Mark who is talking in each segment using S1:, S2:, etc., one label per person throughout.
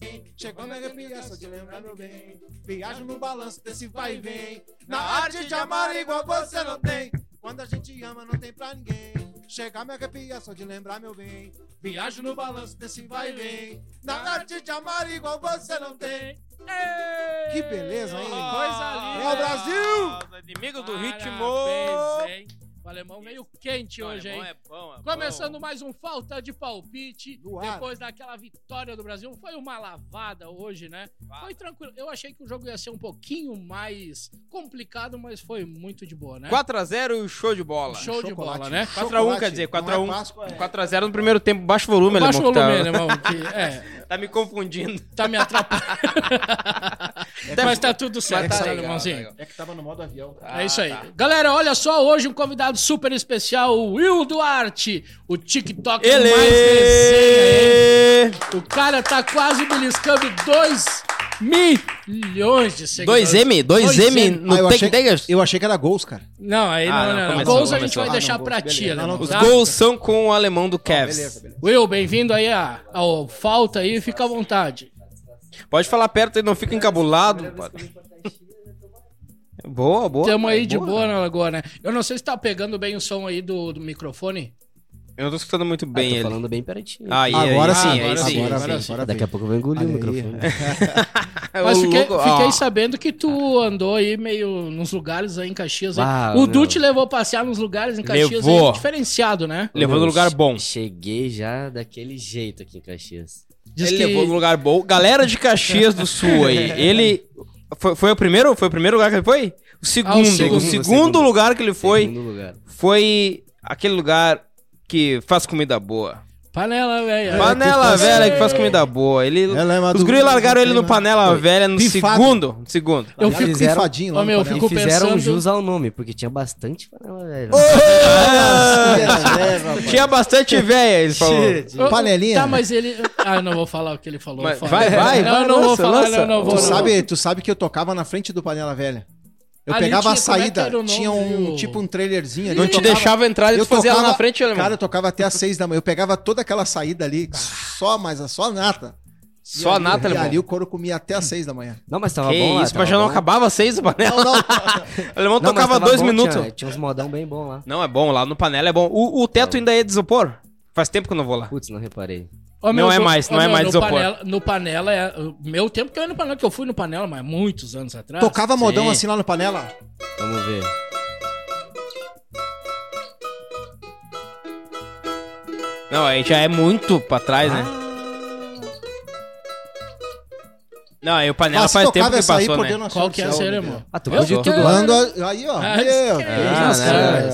S1: bem, chegando a arrepiar só de lembrar meu bem. Viajo no balanço desse vai e vem. Na arte de amar igual você não tem. Quando a gente ama não tem pra ninguém. Chegar me arrepia só de lembrar meu bem. Viajo no balanço desse vai e vem. Na arte de amar igual você não tem.
S2: Ei!
S1: Que beleza, hein?
S2: Que Coisa
S3: Ah,
S2: linda.
S1: É o Brasil!
S3: Os inimigos Um do
S2: Parabéns,
S3: ritmo!
S2: hein? O alemão veio quente hoje,
S3: Alemão
S2: hein?
S3: é bom, é bom.
S2: Começando mais um Falta de Palpite.
S1: No ar.
S2: Depois daquela vitória do Brasil. Foi uma lavada hoje, né?
S3: Fala.
S2: Foi tranquilo. Eu achei que o jogo ia ser um pouquinho mais complicado, mas foi muito de boa, né?
S3: 4x0 e show de bola.
S2: Show de
S1: Chocolate.
S2: bola, né?
S3: 4x1, quer dizer,
S1: Não é
S3: 4x1.
S1: Páscoa, é.
S3: 4x0 no primeiro tempo, baixo volume,
S2: Baixa o
S3: alemão, que
S2: volume,
S3: tá,
S2: alemão, que, é,
S3: tá me confundindo.
S2: tá me atrapalhando. mas tá tudo certo,
S3: Mas tá
S2: né,
S3: legal,
S2: alemãozinho?
S3: tá legal.
S1: É que tava no modo avião.
S2: é isso aí.
S3: tá.
S2: Galera, olha só, hoje um convidado super especial, o Will Duarte, o TikTok
S3: Ele!
S2: mais resenha, hein? O cara tá quase beliscando 2 milhões de seguidores.
S3: 2M, 2M
S1: Ah, eu,
S3: no Take
S1: achei,
S3: Daggers.
S1: eu achei que era gols, cara.
S2: Não, aí
S3: Ah,
S2: não,
S3: não,
S2: não, não.
S3: começou,
S2: Gols a gente
S3: começou.
S2: vai
S1: não,
S3: Ah,
S2: deixar
S1: gols,
S2: pra
S1: beleza.
S2: tia,
S1: Não,
S2: né?
S1: não,
S3: Os
S2: tá?
S3: gols são com o alemão do Cavs.
S2: Will, bem-vindo aí à- ao Falta aí, fica à vontade.
S3: Pode falar perto e não fica encabulado. Boa, boa.
S2: Tamo aí de
S3: Boa.
S2: boa na lagoa, né? Eu não sei se tá pegando bem o som aí do, do microfone.
S3: Eu não tô escutando muito
S4: Ah,
S3: bem
S4: tô
S3: ele. Ah,
S4: falando bem pertinho.
S3: Aí,
S1: Agora
S3: aí,
S1: sim,
S3: aí,
S2: agora
S3: sim.
S2: sim.
S1: agora sim, agora
S4: Daqui a
S1: bem.
S4: pouco eu vou engolir o
S1: Olha aí,
S4: microfone.
S3: É,
S2: Mas
S3: o
S2: fiquei,
S3: louco, ó.
S2: fiquei sabendo que tu andou aí meio nos lugares aí em Caxias. aí.
S4: Ah,
S2: o
S4: meu.
S2: Du te levou passear nos lugares em Caxias aí,
S3: Levou.
S2: diferenciado, né?
S3: Levou no
S4: Meu,
S3: lugar bom.
S4: Cheguei já daquele jeito aqui em Caxias.
S2: Diz
S3: ele
S2: que-
S3: levou no um lugar bom. Galera de Caxias do Sul aí. Ele. Foi, foi o primeiro? Foi o primeiro lugar que ele foi? Ah, O segundo. o segundo,
S2: segundo,
S4: segundo.
S3: lugar que ele foi
S4: Segundo lugar.
S3: foi aquele lugar que faz comida boa.
S2: Panela, é, velho.
S3: panela
S1: faz-
S3: velha É, que faz comida boa. Ele,
S1: É, lembra
S3: os
S1: do-
S3: guri largaram ele no
S1: lembra?
S3: panela
S1: Foi.
S3: velha no
S1: Pifado.
S3: segundo. no segundo.
S2: Eu
S1: Aliás,
S2: fico...
S3: é
S4: fizeram-
S1: pifadinho lá
S2: Ó,
S1: no
S2: meu, eu
S1: Paraná.
S2: fico
S4: E fizeram
S2: pensando-
S4: jus ao nome, porque tinha bastante panela velha.
S1: É, rapaz.
S3: Tinha bastante véia, ele falou.
S2: Eu-
S1: Panelinha.
S2: Tá, mas ele... Ah, eu não vou falar o que ele falou.
S3: Mas
S2: foda.
S3: vai, vai,
S2: Não,
S3: vai,
S2: eu não vou
S3: lança,
S2: falar,
S3: lança.
S2: não, não vou.
S1: Tu
S2: não.
S1: sabe, tu sabe que eu tocava na frente do Panela Velha. Eu
S2: Ali
S1: pegava a
S2: tinha- como é que
S1: saída,
S2: era o nome
S1: tinha um
S2: do-
S1: tipo um trailerzinho ali.
S3: Não
S1: eu
S3: te
S1: tocava-
S3: deixava entrar, ele
S1: eu
S3: fazia lá
S1: tocava-
S3: na frente, alemão.
S1: Cara, eu tocava até às seis da manhã. Eu pegava toda aquela saída ali, só, mas a- só nata. E
S3: Só a
S1: ali-
S3: nata,
S1: E ali
S3: alemão.
S1: o couro comia até às seis da manhã.
S4: Não, mas tava
S3: Que
S4: bom lá.
S3: isso,
S4: tava
S3: mas já não
S4: bom.
S3: acabava seis o panela.
S1: Não, não.
S3: O alemão
S4: Não, mas
S3: tocava
S4: tava
S3: dois
S4: bom,
S3: minutos.
S4: Tinha, tinha uns modão bem bom lá.
S3: Não, é bom, lá no panela é bom. O, o teto ainda é de isopor? Faz tempo que eu não vou lá.
S4: Putz, não reparei.
S2: Ô,
S3: Não é
S2: jo-
S3: mais,
S2: ô,
S3: não é mais
S2: no
S3: isopor.
S2: panela, no panela é. o Meu tempo que eu ia no panela, que eu fui no panela, mas muitos anos atrás.
S1: Tocava modão
S3: sim.
S1: assim lá no Panela.
S4: Vamos ver.
S3: Não, aí já é muito pra trás, né? Não, aí o panela
S1: Ah, se
S3: faz tempo que
S1: essa aí,
S3: passou,
S1: por Deus,
S3: né?
S1: nossa,
S2: Qual
S1: do
S2: que é
S1: céu,
S2: essa,
S1: meu
S2: irmão?
S1: Deus.
S4: Ah, tocou de
S3: Eu
S4: tudo lá.
S1: Quando a- aí, ó. meu
S2: Ah, isso que
S1: Deus.
S2: é
S3: isso,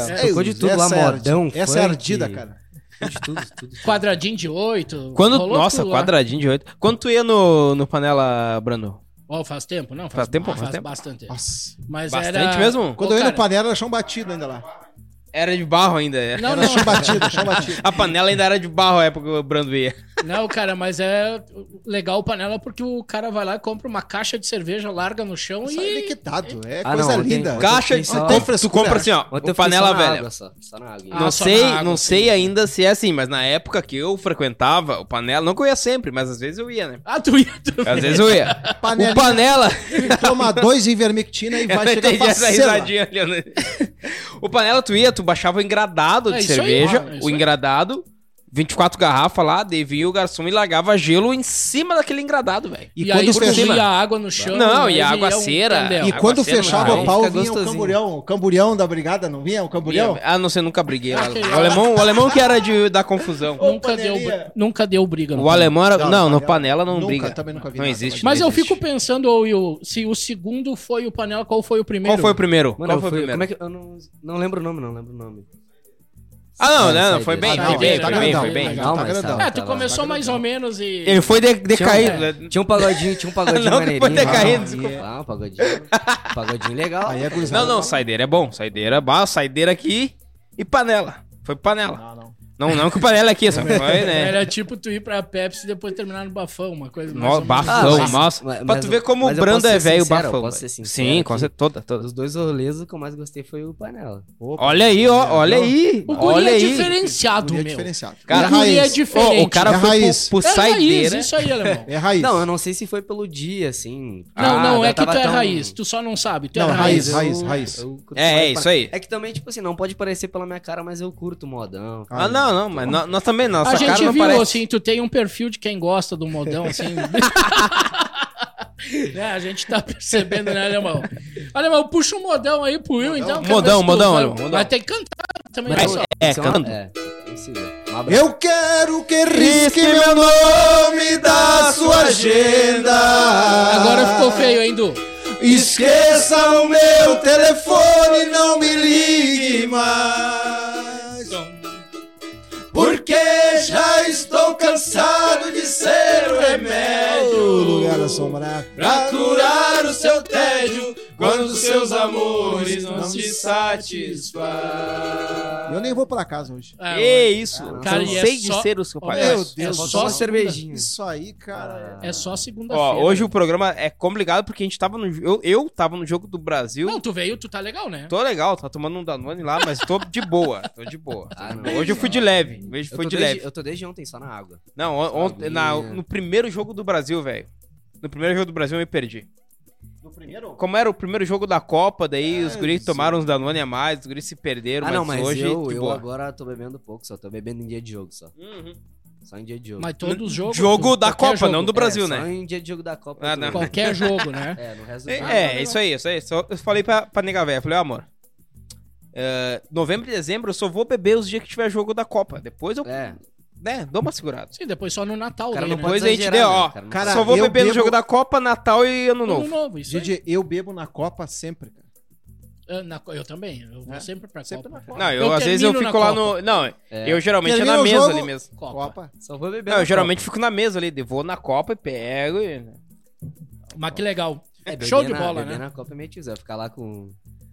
S3: cara.
S4: Tocou de tudo lá,
S1: Essa é ardida.
S4: modão,
S1: Essa é
S4: funk.
S1: ardida, cara.
S4: Tocou de tudo, tudo.
S2: Quadradinho de oito.
S3: Quando,
S2: rolou
S3: nossa,
S2: tudo lá.
S3: quadradinho de oito. Quando tu ia no, no panela, Brando?
S2: Ó, faz tempo, não?
S3: Faz tempo,
S2: ah,
S3: faz tempo.
S2: bastante. tempo.
S1: Nossa.
S2: Mas
S3: Bastante
S2: era...
S3: mesmo?
S1: Quando
S2: Ô,
S1: eu ia no
S2: cara,
S1: panela, era chão batido ainda lá.
S3: Era de barro ainda. é.
S2: Não,
S1: Era
S2: não,
S1: chão batido, chão batido.
S3: A panela ainda era de barro a época que o Brando ia.
S2: não, cara, mas é legal o panela porque o cara vai lá e compra uma caixa de cerveja, larga no chão
S1: Isso aí é
S2: e.
S1: liquidado. É
S4: Ah,
S1: coisa
S4: não, ontem-
S1: linda.
S4: ontem-
S3: Caixa de...
S4: só-
S3: tu- Tu
S1: frescura.
S3: compra assim, ó,
S4: Ontem eu fiquei
S3: panela
S4: só na
S3: velha.
S4: água só, só na água.
S2: Ah,
S3: não
S2: só
S3: sei,
S2: na água,
S3: não
S2: sim.
S3: sei ainda se é assim, mas na época que eu frequentava o panela, não que eu ia sempre, mas às vezes eu ia, né?
S2: Ah, tu ia também.
S3: Às vezes eu ia.
S1: Panelinha.
S3: O panela.
S1: Toma dois ivermectina e
S3: Eu
S1: vai
S3: não
S1: chegar
S3: entendi
S1: pra
S3: essa
S1: cena.
S3: risadinha ali. eu não- O panela, tu ia, tu baixava o engradado de
S2: É isso aí,
S3: cerveja,
S2: mano, é isso
S3: o
S2: aí.
S3: engradado, 24 garrafas lá, devia o garçom e largava gelo em cima daquele engradado, velho.
S2: E,
S1: E
S2: aí
S1: quando
S2: escorria
S1: fechava,
S2: a água no chão.
S3: Não, e
S2: aí
S3: a água
S2: é um
S3: cera.
S2: candel.
S1: e
S3: água
S1: quando
S3: sendo
S1: fechava
S3: marrom,
S1: o pau,
S4: fica
S1: vinha o
S4: gostosinho.
S1: camburião. O camburião da brigada, não vinha? O camburião?
S3: Ah, não sei, nunca briguei. lá.
S2: Aquele
S3: O alemão, o alemão que era de, da confusão.
S1: Ô,
S2: Nunca deu,
S1: panelinha.
S2: bri- nunca deu briga. no
S3: O alemão era.
S1: Não,
S3: Não, no
S1: panela-
S3: panela não
S1: nunca, tá
S3: briga.
S1: também nunca vi
S3: Não
S1: nada,
S3: existe.
S2: Mas
S3: não
S2: eu
S3: existe.
S2: fico pensando, ô Will, se o segundo foi o panela, qual foi o primeiro?
S3: Qual foi o primeiro?
S4: Mano,
S3: Qual foi
S4: eu
S3: o
S4: fui,
S3: primeiro?
S4: como é que. Eu não, não lembro o nome, não lembro o nome.
S3: Ah, não, não, não,
S4: Sai
S3: foi
S4: dele.
S3: bem,
S2: Ah,
S3: foi
S2: não,
S3: bem,
S2: tá
S3: foi bem,
S2: legal,
S3: foi bem.
S2: legal.
S4: Não, mas
S1: Tá
S4: tava-
S2: É, tu
S4: tava-
S2: começou mais ou menos e.
S3: Ele foi de-
S4: Tinha um-
S3: decaído.
S4: Tinha um pagodinho, tinha um pagodinho
S3: Não, que
S4: maneirinho.
S3: foi decaído,
S4: Ah,
S3: desculpa.
S4: Ah, um pagodinho. um pagodinho legal.
S1: Aí é gurizada.
S3: Não, não, saideira é bom. Saideira, bah, saideira aqui e panela. Foi panela.
S1: Não, não.
S3: Não, não que o panela aqui, só foi, né?
S2: Era tipo tu ir pra Pepsi e depois terminar no bafão, uma coisa mais
S3: Nó,
S2: ou menos.
S3: bafão,
S4: Ah, mas-
S3: nossa.
S4: mas-
S3: pra
S4: mas
S3: tu
S4: eu-
S3: ver como o
S4: mas eu
S3: Brando
S4: posso
S3: é
S4: ser
S3: velho o
S4: sincero, eu
S3: bafão.
S4: posso ser
S3: velho.
S4: sincero
S3: Sim, com
S4: aqui.
S3: certeza. Toda, toda.
S4: Os dois rolês, o que eu mais gostei foi o panela.
S1: Opa,
S3: Olha aí, ó, olha aí.
S2: O guri
S3: Olha
S2: é
S3: aí.
S2: diferenciado,
S1: guri é
S2: meu.
S1: diferenciado.
S3: Cara,
S1: é
S2: o guri é
S1: raiz.
S2: diferente.
S3: Ó, o cara
S1: É
S3: foi
S1: raiz.
S3: por, por
S2: é raiz,
S3: saideira.
S2: isso aí, alemão.
S1: É raiz.
S4: Não, eu não sei se foi pelo dia, assim.
S2: Não,
S3: Ah,
S2: não,
S4: eu
S2: é que tu
S4: tava
S2: é
S4: tão-
S2: raiz, tu só não sabe, tu é
S1: Não,
S2: raiz.
S1: raiz, raiz, raiz.
S3: É, é isso aí.
S4: É que também, tipo assim, não pode parecer pela minha cara, mas eu curto modão.
S3: Ah, não, não, mas nó- nós também, nossa
S2: A
S3: cara
S2: gente
S3: não
S2: viu,
S3: parece.
S2: assim, tu tem um perfil de quem gosta do modão, assim. né, a gente tá percebendo, né, Alemão? Alemão, puxa um modão aí pro Will, então. quero
S3: Modão,
S2: ver se tu
S3: modão,
S2: vai-
S3: Alemão, modão.
S2: Vai ter que cantar também,
S4: Mas-
S2: pessoal.
S3: É,
S4: Isso uma-
S3: canta.
S4: É, isso aí. Um abraço.
S1: Eu quero que risque
S3: Risque
S1: meu
S3: meu
S1: nome da sua agenda.
S2: Agora ficou feio, hein, Du?
S1: Esqueça o meu telefone, não me ligue mais. Porque já estou cansado de ser o remédio. Lugar assombrado.
S3: Pra curar o seu tédio
S1: quando seus amores não te Eu nem vou pra casa hoje.
S2: Ah,
S3: Que isso?
S4: Ah,
S2: cara, e é
S3: Cansei de
S2: só-
S3: ser o seu
S2: Ó,
S3: pai.
S2: meu
S3: Ó,
S2: Deus,
S4: só
S2: só segunda-
S4: uma cervejinha.
S1: Isso aí, cara.
S2: É só segunda-feira.
S3: Ó, hoje o programa é complicado porque a gente tava no. Eu, eu tava no jogo do Brasil.
S2: Não, tu veio, tu tá legal, né?
S3: Tô legal, tá tomando um Danone lá, mas tô de boa. Tô de boa.
S4: Ah, não.
S3: Hoje eu fui de leve. Hoje
S4: Eu
S3: foi
S4: tô
S3: de
S4: desde-
S3: leve.
S4: Eu tô desde ontem só na água.
S3: Não, on- ontem, na-
S4: Aguinha.
S3: no primeiro jogo do Brasil, velho. No primeiro jogo do Brasil eu me perdi.
S1: No primeiro?
S3: Como era o primeiro jogo da Copa, daí
S1: Ah,
S3: os guris
S1: sim.
S3: tomaram uns Danone a mais, os guris se perderam,
S4: É, Ah,
S3: mas,
S4: não, mas
S3: hoje
S4: eu,
S3: de
S4: eu
S3: boa.
S4: agora tô bebendo pouco, só tô bebendo em dia de jogo, só.
S3: Uhum.
S4: Só em dia de jogo.
S2: Mas todos os jogos.
S3: Jogo
S2: tu-
S3: da
S2: qualquer
S3: Copa,
S2: jogo.
S3: não do Brasil,
S4: É, Só
S3: né?
S4: em dia de jogo da Copa.
S3: Ah,
S4: eu tô
S3: não.
S4: bebendo.
S2: Qualquer jogo, né?
S4: É, no resto do
S3: É,
S4: jogo.
S3: é, isso aí, isso aí. Só- eu falei pra, pra nega velha, falei, ó, amor, é, novembro e dezembro eu só vou beber os dias que tiver jogo da Copa. Depois eu,
S4: É,
S3: né, dou uma segurada.
S2: Sim, depois só no Natal.
S4: o cara
S2: daí,
S4: não
S2: né?
S4: pode
S3: Depois a gente
S4: exagerar,
S3: deu,
S4: né?
S3: ó,
S4: O cara não
S1: cara,
S4: pode-
S3: só vou
S1: eu
S3: beber no
S1: bebo-
S3: jogo da Copa, Natal e Ano
S2: Ano
S3: Novo.
S2: novo, isso aí.
S1: Didi, eu bebo na Copa sempre, cara.
S2: Ah, na co- eu também. Eu vou
S1: É.
S2: sempre pra
S1: Sempre
S2: Copa.
S1: na Copa.
S3: Não, eu, às vezes eu
S2: termino
S3: fico
S2: na
S3: lá
S2: Copa.
S3: no... Não,
S4: É.
S3: eu geralmente
S1: Termina
S3: é na
S1: o
S3: mesa
S1: jogo-
S3: ali mesmo.
S2: Copa.
S1: Copa.
S4: Só vou beber
S3: Não,
S4: na
S3: eu geralmente fico na mesa ali, vou na Copa e pego e...
S2: Mas que legal.
S4: Copa. É, beber
S2: Show de
S4: na-
S2: bola,
S4: beber
S2: né?
S4: na Copa é meio tiozão, ficar lá com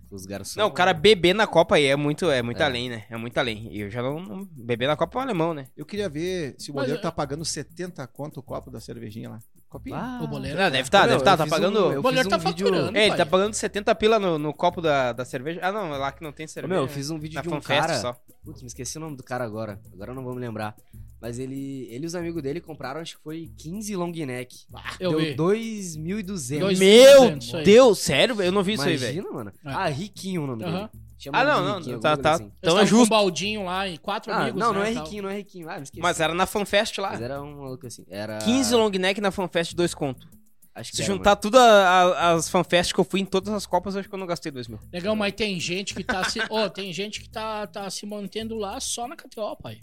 S4: com os garçons.
S3: Não, o cara beber na Copa aí é muito, é muito
S4: É.
S3: além, né? É muito além. E eu já não, não... Beber na Copa é um alemão, né?
S1: Eu queria ver se o
S2: Mas
S1: goleiro
S2: eu-
S1: tá pagando 70 conto o copo da cervejinha lá. Copinha.
S4: Ah,
S2: O boleiro. é
S3: Não, deve tá,
S4: Meu,
S3: deve tá,
S4: eu
S3: tá
S4: fiz um-
S3: pagando...
S4: eu
S2: O boleiro tá
S4: fiz um vídeo-
S2: faturando.
S3: É, ele
S2: pai.
S3: tá pagando 70 pila no, no copo da, da cerveja. Ah, não, lá que não tem
S4: Ô,
S3: cerveja. né?
S4: Meu, eu fiz um vídeo
S3: na
S4: de um
S3: FanFest
S4: cara.
S3: só.
S4: Putz, me esqueci o nome do cara agora. Agora eu não vou me lembrar. Mas ele, ele e os amigos dele compraram, acho que foi 15 long neck.
S2: Eu vi.
S4: Deu 2.200.
S2: Dois-
S3: Meu
S2: isso aí.
S3: Deus, sério? velho? Eu não vi isso aí, velho.
S4: Imagina, mano.
S2: É.
S4: Ah, riquinho o nome
S2: Aham.
S4: dele. Chama
S3: Ah,
S4: ele de
S3: não,
S4: Riquinho,
S3: não.
S4: alguma
S3: Tá,
S4: coisa
S3: tá.
S4: assim.
S2: Então
S3: Então é
S2: um
S3: justo.
S2: baldinho lá e quatro
S4: Ah,
S2: amigos.
S4: não, não
S2: né,
S4: é
S2: tal.
S4: riquinho, não é riquinho. Ah, me esqueci.
S3: Mas era na FanFest lá.
S4: Mas era um maluco assim. Era.
S3: 15 long neck na FanFest, dois conto.
S4: Acho que
S3: Se
S4: era, um
S3: juntar tudo a- a- as FanFest que eu fui em todas as copas, eu acho que eu não gastei dois mil.
S2: Legal, mas tem gente que tá se. Ô, tem gente que tá, tá se mantendo lá só na KTO, pai.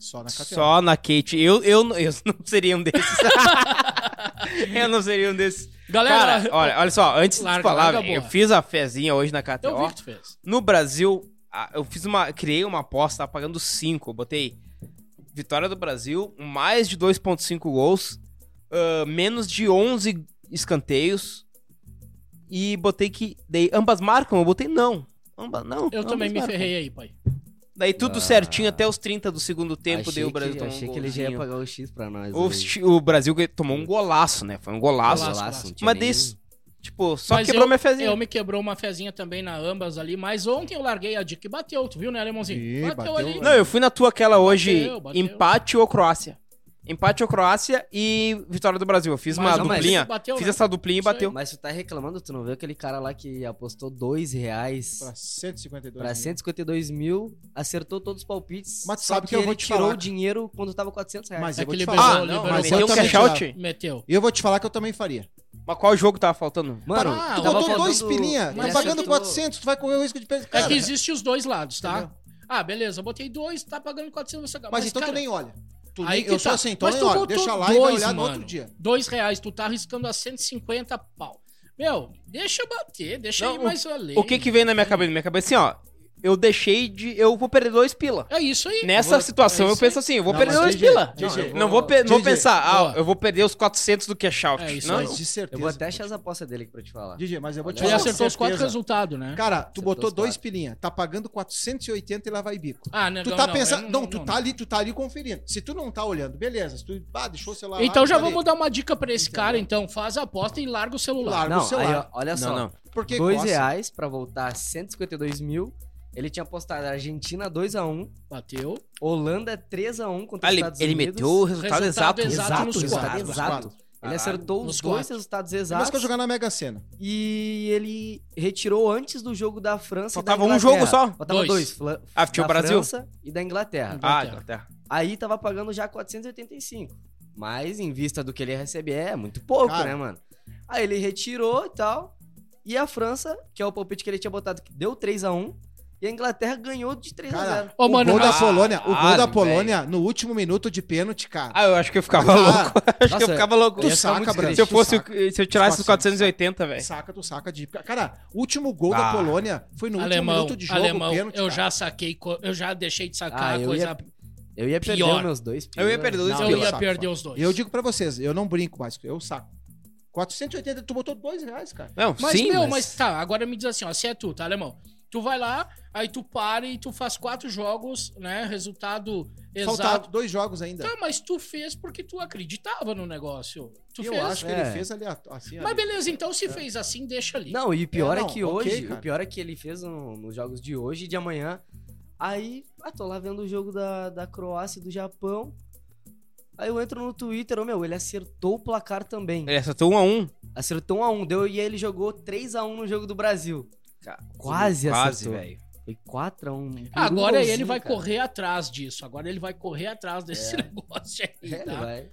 S1: Só na KTO.
S3: Só na Kate. Eu, eu, eu não seria um desses. eu não seria um desses.
S2: Galera,
S3: Cara, olha, olha só, antes
S2: Larga,
S3: de falar,
S2: larga a
S3: velho, eu
S2: boa.
S3: fiz a fezinha hoje na KTO.
S2: eu vi que tu fez.
S3: No Brasil, a- eu fiz uma. Criei uma aposta, tava pagando 5. Eu botei vitória do Brasil, mais de 2,5 gols, ah, menos de 11 escanteios. E botei que. Daí ambas marcam, eu botei não. Amba, não.
S2: Eu
S3: ambas
S2: também me
S3: marcam.
S2: ferrei aí, pai.
S3: Daí tudo
S4: Ah.
S3: certinho até os 30 do segundo tempo,
S4: Achei
S3: daí o
S4: que-
S3: Brasil tomou
S4: Achei
S3: um
S4: que ele já ia
S3: golzinho.
S4: pagar o X pra nós.
S3: o,
S4: hoje.
S3: chi- o Brasil que tomou um golaço, né? Foi um golaço.
S2: Golaço.
S4: não tinha
S3: Mas
S4: assim, nem-
S3: desse. Tipo, só
S2: Mas
S3: quebrou
S2: eu-
S3: minha fezinha.
S2: Eu me quebrou uma fezinha também na ambas ali, mas ontem eu larguei a dica e bateu, tu viu, né, Alemãozinho?
S1: Ih, bateu.
S3: Não, eu fui na tua aquela hoje,
S2: Bateu, bateu.
S3: empate ou Croácia. Empate ou Croácia e vitória do Brasil. Eu fiz
S2: Mas
S3: uma
S2: não, mas
S3: duplinha,
S2: isso bateu,
S3: fiz
S2: né?
S3: essa duplinha e
S2: Isso aí.
S3: bateu.
S4: Mas tu tá reclamando, tu não viu aquele cara lá que apostou 2 reais
S1: Pra 152
S4: pra
S1: mil.
S4: 152 mil, acertou todos os palpites.
S1: Mas tu
S4: só
S1: sabe que eu
S4: ele
S1: vou te
S4: tirou
S1: falar.
S4: o dinheiro quando tava 400 reais.
S1: Mas
S2: É
S1: eu vou
S2: que
S1: te
S2: liberou,
S1: falar.
S3: Ah, não,
S2: liberou
S1: mas
S3: meteu
S1: eu
S3: um
S1: também
S3: cash out.
S1: faria.
S2: Meteu.
S1: Eu vou te falar que eu também faria.
S3: Mas qual jogo tava faltando?
S4: Mano,
S2: Ah,
S1: Tu
S4: tava
S1: botou
S4: faltando-
S1: Tá, dois pilinha,
S4: Mas
S1: tá pagando
S4: acertou-
S1: 400, tu vai correr o risco de perder.
S2: É
S1: Cara,
S2: que existe os dois lados, tá?
S1: Entendeu?
S2: Ah, beleza, eu botei dois, tá pagando 400, você
S1: mas então
S2: cara,
S1: tu nem olha. Tu
S2: aí
S1: nem,
S2: que
S1: eu sou
S2: tá.
S1: assim, então
S2: Mas
S1: nem
S2: tu
S1: olha.
S2: botou
S1: Deixa lá e vai
S2: dois,
S1: olhar no
S2: mano.
S1: outro dia.
S2: Dois reais, tu tá arriscando a 150 pau. Meu, deixa eu bater, deixa
S3: Não,
S2: eu ir mais além.
S3: O que que veio na minha cabeça? Na minha cabeça assim, ó. eu deixei de. Eu vou perder dois pila.
S2: É isso aí.
S3: Nessa
S2: Vou-
S3: situação,
S2: é
S3: eu
S2: isso aí.
S3: penso assim, eu vou
S1: Não,
S3: perder
S1: mas
S3: dois
S1: GG,
S3: pila.
S1: GG.
S3: Não, eu não vou, pe- não vou
S1: GG,
S3: pensar, ah,
S2: boa.
S3: eu vou perder os 400 do cash out.
S2: É isso
S3: não,
S2: aí.
S1: Mas de
S4: Eu vou
S1: certeza.
S4: até achar as apostas dele aqui pra te falar.
S1: DJ, mas eu vou te
S4: Ele
S2: Ele
S1: falar.
S2: acertou os quatro
S1: certeza.
S2: resultados, né?
S1: Cara, tu
S4: Acertou
S1: botou
S4: os
S1: dois
S4: quatro.
S1: pilinha, tá pagando 480 e lá vai bico.
S2: Ah, né,
S1: Tu
S2: não,
S1: tá
S2: não,
S1: pensando.
S2: eu
S1: Não, tu tá ali, tu tá ali conferindo. Se tu não tá olhando, beleza. Se tu ah, deixou o celular. lá,
S2: Então
S1: tu
S2: já
S1: tá
S2: vamos
S1: ali.
S2: dar uma dica pra esse cara, então. Faz a aposta e larga o celular.
S1: Larga
S4: Não,
S1: o celular.
S4: aí, ó, olha só.
S3: não, não.
S1: Porque
S4: 2
S1: coça.
S4: reais pra voltar 152 mil. Ele tinha apostado Argentina 2x1,
S2: Bateu.
S4: Holanda 3x1 contra
S3: Ah,
S4: os
S3: ele,
S4: Estados
S3: ele
S4: Unidos.
S3: meteu o resultado,
S2: Resultado
S3: exato.
S2: exato.
S4: Exato,
S2: nos
S4: resultado
S2: quatro, nos
S4: exato.
S1: quatro.
S4: Ele
S3: Caralho.
S4: acertou os
S2: Nos
S4: dois
S2: quatro.
S4: resultados
S1: Mas que eu
S4: exatos.
S1: jogar na Mega Sena.
S4: E ele retirou antes do jogo da França. e da
S3: Faltava um
S4: Inglaterra.
S3: jogo só.
S4: Faltava
S2: Dois.
S4: dois. Fla-
S3: Ah, tinha o
S4: da
S3: Brasil?
S4: França e da Inglaterra.
S3: Ah,
S2: Inglaterra.
S3: Inglaterra.
S4: Aí tava pagando já 485. Mas em vista do que ele ia receber, é muito pouco,
S1: Cara.
S4: né, mano? Aí ele retirou e tal. E a França, que é o palpite que ele tinha botado, que deu 3x1. E a Inglaterra ganhou de 3x0.
S1: Cara,
S2: Ô,
S1: o
S2: mano,
S1: gol da
S3: ah,
S1: Polônia, o gol
S3: ah,
S1: da
S3: velho.
S1: Polônia no último minuto de pênalti, cara.
S3: Ah, eu acho que eu ficava
S1: Ah,
S3: louco. acho que eu
S4: nossa,
S3: ficava louco.
S1: tu
S4: ia ficar
S1: saca,
S4: muito
S1: Branco.
S4: triste,
S3: Se eu fosse,
S1: tu saca,
S3: se eu tirasse os 480,
S2: É.
S3: velho.
S1: saca, tu saca de. Cara, o último gol
S3: Ah.
S1: da Polônia foi no último
S2: alemão,
S1: minuto de jogo,
S2: alemão,
S1: pênalti.
S2: eu
S1: cara.
S2: já saquei, co- eu já deixei de sacar
S4: Ah, eu
S2: coisa.
S4: ia- Eu ia perder
S2: Pior.
S4: os meus dois.
S3: Eu ia perder dois
S1: Não,
S2: eu
S3: pila.
S2: Então, ia
S1: saco,
S2: perder
S1: saco.
S2: os dois.
S1: E Ah, eu digo pra vocês, eu não brinco mais, eu saco. 480, tu botou dois reais, cara.
S3: Não,
S2: Mas,
S3: sim,
S2: meu, mas...
S3: mas...
S2: tá, agora me diz assim, ó, se é tu, tá, alemão? Tu vai lá, aí tu para e tu faz quatro jogos, né? Resultado exato.
S1: Faltava dois jogos ainda.
S2: Tá, mas tu fez porque tu acreditava no negócio. Tu
S1: eu
S2: fez.
S1: acho né, que
S4: É.
S1: ele fez ali assim.
S2: Mas
S1: ali.
S2: beleza, então se fez assim, deixa ali.
S4: Não, e o pior
S1: É,
S4: é,
S1: não,
S4: que
S1: ok,
S4: hoje,
S1: cara.
S4: o pior é que ele fez no- nos jogos de hoje e de amanhã. Aí, ah, tô lá vendo o jogo da, da Croácia e do Japão. Aí eu entro no Twitter, ô meu, ele acertou o placar também.
S3: Ele acertou um a um.
S4: Acertou 1x1, deu e ele jogou 3x1 no jogo do Brasil.
S3: Quase,
S4: Quase acertou.
S3: velho.
S4: Foi 4x1.
S2: Ah, Agora ele vai correr atrás disso. Agora ele vai correr atrás desse negócio aí,
S4: É,
S2: tá?
S4: ele vai.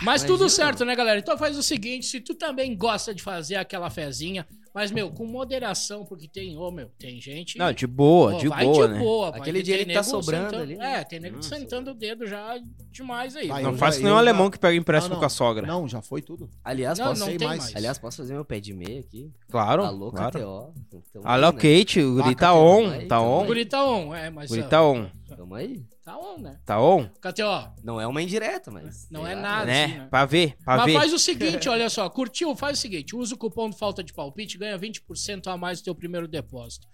S2: Mas
S4: Imagina.
S2: tudo certo, né, galera? Então faz o seguinte, se tu também gosta de fazer aquela fezinha, mas, meu, com moderação, porque tem, ô, meu, tem gente...
S3: Não, de boa,
S2: Pô,
S3: de
S2: vai
S3: boa,
S2: de
S3: né?
S2: boa, pai,
S4: Aquele
S2: que
S4: dinheiro
S2: tem
S4: que tá
S2: nego
S4: sobrando
S2: sentando-
S4: ali, né?
S2: É, tem nego
S4: Hum,
S2: sentando o dedo já demais aí.
S1: Vai,
S2: Não,
S3: Não
S1: Eu
S3: faço
S1: já-
S3: nenhum
S1: eu
S3: alemão
S1: já-
S3: que pega empréstimo
S1: Não, não.
S3: com a sogra.
S1: Não, já foi tudo.
S4: Aliás,
S2: Não,
S4: posso...
S2: não
S1: sei
S2: tem
S1: mais.
S2: mais.
S4: Aliás, tá posso fazer meu pé de meia aqui?
S3: Claro,
S4: Alô,
S3: claro.
S4: KTO. Tamo
S3: Alô,
S4: né?
S3: Kate, o guri
S1: Vaca,
S3: tá
S1: teu
S3: on,
S4: pai,
S3: tá
S4: teu
S2: O
S3: on.
S4: pai.
S2: guri tá on, é, mas...
S3: Guri
S2: ó,
S3: tá on,
S4: Tamo aí.
S2: Tá on, né?
S3: tá on.
S2: KTO,
S4: Não é uma indireta, mas...
S2: Não
S4: sei
S2: é
S4: lá.
S2: nada. Ah, sim,
S3: Né?
S2: né?
S3: Pra ver, pra
S2: Mas
S3: ver.
S2: faz o seguinte, olha só, curtiu? Faz o seguinte, usa o cupom do Falta de Palpite, ganha 20% a mais do teu primeiro depósito.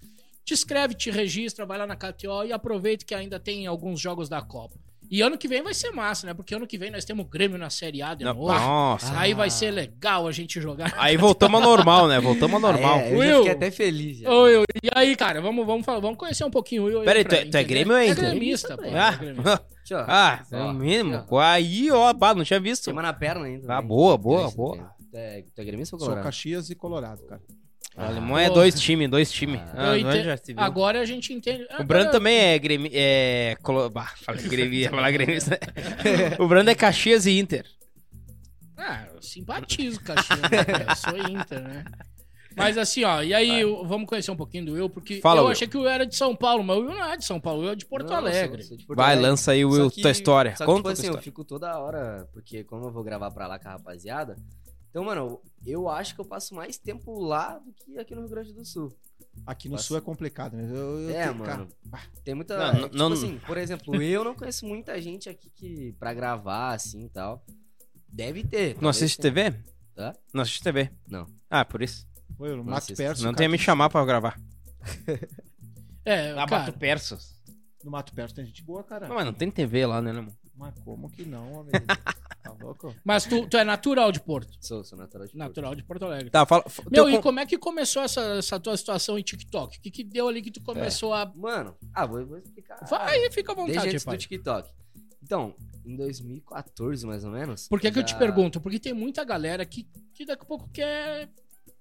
S2: Te inscreve, te registra, vai lá na KTO e aproveita que ainda tem alguns jogos da Copa. E ano que vem vai ser massa, né? Porque ano que vem nós temos o Grêmio na Série A de
S3: Não,
S2: novo.
S3: Nossa.
S2: Aí vai ser legal a gente jogar.
S3: Aí voltamos ao normal, né? Voltamos ao normal.
S4: É, eu
S2: Will.
S4: já fiquei até feliz. Já.
S2: Ô, eu- e aí, cara, vamos, vamos, falar- vamos conhecer um pouquinho o Will. aí
S3: Peraí,
S2: pra
S3: tu é-
S2: mim,
S3: tu é
S2: entendeu?
S3: Grêmio ainda?
S2: É gremista, pô. é gremista.
S3: Ah,
S4: Aqui, ó.
S3: ah, é
S4: Ó,
S3: o
S4: aqui,
S3: mínimo.
S4: ó.
S3: Aí, ó, bah, não tinha visto.
S4: Queima na perna ainda.
S3: Ah,
S4: né?
S3: boa, boa,
S4: Gremista,
S3: boa.
S4: tu é- Tu é gremista ou
S1: Sou
S4: colorado?
S1: Caxias e Colorado, cara.
S3: O alemão é
S2: Pô.
S3: dois times, dois times.
S4: Ah.
S3: Ah,
S2: Eu
S3: não é
S2: entendo-
S3: já se viu.
S2: Agora a gente entende.
S3: O
S2: Agora-
S3: Brando também é gremi... É... Colo... Bah, falei gremi... ia falar gremista. né? o Brando é Caxias e Inter.
S2: Ah, eu simpatizo, Caxias. né? eu sou Inter, né? Mas assim, ó, e aí eu- vamos conhecer um pouquinho do Will, porque
S3: Fala,
S2: eu
S3: Will.
S2: achei que o Will era de São Paulo, mas o Will não é de São Paulo, o Will é de Porto
S4: Não, eu sou-
S2: Alegre.
S4: sou de Porto
S3: Vai,
S4: Alegre.
S3: lança aí, Will,
S4: Só que-
S3: tua história.
S4: Só que,
S3: Conta
S4: tipo
S3: tua
S4: assim, eu
S3: história.
S4: fico toda hora, porque como eu vou gravar pra lá com a rapaziada, então, mano, eu acho que eu passo mais tempo lá do que aqui no Rio Grande do Sul.
S1: Aqui no
S4: Nossa.
S1: Sul é complicado, né? Eu, eu
S4: é,
S1: tenho-
S4: mano.
S1: cara,
S4: Tem muita.
S3: Não,
S4: é,
S3: não-
S4: tipo
S3: não-
S4: assim, por exemplo, eu não conheço muita gente aqui que. pra gravar, assim e tal. Deve
S3: Não
S4: ter. talvez
S3: assiste
S4: tenha.
S3: TV?
S4: assim, Hã?
S3: Não assiste TV?
S4: Não.
S3: Ah, por isso.
S1: pô, eu
S4: Não
S1: mato
S4: assisto.
S1: perso.
S3: Não
S1: cara,
S3: tem a me chamar pra gravar.
S2: É, cara,
S3: Ah, bato perso.
S1: No Mato Perto tem gente boa, cara.
S3: Não, Ah, mas não tem TV lá, né, irmão?
S1: Mas como que não, homem? tá louco?
S2: mas tu, tu é natural de Porto.
S4: Sou, sou natural de Porto.
S2: Natural de Porto Alegre.
S3: Tá, fala. f-
S2: Meu,
S3: teu
S2: e
S3: con-
S2: como é que começou essa, essa tua situação em TikTok? O que, que deu ali que tu começou a.
S4: Mano, ah, vou, vou explicar.
S2: Vai, fica à
S4: Desde
S2: vontade,
S4: antes do
S2: pai.
S4: TikTok. Então, em 2014, mais ou menos.
S2: Por que, que eu te
S4: já-
S2: pergunto? Porque tem muita galera que, que daqui a pouco quer,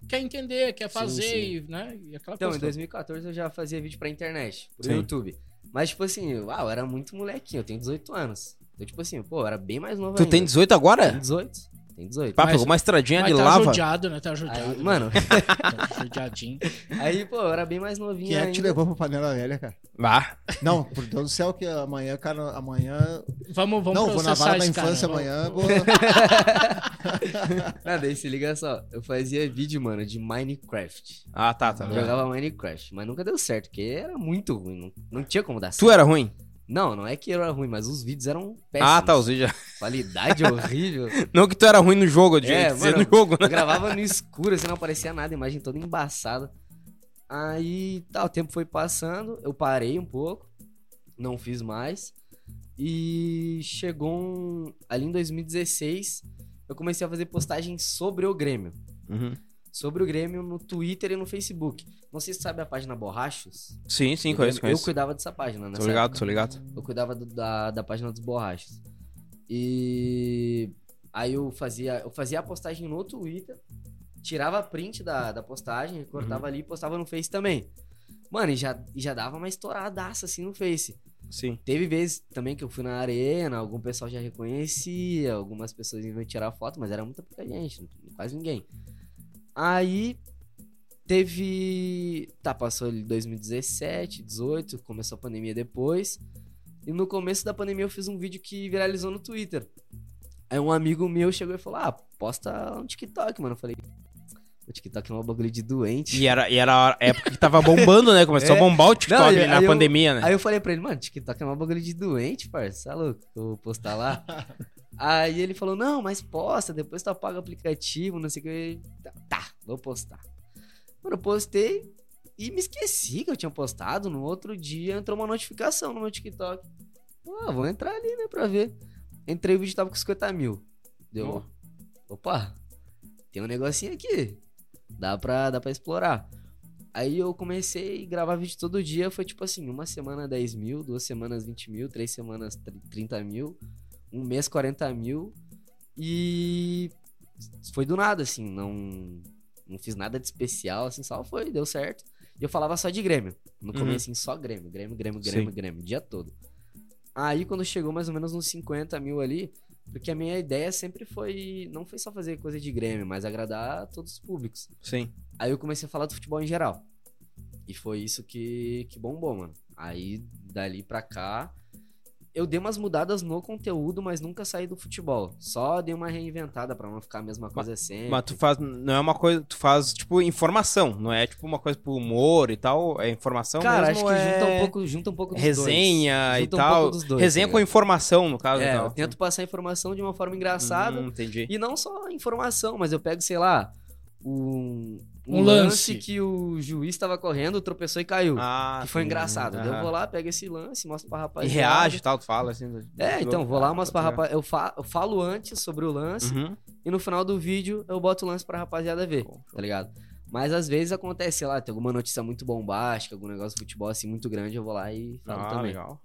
S2: quer entender, quer
S4: Sim,
S2: fazer,
S4: sim.
S2: E, né? E aquela
S4: Então, em
S2: coisa.
S4: 2014 eu já fazia vídeo pra internet, pro
S3: Sim.
S4: YouTube. Mas, tipo assim, uau, eu era muito molequinho, eu tenho 18 anos. Então, tipo assim, pô, eu era bem mais novo
S3: Tu
S4: ainda.
S3: tem 18 agora?
S4: Tenho 18? Tenho Tem 18.
S3: Pá,
S2: Mas-
S3: pegou uma estradinha de
S2: Mas tá
S3: lava.
S2: judiado, né? Tá judiado.
S4: Aí, mano,
S2: Tá judiadinho.
S4: aí, pô, eu era bem mais
S1: Quem
S4: novinho
S1: é que te
S4: ainda.
S1: levou pra panela velha, cara?
S3: Bah.
S1: Não, por Deus do céu, que amanhã, cara, amanhã.
S2: Vamos, vamos
S1: não, vou na
S2: processar
S1: vara da
S2: esse cara. né?
S1: infância
S2: Vamos-
S1: amanhã. Vou...
S4: Nada, aí se liga só. Eu fazia vídeo, mano, de Minecraft.
S3: Ah, tá, tá.
S4: Eu jogava Minecraft, mas nunca deu certo, porque era muito ruim. Não, não tinha como dar certo.
S3: Tu é era ruim?
S4: Não, não é que era ruim, mas os vídeos eram péssimos.
S3: Ah, tá, os vídeos.
S4: Qualidade horrível.
S3: Não que tu era ruim no jogo, eu devia
S4: É,
S3: dizer
S4: mano.
S3: no jogo, né?
S4: Eu gravava no escuro, assim, não aparecia nada, a imagem toda embaçada. Aí, tá, o tempo foi passando, eu parei um pouco, não fiz mais. E chegou um... ali em 2016, eu comecei a fazer postagens sobre o Grêmio. Uhum. Sobre o Grêmio no Twitter e no Facebook. Não sei se você sabe a página Borrachos.
S3: Sim, sim,
S4: do
S3: conheço,
S4: Grêmio.
S3: conheço.
S4: Eu cuidava dessa página, né?
S3: Tô ligado, tô ligado.
S4: Eu cuidava do- da, da página dos borrachos. E aí eu fazia, eu fazia a postagem no Twitter, tirava print da, da postagem, cortava ali e postava no Face também. Mano, e já, e já dava uma estouradaça assim no Face.
S3: Sim.
S4: Teve vezes também que eu fui na arena, algum pessoal já reconhecia, algumas pessoas iam tirar foto, mas era muita pouca gente, quase ninguém. Aí teve. Tá, passou ali 2017, 18, começou a pandemia depois. E no começo da pandemia eu fiz um vídeo que viralizou no Twitter. Aí um amigo meu chegou e falou: Ah, posta lá no TikTok, mano. Eu falei: O TikTok é um bagulho de doente.
S3: E era, e era a época que tava bombando, né? Começou a
S4: É.
S3: bombar o TikTok
S4: Não,
S3: ali
S4: e-
S3: na
S4: aí eu-
S3: pandemia, né?
S4: Aí eu falei pra ele, mano, TikTok é uma bagulho de doente, parça. Tá louco? Eu vou postar lá. Aí ele falou, não, mas posta, depois tu apaga o aplicativo, não sei o que. Tá, tá, vou postar. Mano, eu postei e me esqueci que eu tinha postado. No outro dia entrou uma notificação no meu TikTok. Pô, vou entrar ali, né, pra ver. Entrei o vídeo tava com 50 mil. Deu.
S3: Ó.
S4: Opa, tem um negocinho aqui. Dá pra, dá pra explorar. Aí eu comecei a gravar vídeo todo dia. Foi tipo assim: uma semana 10 mil, duas semanas 20 mil, três semanas tr- 30 mil, um mês 40 mil. E foi do nada, assim. Não, não fiz nada de especial, assim, só foi, deu certo. E eu falava só de Grêmio. No
S3: Uhum.
S4: começo, assim, só Grêmio, Grêmio, Grêmio, Grêmio, Grêmio, o dia todo. Aí quando chegou mais ou menos uns 50 mil ali, porque a minha ideia sempre foi, não foi só fazer coisa de Grêmio, mas agradar a todos os públicos.
S3: Sim.
S4: Aí eu comecei a falar do futebol em geral. E foi isso que, que bombou, mano. Aí, dali pra cá, eu dei umas mudadas no conteúdo, mas nunca saí do futebol. Só dei uma reinventada pra não ficar a mesma coisa sempre.
S3: Mas tu faz. Não é uma coisa. Tu faz, tipo, informação. Não é tipo uma coisa pro humor e tal. É informação
S4: Cara,
S3: mesmo.
S4: acho que
S3: é...
S4: junta um pouco, junta um pouco dos
S3: Resenha
S4: dois.
S3: e
S4: Junta um
S3: tal.
S4: pouco dos dois,
S3: Resenha
S4: tá
S3: com
S4: ligado?
S3: informação, no caso. e
S4: É,
S3: tal.
S4: eu tento passar informação de uma forma engraçada.
S3: Hum, entendi.
S4: E não só informação, mas eu pego, sei lá, um,
S2: Um lance.
S4: que o juiz tava correndo, tropeçou e caiu.
S3: Ah,
S4: que foi
S3: sim.
S4: engraçado. Daí Eu
S3: Aham.
S4: vou lá, pego esse lance, mostro pra
S3: E
S4: rapaziada.
S3: reage e tal, tu fala assim.
S4: É, então, vou lá, mostro pra
S3: rapaz.
S4: rapaziada. Eu, fa- eu falo antes sobre o lance
S3: tá Uhum.
S4: e no final do vídeo eu boto o lance pra rapaziada ver,
S3: Show, show.
S4: tá ligado? Mas às vezes acontece, sei lá, tem alguma notícia muito bombástica, algum negócio de futebol assim muito grande, eu vou lá e falo
S3: Ah,
S4: também.
S3: legal.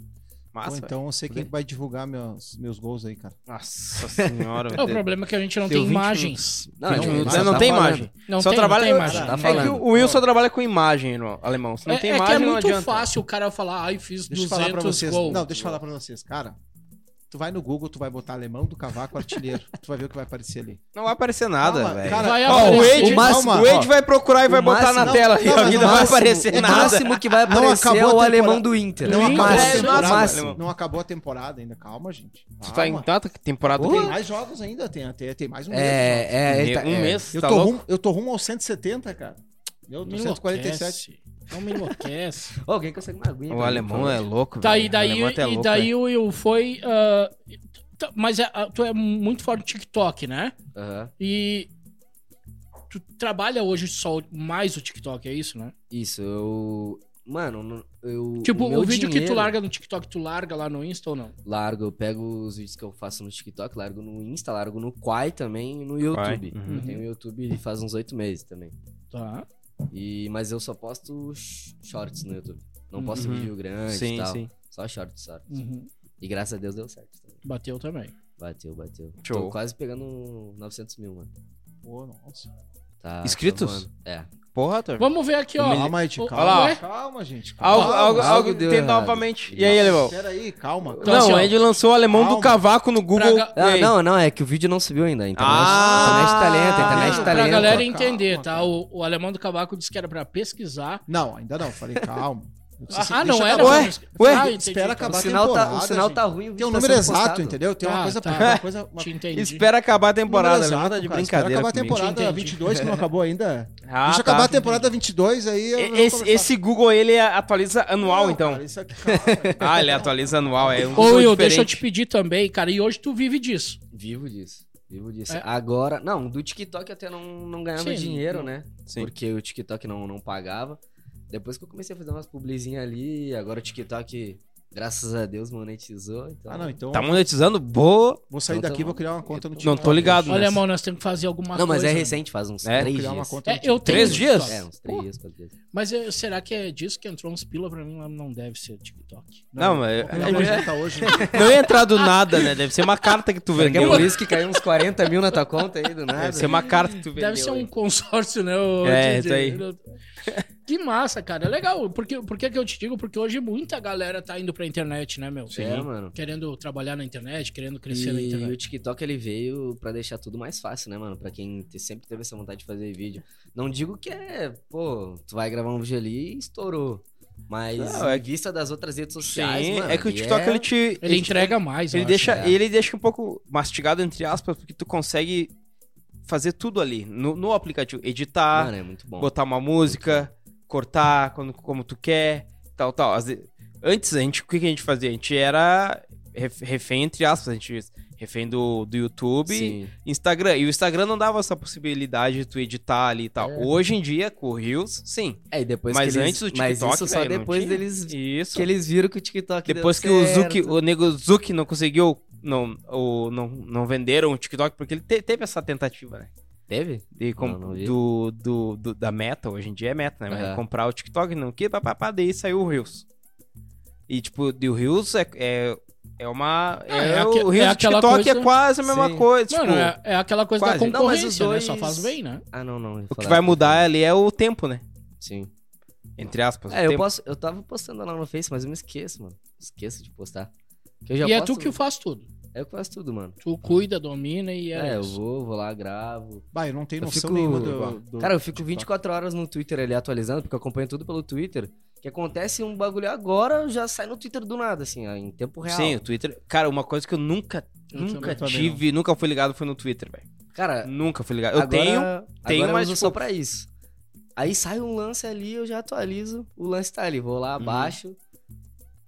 S3: Massa,
S1: Pô,
S3: velho.
S1: então eu sei quem vai divulgar meus, meus gols aí, cara.
S3: Nossa senhora.
S2: É, o problema é que a gente não
S3: Deu
S2: tem
S3: 20
S2: imagens.
S4: Não, a gente
S3: Não,
S4: só
S3: não
S4: tá
S3: tem
S4: falando.
S3: imagem.
S2: Não
S3: Só
S2: tem,
S3: trabalha-
S2: não tem imagem.
S4: Tá
S3: É que
S4: falando.
S3: o Will só trabalha com imagem, irmão, alemão. Se não
S2: É-
S3: tem
S2: é que
S3: imagem,
S2: é
S3: não
S2: muito
S3: adianta.
S2: fácil o cara falar, ai, fiz
S1: Deixa eu falar pra
S2: 200
S1: vocês.
S2: gols.
S1: Não, deixa eu falar pra vocês, cara. Tu vai no Google, tu vai botar alemão do cavaco artilheiro. tu vai ver o que vai aparecer ali.
S3: Não vai aparecer nada,
S1: Calma,
S3: velho.
S1: cara,
S2: Vai
S1: ó,
S3: Ó, o
S2: aparecer.
S3: Ed,
S4: O máximo-
S3: o Ed
S4: ó,
S3: vai procurar e
S4: o
S3: vai botar
S4: máximo-
S3: na tela.
S1: não, mas
S3: e
S1: o
S3: não vai
S1: máximo-
S3: aparecer
S1: o
S4: O
S3: nada.
S4: máximo que vai
S1: Não
S4: aparecer é
S1: acabou
S4: o
S1: a
S4: alemão
S1: temporada.
S4: do Inter.
S1: Não
S4: O
S1: acabou,
S2: É,
S1: a
S4: máximo,
S1: temporada,
S4: o máximo.
S1: não acabou a temporada ainda. Calma, gente.
S3: Tu tá em
S1: Calma.
S3: tanta temporada que
S1: Tem mais jogos ainda, tem, tem, tem mais um mês de jogos.
S4: É, é, ele
S3: Me-
S4: tá-
S3: um
S4: é.
S3: mês,
S1: Eu
S3: tá
S1: tô,
S3: louco?
S1: rumo, eu tô rumo aos 170, cara. Eu tô
S2: Me
S1: 147.
S2: enlouquece. Não me enlouquece.
S4: Ô, alguém consegue uma aguinha?
S3: O
S4: pra mim, por
S3: alemão é
S4: favor?
S3: louco,
S2: Tá,
S3: velho.
S2: e daí,
S3: O alemão até é
S2: e
S3: louco, velho.
S2: daí o Will foi. ah, tá, mas é- ah, tu é muito forte no TikTok, né?
S4: Aham.
S2: E. Tu trabalha hoje só o- mais o TikTok, é isso, né?
S4: Isso, eu. Mano, no- eu.
S2: Tipo,
S4: meu
S2: o vídeo que tu
S4: dinheiro-
S2: larga no TikTok, tu larga lá no Insta ou não?
S4: Largo, eu pego os vídeos que eu faço no TikTok, largo no Insta, largo no Quai também e no YouTube.
S3: uhum.
S4: Eu tenho o YouTube faz uns oito meses também.
S2: Tá.
S4: E, mas eu só posto sh- shorts no YouTube. Não posto
S3: Uhum.
S4: vídeo grande e
S3: Sim,
S4: tal.
S3: sim.
S4: Só shorts, shorts.
S2: Uhum.
S4: E graças a Deus deu certo tá? também.
S2: Bateu também.
S4: Bateu, bateu.
S3: Show.
S4: Tô quase pegando 900 mil, mano.
S1: Pô, nossa.
S4: Tá
S3: Inscritos?
S4: salvando. É.
S3: Porra, Thor.
S2: Vamos ver aqui, ó.
S1: Calma aí, tio.
S2: Ô,
S1: Calma,
S3: Olha
S1: calma,
S3: lá,
S2: ó.
S1: calma, gente. Calma.
S3: Algo, algo,
S4: Calma,
S3: algo
S4: algo deu
S3: tenta
S4: errado.
S3: novamente. E aí, alemão?
S1: Pera aí, calma.
S2: Então, assim,
S3: não,
S2: ó.
S3: a gente lançou o alemão do
S1: Calma.
S3: cavaco no Google.
S2: Pra
S4: Ah,
S3: Play.
S4: não, não, é que o vídeo não subiu ainda. Internet,
S3: Ah!
S4: internet talento, internet
S2: pra
S4: talento.
S2: galera
S1: Calma,
S2: entender, tá?
S1: calma.
S2: O, o alemão do cavaco disse que era pra pesquisar.
S1: Não, ainda não. Falei, calma.
S2: Ah, não
S1: Deixa
S2: era
S1: acabar.
S2: pra
S3: Ué,
S2: pesquisar.
S3: ué,
S2: Ah, entendi,
S1: espera
S2: então.
S4: o
S1: acabar
S4: sinal, tá, o
S1: temporada,
S4: sinal
S1: gente.
S4: tá ruim. o vídeo
S1: Tem um
S4: tá
S1: número
S4: sendo
S1: exato,
S4: postado.
S1: entendeu? Tem
S2: Ah,
S1: uma coisa.
S2: tá.
S1: Uma coisa uma...
S2: Te entendi.
S3: Espera acabar a temporada,
S1: número
S3: alemão.
S1: exato,
S3: Tá de
S1: cara.
S3: brincadeira
S1: Espera acabar a
S3: comigo.
S1: temporada
S2: Entendi.
S1: 22, que não acabou ainda.
S3: Ah,
S1: Deixa
S3: tá.
S1: acabar a temporada 22 aí. eu- eu vou
S3: E- Esse,
S1: começar.
S3: esse Google, ele atualiza anual,
S1: Não,
S3: então.
S1: cara, isso aqui, calma.
S3: Ah, ele atualiza anual, é um
S2: Ô,
S3: Google
S2: Will,
S3: diferente.
S2: deixa eu te pedir também, cara, e hoje tu vive disso.
S4: Vivo disso. Vivo disso.
S2: É.
S4: Agora, não, do TikTok até não, não ganhava
S2: Sim,
S4: dinheiro,
S2: não-
S4: né?
S3: Sim.
S4: Porque o TikTok não, não pagava. Depois que eu comecei a fazer umas publizinhas ali, agora o TikTok, graças a Deus, monetizou. Então...
S1: Ah, não, então.
S3: Tá monetizando? Boa.
S1: Vou sair
S4: Então tá
S1: daqui e
S4: bom.
S1: vou criar uma conta no
S3: Não tô ligado.
S2: Olha,
S3: nessa.
S2: irmão, nós temos que fazer alguma coisa.
S4: Não, mas
S2: né?
S4: é recentes, faz uns
S3: É,
S4: três
S1: criar uma
S4: dias.
S1: conta no
S2: É, eu tenho
S3: Três
S2: isso,
S3: dias?
S2: cara.
S4: É, uns três dias, quatro dias.
S2: Mas eh, será que é disso que entrou uns pila pra mim? Não deve ser TikTok.
S3: Não, mas...
S1: Não, mas não tá hoje. né?
S3: Não ia entrar do nada, né? Deve ser uma carta que tu
S4: Será que é
S3: vendeu.
S4: por isso que caiu uns 40 mil na tua conta aí do nada?
S3: Deve ser uma carta que tu vendeu.
S2: Deve ser um
S3: aí.
S2: consórcio, né? o-
S3: É,
S2: de-
S3: isso aí.
S2: de- Que massa, cara. É legal. Porque, por que que eu te digo? Porque hoje muita galera tá indo pra internet, né, meu?
S4: É, mano.
S2: Querendo trabalhar na internet, querendo crescer na
S4: E o
S2: internet.
S4: TikTok ele veio pra deixar tudo mais fácil, né, mano? Pra quem te- sempre teve essa vontade de fazer vídeo. Não digo que é, pô, tu vai gravar um vídeo ali e estourou. Mas
S3: Não, é
S4: em vista das outras redes sociais,
S3: Sim,
S4: mano,
S3: é que o
S4: ali
S3: TikTok,
S4: é-
S3: ele te...
S2: Ele
S3: te-
S2: entrega mais, eu
S3: Ele
S2: acho. né?
S3: deixa,
S4: é.
S3: ele deixa um pouco mastigado, entre aspas, porque tu consegue fazer tudo ali no, no aplicativo. Editar,
S4: Mano, é muito bom.
S3: botar uma música, cortar quando, como tu quer, tal, tal. Às ve- Antes, a gente, o que que a gente fazia? A gente era ref- refém, entre aspas, a gente refém do, do YouTube,
S4: Sim.
S3: Instagram. E o Instagram não dava essa possibilidade de tu editar ali e tal.
S4: É.
S3: Hoje em dia, com o Reels, sim.
S4: É, e depois
S3: Mas
S4: que eles...
S3: antes do
S4: Mas
S3: TikTok,
S4: isso só
S3: velho, não
S4: depois
S3: tinha.
S4: deles...
S3: Isso.
S4: Que eles viram que o TikTok deu
S3: Depois que o
S4: certo.
S3: Zuck, o nego Zuck não conseguiu, não, o, não, não venderam o TikTok, porque ele te- teve essa tentativa, né?
S4: Teve?
S3: De com-
S4: Não, não vi.
S3: do, do, do- da meta, hoje em dia é meta, né? Mas
S4: Aham.
S3: Comprar o TikTok, não que, papapá, daí saiu o Reels. E, tipo, de o Reels é, é, é uma...
S2: Ah,
S3: é,
S2: é aque-
S3: o Reels
S2: é
S3: e o
S2: aquela
S3: Tiktok é
S2: coisa-
S3: quase a mesma
S4: Sim.
S3: coisa, tipo...
S2: Mano, é, é aquela coisa
S3: quase.
S2: da
S4: Não, mas
S2: concorrência,
S4: os
S2: né? Só
S4: dois-
S2: faz bem, né?
S4: Ah, não, não. eu ia
S3: O que
S4: falar
S3: vai
S4: do-
S3: mudar ali é o tempo, né?
S4: Sim.
S3: Entre aspas. o
S4: É, eu,
S3: tempo.
S4: posso, eu tava postando lá no Face, mas eu me esqueço, mano. Esqueço de postar. Que eu já
S2: E é
S4: posto-
S2: tu que faz tudo.
S4: É eu que faço tudo, mano.
S2: Tu cuida, domina e é,
S4: É, eu
S2: isso.
S4: vou, vou lá, gravo.
S1: Bah, eu não tenho
S4: Eu
S1: noção
S4: fico-
S1: nenhuma do, do-
S4: Cara, eu fico
S1: TikTok.
S4: 24 horas no Twitter ali atualizando, porque eu acompanho tudo pelo Twitter. Que acontece um bagulho agora, já sai no Twitter do nada, assim, ó, em tempo real.
S3: Sim, o Twitter... Cara, uma coisa que eu nunca,
S2: Eu
S3: nunca
S2: também,
S1: também
S3: tive, nunca fui ligado foi no Twitter, velho.
S4: Cara,
S3: Nunca fui ligado. Eu
S4: agora,
S3: tenho...
S4: agora
S3: tenho,
S4: eu
S3: mas,
S4: uso
S3: tipo-
S4: só pra isso. Aí sai um lance ali, eu já atualizo, o lance tá ali. Vou
S3: Uhum.
S4: lá, abaixo,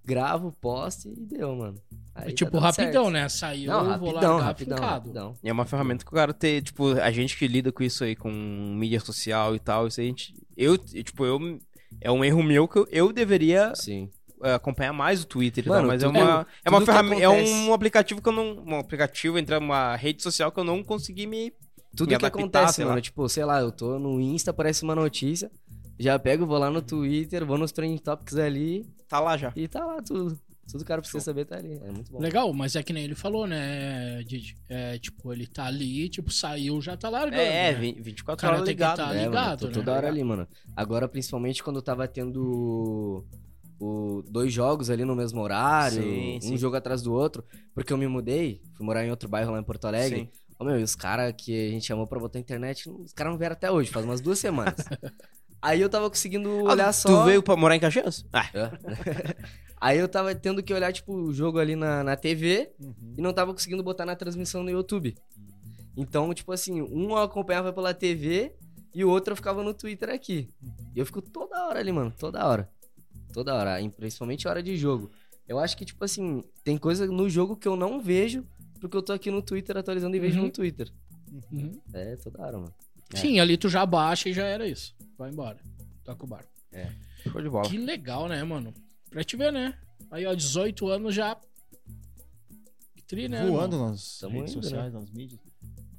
S4: gravo, posto e deu, mano. Aí
S2: É
S4: tá
S2: tipo,
S4: dando
S2: rapidão,
S4: certo.
S2: né? Saiu,
S4: Não,
S2: vou lá
S4: rapidão,
S2: largar
S4: rapidão,
S2: fincado.
S4: rapidão.
S3: E É uma ferramenta que o cara tem, tipo, a gente que lida com isso aí, com mídia social e tal, isso aí a gente. Eu, eu, tipo, eu. É um erro meu que eu, eu deveria
S4: Sim.
S3: é, acompanhar mais o Twitter, e
S4: Mano,
S3: tal, mas é
S4: tudo-
S3: uma, é uma
S4: tudo que
S3: ferramenta, é
S4: acontece-
S3: um aplicativo que eu não, um aplicativo entre uma rede social que eu não consegui me, me
S4: Tudo que
S3: adaptar,
S4: acontece,
S3: sei lá.
S4: mano. Tipo, sei lá, eu tô no Insta, aparece uma notícia. Já pego, vou lá no Twitter, vou nos trending topics ali
S3: tá lá já.
S4: e tá lá tudo. Tudo cara precisa saber tá ali. É muito bom.
S2: Legal, mas é que nem ele falou, né, Didi? É, tipo, ele tá ali, tipo, saiu, já tá largando.
S3: É, é
S2: né?
S3: 20,
S2: O
S3: 24
S2: cara
S3: horas
S2: tem que
S3: ligado.
S2: tá
S3: né?
S4: É, mano,
S2: ligado,
S4: tô
S2: né?
S4: toda hora ali, mano. Agora, principalmente quando tava tendo o, dois jogos ali no mesmo horário,
S3: Sim,
S4: um
S3: sim.
S4: jogo atrás do outro, porque eu me mudei, fui morar em outro bairro lá em Porto Alegre.
S3: Sim.
S4: Ô, meu, e os caras que a gente chamou pra botar internet, os caras não vieram até hoje, faz umas duas semanas. Aí eu tava conseguindo
S3: Ah,
S4: olhar
S3: tu
S4: só.
S3: veio pra morar em Caxias? Ah,
S4: Aí eu tava tendo que olhar, tipo, o jogo ali na, na TV
S1: Uhum.
S4: e não tava conseguindo botar na transmissão no YouTube. Então, tipo assim, um eu acompanhava pela TV e o outro eu ficava no Twitter aqui. E eu fico toda hora ali, mano, toda hora. Toda hora, e principalmente hora de jogo. Eu acho que, tipo assim, tem coisa no jogo que eu não vejo porque eu tô aqui no Twitter atualizando e vejo
S2: Uhum.
S4: no Twitter.
S2: Uhum.
S4: É, toda hora, mano. É.
S2: Sim, ali tu já baixa e já era isso. Vai embora. Toca o barco.
S3: show de bola.
S2: Que legal, né, mano? Pra te ver, né? Aí, ó, 18 anos já. Que tri, né?
S1: Voando
S2: irmão?
S1: nas
S4: Tamo
S1: redes
S4: indo,
S1: sociais, nas mídias.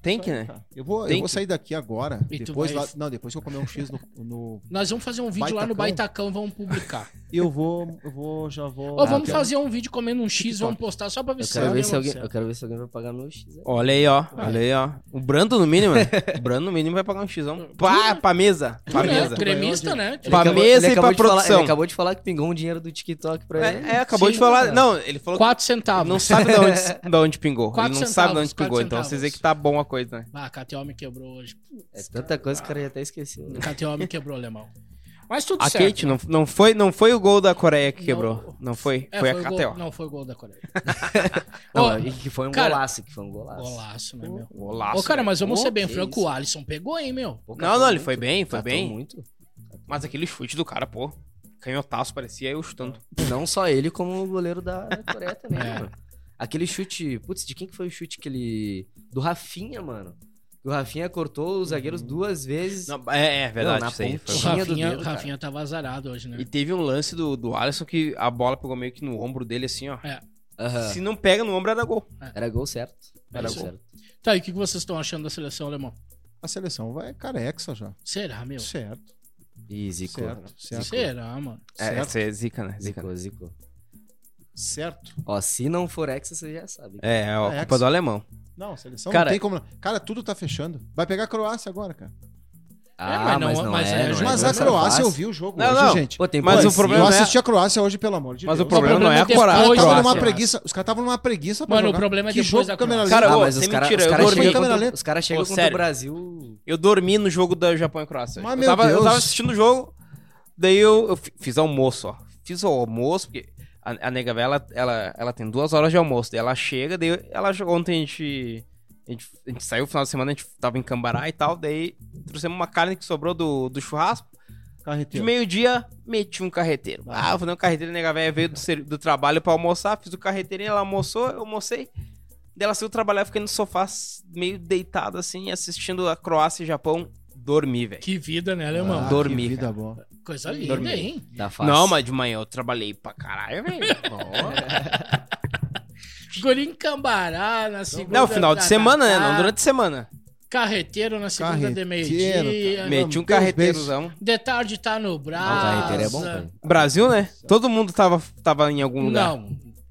S3: Tem que, né?
S1: Cara, Eu vou, eu
S3: Tem
S1: vou
S3: que-
S1: sair daqui agora.
S2: E tu
S1: Depois
S2: vai-
S1: lá- não, depois que eu comer um X no. no-
S2: Nós vamos fazer um vídeo lá no
S1: Baitacão?
S2: Baitacão, vamos publicar.
S5: E eu vou, eu vou, já vou.
S2: Ou vamos
S5: Ah,
S2: fazer um vídeo comendo um X, vamos postar só pra ver
S4: Eu
S2: se né,
S4: quero,
S2: sai
S4: ver
S2: ou
S4: se
S2: não
S4: alguém,
S2: sai.
S4: eu quero ver se alguém vai pagar meu X. aí.
S3: Olha aí, ó. Olha aí, ó. O Brando, no mínimo. né? o Brando, no mínimo, vai pagar um xão. Pá, pra mesa. Pra
S2: Tu, né?
S3: mesa.
S2: Gremista, né?
S3: Pra
S4: acabou-
S3: mesa e
S4: acabou
S3: pra
S4: de falar-
S3: produção.
S4: ele acabou de falar que pingou um dinheiro do TikTok pra ele.
S3: É, é, acabou
S4: Sim,
S3: de falar.
S4: cara.
S3: Não, ele falou
S2: Quatro
S3: que
S2: centavos.
S3: não sabe de onde, de onde pingou. Ele
S2: Quatro
S3: não
S2: centavos,
S3: sabe de onde
S2: quatro
S3: pingou. Então
S2: centavos.
S3: vocês veem que tá bom a coisa, né?
S2: Ah, a KTO me quebrou hoje.
S4: É tanta coisa que o cara já até esqueceu. né?
S2: A KTO me quebrou, alemão. Mas tudo
S3: A
S2: certo.
S3: Kate, não, não, foi, não foi o gol da Coreia que
S2: Não.
S3: quebrou. Não, foi.
S2: É,
S3: foi, a
S2: o gol-
S3: KTO.
S2: Não, foi o gol da Coreia.
S4: Não,
S2: Ô,
S4: e que foi um
S2: cara,
S4: golaço, que foi um golaço.
S2: Golaço, né, meu?
S3: Golaço,
S2: Ô, cara, mas vamos
S4: Ô,
S2: ser bem
S4: que
S2: franco,
S4: isso.
S2: o Alisson pegou, hein, meu?
S4: Pô,
S3: Não,
S4: catou
S3: não, ele
S4: muito,
S3: foi bem, foi
S4: catou
S3: bem.
S4: muito.
S3: Mas aquele chute do cara, pô. Canhotaço, parecia eu chutando.
S4: Não só ele, como o goleiro da da Coreia também, né,
S2: É.
S4: mano. Aquele chute. Putz, de quem que foi o chute que ele. Do Rafinha, mano. O Rafinha cortou os
S2: Hum.
S4: zagueiros duas vezes.
S3: Não, é, é verdade,
S4: Não, na
S3: isso aí.
S2: O
S3: Foi...
S4: ponta. Tinha do
S2: Rafinha,
S4: dedo,
S2: o
S4: cara.
S2: Rafinha tava azarado hoje, né?
S3: E teve um lance do, do Alisson que a bola pegou meio que no ombro dele, assim, ó.
S4: Aham.
S3: Se não pega no ombro, era gol.
S4: Era gol certo.
S2: É
S4: Era
S2: isso aí.
S4: gol certo.
S2: Tá, e o que que vocês estão achando da seleção alemão?
S1: A seleção vai carexa já.
S2: Será, meu?
S1: Certo,
S4: Ih, Zico.
S1: certo, certo.
S2: Será, mano?
S3: É,
S1: Certo.
S3: essa é zica, né? Zica.
S4: Zico, Zico.
S1: Certo.
S4: Ó, se não for Hexa, você já sabe.
S3: É, ó,
S1: É,
S3: culpa
S1: ex-
S3: do alemão.
S1: Não, a seleção
S3: Cara-
S1: não tem como. não. Cara, tudo tá fechando. Vai pegar a Croácia agora, cara.
S4: Ah,
S2: mas não-
S4: mas não,
S2: mas é
S4: é, não é.
S1: Mas
S4: não
S1: a
S4: é
S1: Croácia,
S4: fácil.
S1: eu vi o jogo
S3: Não,
S1: hoje,
S3: não.
S1: gente.
S4: Pô, tem
S3: Mas
S4: Brasil,
S3: o problema
S1: eu
S3: não é-
S1: assisti a Croácia hoje, pelo amor de
S3: Mas
S1: Deus.
S3: o problema
S2: O
S3: não é a
S2: problema é
S3: coragem.
S2: depois
S1: Os caras
S2: da
S1: estavam
S2: Croácia.
S1: numa preguiça. Os caras estavam numa preguiça pra
S2: Mano, o
S1: jogar.
S2: problema é
S1: que
S2: depois
S1: jogo
S2: da
S1: câmera
S2: Croácia.
S1: lenta.
S3: Cara,
S4: Ah,
S3: ô,
S4: mas
S3: sem
S4: os caras
S3: mentira, eu
S4: cara
S1: dormi.
S4: chegam,
S1: Câmera
S4: contra-
S1: lenta.
S4: os cara chegam
S3: né? Ô,
S4: contra
S3: sério.
S4: o Brasil.
S3: Eu dormi no jogo da Japão e Croácia.
S1: Mas,
S3: eu,
S1: meu
S3: tava, eu
S1: Deus.
S3: tava assistindo o jogo, daí eu, eu fi- fiz almoço, ó. Fiz o almoço, porque a, a nega velha, ela, ela, ela tem duas horas de almoço. Daí ela chega, daí ela chegou ontem, a gente, a gente, a gente saiu no final de semana, a gente tava em Cambará e tal, daí trouxemos uma carne que sobrou do, do churrasco. De
S1: Carreteiro.
S3: meio-dia, meti um carreteiro. Ah, vou fazer um carreteiro, nega velha veio do, ser- do trabalho pra almoçar, fiz o carreteirinho, ela almoçou, eu almocei. Daí ela saiu trabalhar, eu fiquei no sofá, s- meio deitado assim, assistindo a Croácia e Japão. Dormi, velho.
S2: Que vida, né,
S1: Ah,
S2: alemão?
S1: que
S3: dormi,
S1: vida
S3: cara.
S1: boa.
S2: Coisa linda,
S3: Dormi.
S2: hein?
S4: Tá fácil.
S3: Não, mas de manhã eu trabalhei pra caralho, velho.
S2: Guri em Cambará na segunda.
S3: não, final de
S2: da-
S3: semana, né?
S2: da-
S3: Não durante a semana.
S2: Carreteiro na segunda de
S1: Carreteiro,
S2: meio-dia.
S1: cara.
S2: no-
S3: Meti um
S1: Deus
S3: carreteirozão.
S2: De tarde tá no
S4: Ah, o
S2: braço.
S4: carreteiro é bom, cara.
S3: Brasil, né? Todo mundo tava, tava em algum lugar.
S2: Não.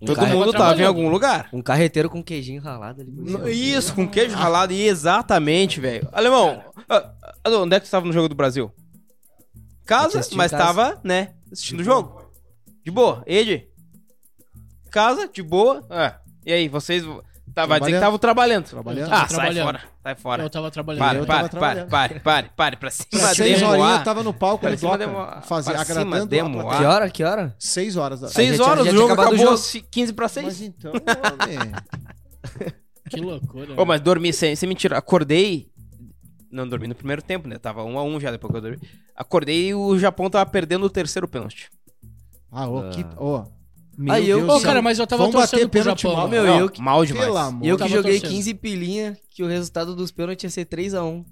S4: Um,
S3: Todo
S4: carre-
S2: tava
S3: mundo tava em
S2: trabalhando.
S3: algum lugar.
S4: um carreteiro com queijinho ralado ali.
S3: No- Isso, com queijo ralado. E exatamente, velho. Alemão, ah, ah, onde é que tu tava no jogo do Brasil?
S4: Eu tinha
S3: Casa,
S4: assistido
S3: mas
S4: casa.
S3: tava, né, assistindo o jogo. De boa. Ed? Casa, de boa. Ah, e aí, vocês... Tá, vai dizer
S1: Trabalhando.
S3: que estavam trabalhando.
S1: Trabalhando.
S3: Ah, sai
S2: Trabalhando.
S3: fora. Sai fora.
S2: Eu tava trabalhando.
S3: Pare,
S1: Eu
S3: pare,
S1: tava
S3: pare,
S1: trabalhando.
S3: pare, pare, pare, pra cima
S1: Seis
S3: demo
S1: horinhas
S3: lá.
S1: eu tava no palco
S3: Pra
S1: no
S3: cima
S1: Doca,
S3: demo-
S1: fazer,
S3: pra cima
S1: agradando
S3: demo
S1: a
S3: lá.
S4: Que
S1: plateia.
S4: hora? Que hora?
S1: Seis horas. da-
S4: A
S3: Seis
S4: gente já
S3: horas, o
S4: tinha
S3: jogo
S4: acabado o
S3: acabou
S4: jogo.
S3: 15 pra 6.
S1: Mas então, homem,
S2: Que loucura. né?
S3: Ô, mas dormi sem, sem mentira. Acordei. Não dormi no primeiro tempo, né? Tava um a um já depois que eu dormi. Acordei e o Japão tava perdendo o terceiro pênalti.
S1: Ah, ô,
S4: Ah.
S1: que. Ô.
S4: Aí eu-
S1: Deus
S2: Ô,
S1: do céu.
S2: cara, mas eu tava
S1: Vamos
S2: torcendo
S1: bater
S2: pro
S1: pênalti
S2: Japão.
S1: mal,
S2: mano.
S4: Meu,
S3: Não,
S4: eu que-
S3: mal demais.
S1: Pelo amor.
S4: E eu que
S2: Tava
S4: joguei
S2: torcendo.
S4: 15 pilinha, que o resultado dos pênaltis ia ser 3x1.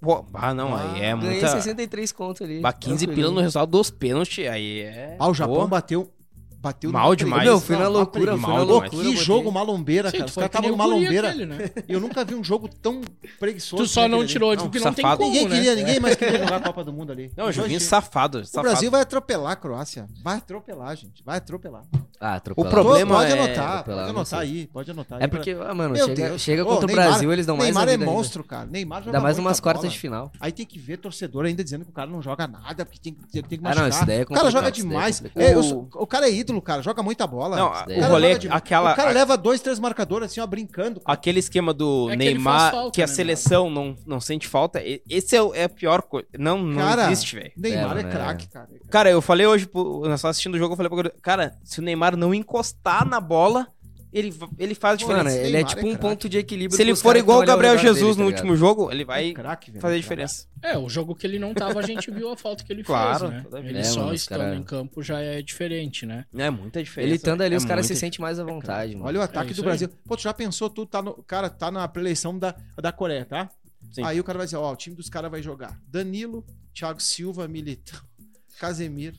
S3: Pô, ah, não, aí é
S4: Ganhei
S3: muita.
S4: 63 conto ali.
S3: Bah, 15 pila
S4: Tranquilinho.
S3: no resultado dos pênaltis, aí é.
S1: Ah, o Japão
S3: Pô,
S1: bateu. Bateu
S3: Mal
S1: numa
S3: demais.
S1: preguiça.
S4: Meu, fui na
S1: Não, uma
S4: loucura,
S1: preguiça.
S3: fui na
S1: Ô,
S3: loucura,
S1: Que
S4: botei.
S1: jogo malombeira,
S2: Sei,
S1: cara.
S2: tu
S1: Os
S2: foi
S1: caras
S2: que
S1: estavam
S2: nem o
S1: numa
S2: guri
S1: malombeira.
S2: aquele, né?
S1: Eu nunca vi um jogo tão preguiçoso.
S2: Tu
S1: que
S2: só
S1: nem
S2: não
S1: aquele
S2: tirou,
S3: Não,
S2: porque não tem
S3: safado.
S1: ali.
S2: como,
S1: Ninguém
S2: né?
S1: queria, ninguém mais queria jogar a Copa do Mundo ali. Os
S3: Não,
S1: dois
S3: joguinho
S1: times.
S3: safado.
S1: O
S3: safado.
S1: Brasil vai atropelar a Croácia. Vai atropelar, gente. Vai atropelar.
S4: Ah,
S3: O
S4: atropelado.
S1: Tô-
S3: problema
S1: pode
S3: é-
S1: anotar,
S4: atropelar,
S1: pode
S4: não sei.
S1: anotar aí, pode anotar
S4: É
S1: aí.
S4: porque, ah, mano,
S1: Meu
S4: chega,
S1: Deus.
S4: chega
S1: Ô,
S4: contra o
S1: Neymar-
S4: Brasil, eles dão mais
S1: Neymar
S4: a
S1: é
S4: vida ainda.
S1: monstro, cara. Neymar joga
S4: Dá mais
S1: muita
S4: umas quartas
S1: bola.
S4: de final.
S1: Aí tem que ver torcedor ainda dizendo que o cara não joga nada, porque tem, que- tem que
S4: Ah,
S1: machucar.
S4: não, isso daí é
S1: o cara
S4: complicado,
S1: joga
S4: isso daí é
S1: demais.
S4: complicado.
S1: É, eu sou- o cara é ídolo, cara. Joga muita bola.
S3: Não,
S1: o
S4: daí-
S3: o
S1: cara
S3: rolê, é
S1: joga demais.
S3: aquela,
S1: o cara leva dois, três marcadores assim, ó, brincando. cara.
S3: aquele esquema do
S2: É que ele
S3: Neymar,
S2: faz falta,
S3: que a
S2: né,
S3: seleção não, não sente falta, e- esse é, o- é a pior coisa. Não, não
S1: Cara,
S3: existe, velho.
S1: Neymar
S4: É,
S1: é,
S4: né?
S1: craque, cara.
S3: Cara, eu falei hoje, pro- nós só assistindo o jogo, eu falei pra Gordon, cara, se o Neymar não encostar na bola, ele, va- ele faz diferença.
S4: Mano, ele é
S1: Neymar é
S4: tipo um
S1: craque.
S4: ponto de equilíbrio.
S3: se ele
S4: pros
S3: for
S4: caras que
S3: igual o
S4: trabalham
S3: Gabriel
S4: ao redor
S3: Jesus
S4: dele,
S3: no
S4: tá
S3: último jogo, ele
S1: É
S3: vai
S1: craque, velho.
S3: fazer
S1: é craque.
S3: diferença.
S2: É, o jogo que ele não tava, a gente viu a falta que ele
S3: Claro,
S2: fez,
S3: toda
S2: né?
S3: vida.
S2: Ele
S4: É,
S2: só
S4: mano, os
S2: estando
S4: cara-
S2: em campo já é diferente, né?
S3: É muita
S4: ligado?
S3: diferença.
S4: Ele estando ali,
S3: é
S4: os caras
S3: muita
S4: se sentem mais à vontade, mano.
S1: Olha o ataque
S2: É isso
S1: do
S2: aí.
S1: Brasil. Pô, tu já pensou, tu tá no. Cara, tá na preleição da, da Coreia, tá?
S3: Sim.
S1: Aí o cara vai dizer, ó, o time dos caras vai jogar. Danilo, Thiago Silva, Militão, Casemiro.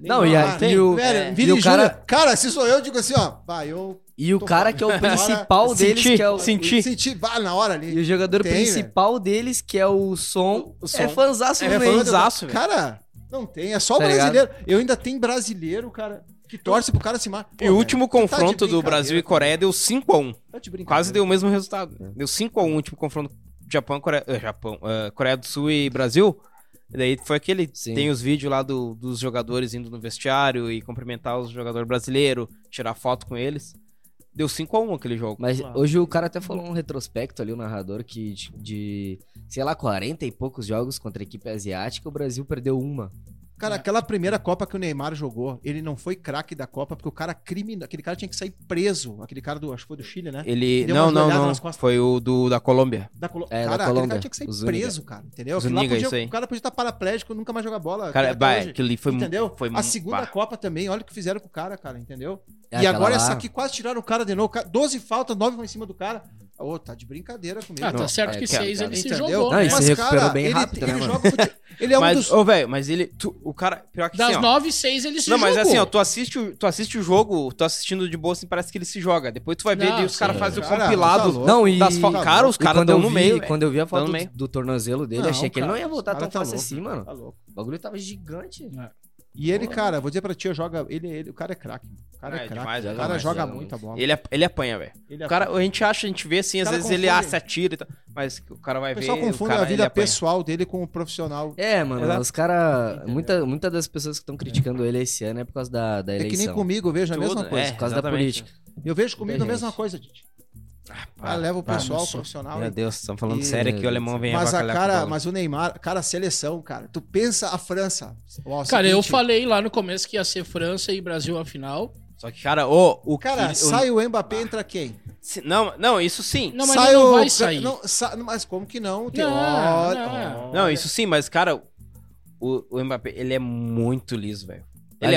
S4: Não, e a- e o-
S1: Velho,
S3: é.
S1: Vini
S4: e o cara-
S1: cara... Cara, se sou eu, eu digo assim, ó. Vai, eu
S4: E o
S1: Tô
S4: cara
S1: fora.
S4: que é o principal deles,
S3: Senti,
S4: que é o.
S3: senti. Ti.
S1: senti. Bah, na hora
S4: E
S1: ali.
S4: o jogador
S1: Tem,
S4: principal deles, que é o som,
S1: O Son.
S4: é fanzaço
S3: É
S4: do
S3: fã-
S4: Neymar.
S3: fanzaço, velho.
S1: Cara, Não tem, é só o
S4: Tá ligado?
S1: brasileiro. Eu ainda tenho brasileiro, cara, que torce pro cara se matar.
S3: E o
S4: né?
S3: último
S4: tá
S3: confronto do Brasil e Coreia deu 5x1.
S1: Tá de brincadeira.
S3: Quase deu o mesmo resultado.
S1: É.
S3: Deu 5x1 o último tipo, confronto Japão, Coreia, eh, Japão, eh, Coreia do Sul e Brasil. E daí foi aquele.
S4: Sim.
S3: Tem os vídeos lá do- dos jogadores indo no vestiário e cumprimentar os jogadores brasileiros, tirar foto com eles. Deu 5x1 aquele jogo.
S4: Mas
S5: Claro.
S4: hoje o cara até falou um retrospecto ali, o narrador, que de, de, sei lá, 40 e poucos jogos contra a equipe asiática, o Brasil perdeu uma.
S1: Cara, aquela primeira Copa que o Neymar jogou, ele não foi craque da Copa, porque o cara criminal. Aquele cara tinha que sair preso. Aquele cara do. Acho que foi do Chile, né?
S3: Ele.
S1: Deu
S3: Não,
S1: umas
S3: não,
S1: olhadas
S3: não.
S1: nas costas.
S3: Foi o do, da Colômbia.
S1: Da Colo...
S4: É, da
S1: cara, aquele
S4: Colômbia,
S1: cara tinha que
S4: o
S1: sair
S4: Zúñiga.
S1: preso, cara. Entendeu? Aquilo lá
S3: Zúñiga,
S1: podia-
S3: isso aí.
S1: O cara podia estar paraplégico, nunca mais jogar bola.
S3: Cara,
S1: até
S3: bah,
S1: hoje.
S3: aquilo ali foi muito.
S1: entendeu?
S3: foi
S1: a
S3: mu-
S1: segunda
S3: bah.
S1: Copa também, olha o que fizeram com o cara, cara, entendeu?
S4: É,
S1: e
S4: aquela
S1: agora
S4: lá-
S1: essa aqui quase tiraram o cara de novo. Ca- 12 faltas, 9 vão em cima do cara. Ô, tá de brincadeira comigo.
S2: Ah, tá
S3: Não,
S2: certo
S4: é,
S2: que
S4: cara,
S2: seis
S4: cara,
S2: ele se
S1: entendeu?
S2: jogou.
S4: Não,
S2: né?
S4: e se recuperou bem
S1: ele,
S4: rápido,
S1: ele
S4: né, mano?
S1: joga fute- Ele é um
S3: mas,
S1: dos.
S3: ô, velho, mas ele. tu- o cara. Pior que assim,
S2: Das
S3: ó.
S2: nove, seis ele se
S3: Não,
S2: jogou.
S3: mas assim, ó, tu assiste, o, tu assiste o jogo, tu assistindo de boa, assim, parece que ele se joga. Depois tu vai ver
S2: Não,
S3: e os
S2: sim.
S3: caras fazem o
S1: Cara, tá
S3: compilado
S1: louco.
S4: Não, e...
S3: das fo- Cara, os
S4: e
S3: caras
S4: quando
S3: estão
S4: eu
S3: no
S4: vi-
S1: é,
S3: meio. velho.
S4: Quando eu vi a foto
S3: Tão no
S4: do,
S3: meio.
S4: do tornozelo dele,
S1: Não,
S4: achei que ele
S1: cara,
S4: não ia voltar
S1: esse cara
S4: tão
S1: tá
S4: fácil
S1: louco.
S4: assim, mano.
S1: Tá louco.
S4: O bagulho tava gigante.
S1: E ele, cara, vou dizer pra ti, eu joga. Ele, ele, o cara é craque. O cara
S3: Ah,
S1: é,
S3: é
S1: craque.
S3: demais,
S1: O
S3: joga
S1: cara
S4: demais,
S1: joga
S4: joga
S1: muita bola.
S3: Ele, ap- ele apanha, velho.
S1: Ele é
S3: O cara, a gente acha, a gente vê assim, às
S1: O cara
S3: vezes ele ah,
S1: confunde.
S3: se atira e tal. Mas o cara vai
S1: O
S3: ver.
S1: pessoal confunde
S3: cara,
S1: a
S3: ele
S1: vida
S3: apanha.
S1: pessoal dele com o profissional.
S4: É, mano,
S3: Exato.
S4: os caras. Muitas muita das pessoas que estão criticando ele esse ano é por causa da, da
S1: É que nem
S4: eleição.
S1: comigo, eu vejo a
S3: Tudo,
S1: mesma
S3: né?
S1: coisa.
S3: É,
S4: por causa da
S3: exatamente.
S4: política.
S1: Eu vejo comigo a
S4: Muita
S1: mesma
S4: gente.
S1: coisa, gente.
S3: Para,
S1: Ah, leva o
S3: para,
S1: pessoal, o
S3: moço.
S1: profissional.
S3: Meu Deus, estamos falando
S1: E-
S3: sério aqui, o alemão vem
S1: Mas a
S3: avacalhar
S1: cara,
S3: com bola.
S1: mas o Neymar, cara, a seleção, cara. Tu pensa a França. Ó,
S2: Cara, eu
S1: seguinte,
S2: falei lá no começo que ia ser França e Brasil a final.
S3: Só que, cara, ô, o
S1: Cara,
S3: que- o-
S1: sai o Mbappé, entra quem?
S3: se- Não, não, isso sim.
S2: Não, mas
S1: sai
S2: ele não
S1: o-
S2: vai sair.
S1: Não, sa- mas como que não? Tem-
S2: Não,
S1: ó,
S2: não.
S1: ó.
S3: Não, isso sim, mas, cara, o, o Mbappé, ele é muito liso, velho. Ele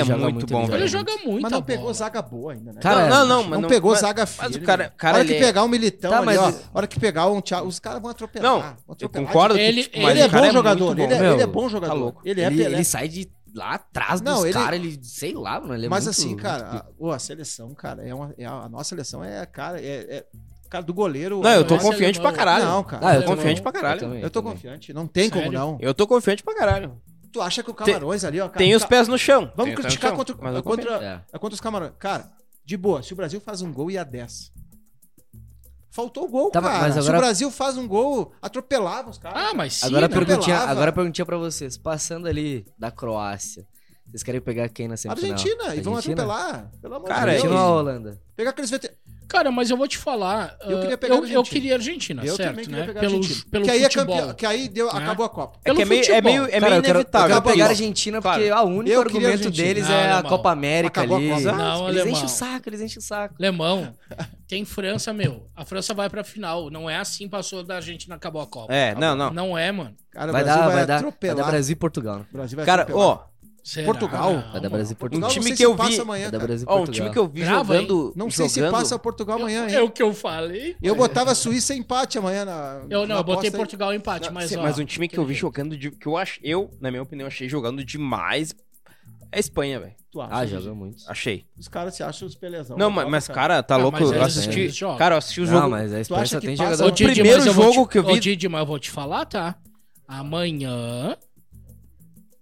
S1: Ah,
S4: Ele
S3: é
S4: joga
S3: muito,
S4: muito
S3: bom,
S4: liso.
S3: velho.
S2: Ele joga muito.
S1: Mas não
S2: a
S1: pegou
S2: bola.
S1: zaga boa ainda, né?
S4: Cara,
S3: não, não, não, mas
S1: não, pegou
S3: mas-
S1: zaga
S3: Mas
S1: firme.
S3: o cara,
S1: A
S3: cara
S1: hora que
S3: ele é-
S1: pegar um militão
S4: Tá,
S1: ali,
S4: mas-
S1: ó. a hora que pegar um Thiago, os caras vão atropelar.
S3: Não,
S1: vão
S3: eu
S1: atropelar.
S3: concordo que,
S2: Ele-
S3: tipo,
S1: Ele,
S3: mas
S1: é
S3: o cara
S1: bom
S3: muito
S1: jogador, ele, é,
S4: Meu,
S1: ele é bom jogador.
S3: tá louco.
S1: Ele é
S4: Ele,
S1: Pelé.
S4: ele sai de lá atrás
S1: Não,
S4: dos
S1: ele- é
S4: caras, ele, sei lá, mano. Ele é
S1: Mas
S4: muito-
S1: assim,
S4: muito-
S1: cara, a, ô, a seleção, cara, é uma, é a, a nossa seleção é, cara, é, é- cara, do goleiro.
S3: Não, eu tô
S1: Nossa,
S2: Esse
S3: confiante
S2: alemão-
S3: pra caralho.
S1: é Não, cara.
S4: Ah,
S2: eu
S4: eu
S2: tô
S4: tô
S2: confiante
S3: pra caralho.
S1: eu tô confiante, não tem como
S2: Sério?
S1: não.
S3: Eu tô confiante pra caralho.
S1: Tu acha que o Camarões ali, ó, cara,
S3: Tem os
S1: ca-
S3: pés no chão.
S1: Vamos
S3: Tem os pés no
S1: criticar
S3: chão,
S1: contra,
S3: mas eu confio.
S1: contra,
S4: É.
S1: contra os Camarões. Cara, de boa, se o Brasil faz um gol, ia 10. Faltou o gol,
S4: Tá,
S1: cara.
S4: mas
S1: Se o
S4: agora-
S1: Brasil faz um gol, atropelava os caras.
S2: Ah, mas sim.
S4: Agora,
S2: né?
S1: per-
S4: perguntinha,
S1: pelava.
S4: agora perguntinha pra vocês. Passando ali da Croácia, vocês querem pegar quem na semifinal?
S1: Argentina, e vão atropelar. é Pelo amor
S3: Cara,
S1: de
S4: Argentina
S1: Deus.
S4: ou a Holanda?
S1: Pegar aqueles veteranos.
S2: Cara, mas eu vou te falar.
S1: Eu
S2: ah,
S1: queria pegar
S2: eu,
S1: a
S2: eu
S1: Argentina.
S2: queria a Argentina,
S1: Eu
S2: certo?
S1: também queria
S2: né?
S1: pegar
S2: Pelo,
S1: Argentina.
S2: pelo
S1: que aí, é
S2: futebol.
S1: campeão, que aí deu,
S2: né?
S1: acabou a Copa.
S3: É que é
S2: Pelo
S3: meio, é meio,
S2: futebol.
S3: é meio
S4: Cara, eu quero, eu
S3: inevitável.
S4: quero
S1: Acabou
S4: pegar a
S1: isso.
S4: Argentina
S3: Claro.
S4: porque ah, o único
S1: Eu queria a
S4: argumento
S1: Argentina.
S4: deles
S2: Não,
S4: é a
S2: alemão.
S4: Copa América
S1: Acabou a
S4: ali.
S3: é
S1: Copa.
S2: Não,
S4: eles
S2: alemão.
S4: enchem o saco, eles enchem o saco.
S2: Lemão, tem França, meu. A França vai pra final. Não é assim, passou da Argentina, acabou a Copa.
S3: É, não, não.
S2: Não é, mano.
S1: Cara,
S4: Vai
S1: o Brasil
S4: dar, vai, dar, vai
S1: atropelar.
S4: dar Brasil e Portugal. né?
S1: O Brasil vai
S3: Cara,
S1: atropelar.
S3: ó,
S2: Será?
S1: Portugal?
S2: Não,
S4: Vai dar Brasil e Portugal.
S1: Portugal,
S3: um
S1: não
S3: time
S1: sei
S3: que
S1: se
S3: eu
S1: passa
S3: vi-
S1: amanhã,
S4: Vai dar
S1: cara.
S4: Brasil e
S3: ó, um
S4: Portugal.
S3: time que eu vi
S2: Grava, hein?
S3: jogando.
S1: Não sei se
S3: jogando-
S1: passa Portugal amanhã,
S2: mano.
S1: hein?
S2: É o que eu falei.
S1: Eu botava Suíça empate amanhã na.
S2: Eu não,
S1: na
S2: eu botei
S1: aposta aí.
S2: Portugal empate, mas,
S3: Sim,
S2: ó,
S3: mas um time que eu vi jogando de, que eu acho, eu, na minha opinião, achei jogando demais é a Espanha, velho.
S1: Tu acha,
S4: Ah,
S1: gente?
S4: joga muito.
S3: Achei.
S1: Os caras se acham os pelezão.
S3: Não,
S1: da
S3: mas,
S1: Copa,
S3: mas, cara, tá
S2: Ah,
S3: louco,
S2: mas
S3: eu
S4: eles-
S3: assisti.
S2: eles jogam.
S3: Cara, eu assisti o
S4: Não,
S3: jogo.
S4: mas a
S1: Tu acha
S4: Espanha só
S1: que
S4: tem
S1: passa-
S2: Ô,
S4: jogador.
S1: Ô,
S2: Didi,
S3: primeiro
S2: mas eu vou
S3: jogo
S2: te-
S3: que eu
S2: Ô,
S3: vi-
S2: Didi, mas eu vou te falar, tá? Amanhã.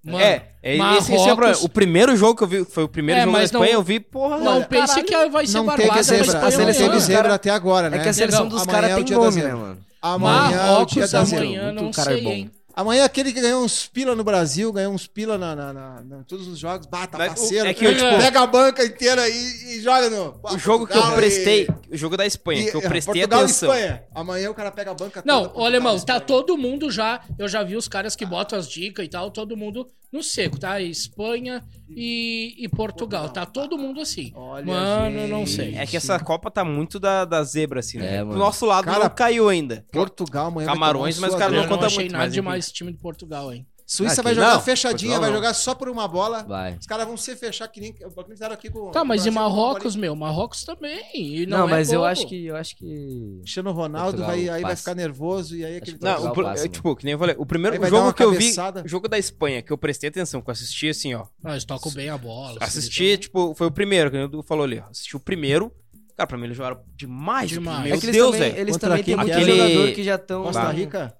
S2: Mano,
S3: é, é esse, esse é o, problema.
S2: Marrocos-
S3: o primeiro jogo que eu vi, foi o primeiro
S2: É,
S3: jogo da
S2: mas não-
S3: Espanha, eu vi, porra,
S2: Não
S1: Olha,
S2: pense que vai ser
S1: Não tem
S3: né?
S2: barbada
S1: que
S2: da
S1: zebra.
S2: Espanha
S1: A seleção
S2: amanhã.
S1: de zebra até agora, né?
S4: É que a seleção dos
S1: Amanhã
S4: caras
S1: é o
S4: tem
S1: dia da
S4: nome,
S1: zebra.
S4: né, mano?
S1: Amanhã é o dia
S2: Marrocos
S1: da zebra.
S2: amanhã,
S4: Muito
S2: não
S4: cara
S2: sei,
S4: bom.
S2: hein?
S1: Amanhã é aquele que ganhou uns pila no Brasil, ganhou uns pila na, na, na- na- todos os jogos, bata
S3: Mas o-
S1: parceiro.
S3: é que eu, tipo,
S1: Pega a banca inteira e, e joga no.
S3: o jogo que eu prestei, o jogo da Espanha, que eu
S2: é,
S3: prestei
S1: Portugal e
S3: atenção.
S1: Espanha. Amanhã o cara pega a banca
S2: Não,
S1: toda,
S2: ô alemão,
S1: Portugal
S2: tá
S1: e
S2: todo mundo já. Eu já vi os caras que botam as dicas e tal, todo mundo no seco, tá? Espanha e, e Portugal. Tá todo mundo assim.
S1: Olha,
S2: Mano, não
S1: gente.
S2: sei.
S3: É que essa Copa tá muito da, da zebra, assim, né?
S4: É,
S3: Do
S4: mano.
S3: nosso lado
S1: Cara,
S3: não caiu ainda.
S1: Portugal amanhã.
S3: Camarões,
S1: vai
S3: mas o
S1: tomar
S3: cara
S1: uma
S2: Eu não
S3: não
S1: surra
S3: conta
S2: achei
S3: muito,
S2: nada
S3: mas
S2: demais esse time de Portugal, hein?
S1: Suíça
S4: Ah,
S1: vai
S4: que-
S1: jogar
S3: não,
S1: fechadinha,
S3: Portugal
S1: vai
S3: não.
S1: jogar só por uma bola.
S4: Vai.
S1: Os caras vão se fechar que nem. O bagulho fizeram aqui com.
S2: Tá, mas
S1: com
S2: e
S1: o Brasil,
S2: Marrocos, meu? Marrocos também. e
S4: Não,
S2: é
S4: mas eu
S2: bobo.
S4: acho que. Eu acho que.
S1: Cristiano Ronaldo
S4: Portugal
S1: vai, aí vai
S4: passa.
S1: ficar nervoso e aí aquele.
S4: que
S3: Não, o
S4: Portugal
S3: pro-
S4: passa,
S3: é,
S4: mano.
S3: tipo, que nem eu falei, o primeiro
S1: Aí vai dar
S3: jogo
S1: uma
S3: que eu
S1: cabeçada.
S3: vi, o jogo da Espanha, que eu prestei atenção, que eu assisti assim, ó.
S2: Nós tocam bem a bola. assim,
S3: Assisti, tipo, foi o primeiro, que o Edu falou ali, ó. Assisti o primeiro. Cara, pra mim eles jogaram demais.
S2: Demais.
S3: demais.
S2: É
S3: Meu
S4: é que eles
S3: Deus,
S4: também,
S3: velho.
S4: eles
S1: Contra
S4: também
S1: quem
S4: têm muito
S3: que é?
S4: jogador que já estão.
S1: Costa
S3: Bah.
S1: Rica?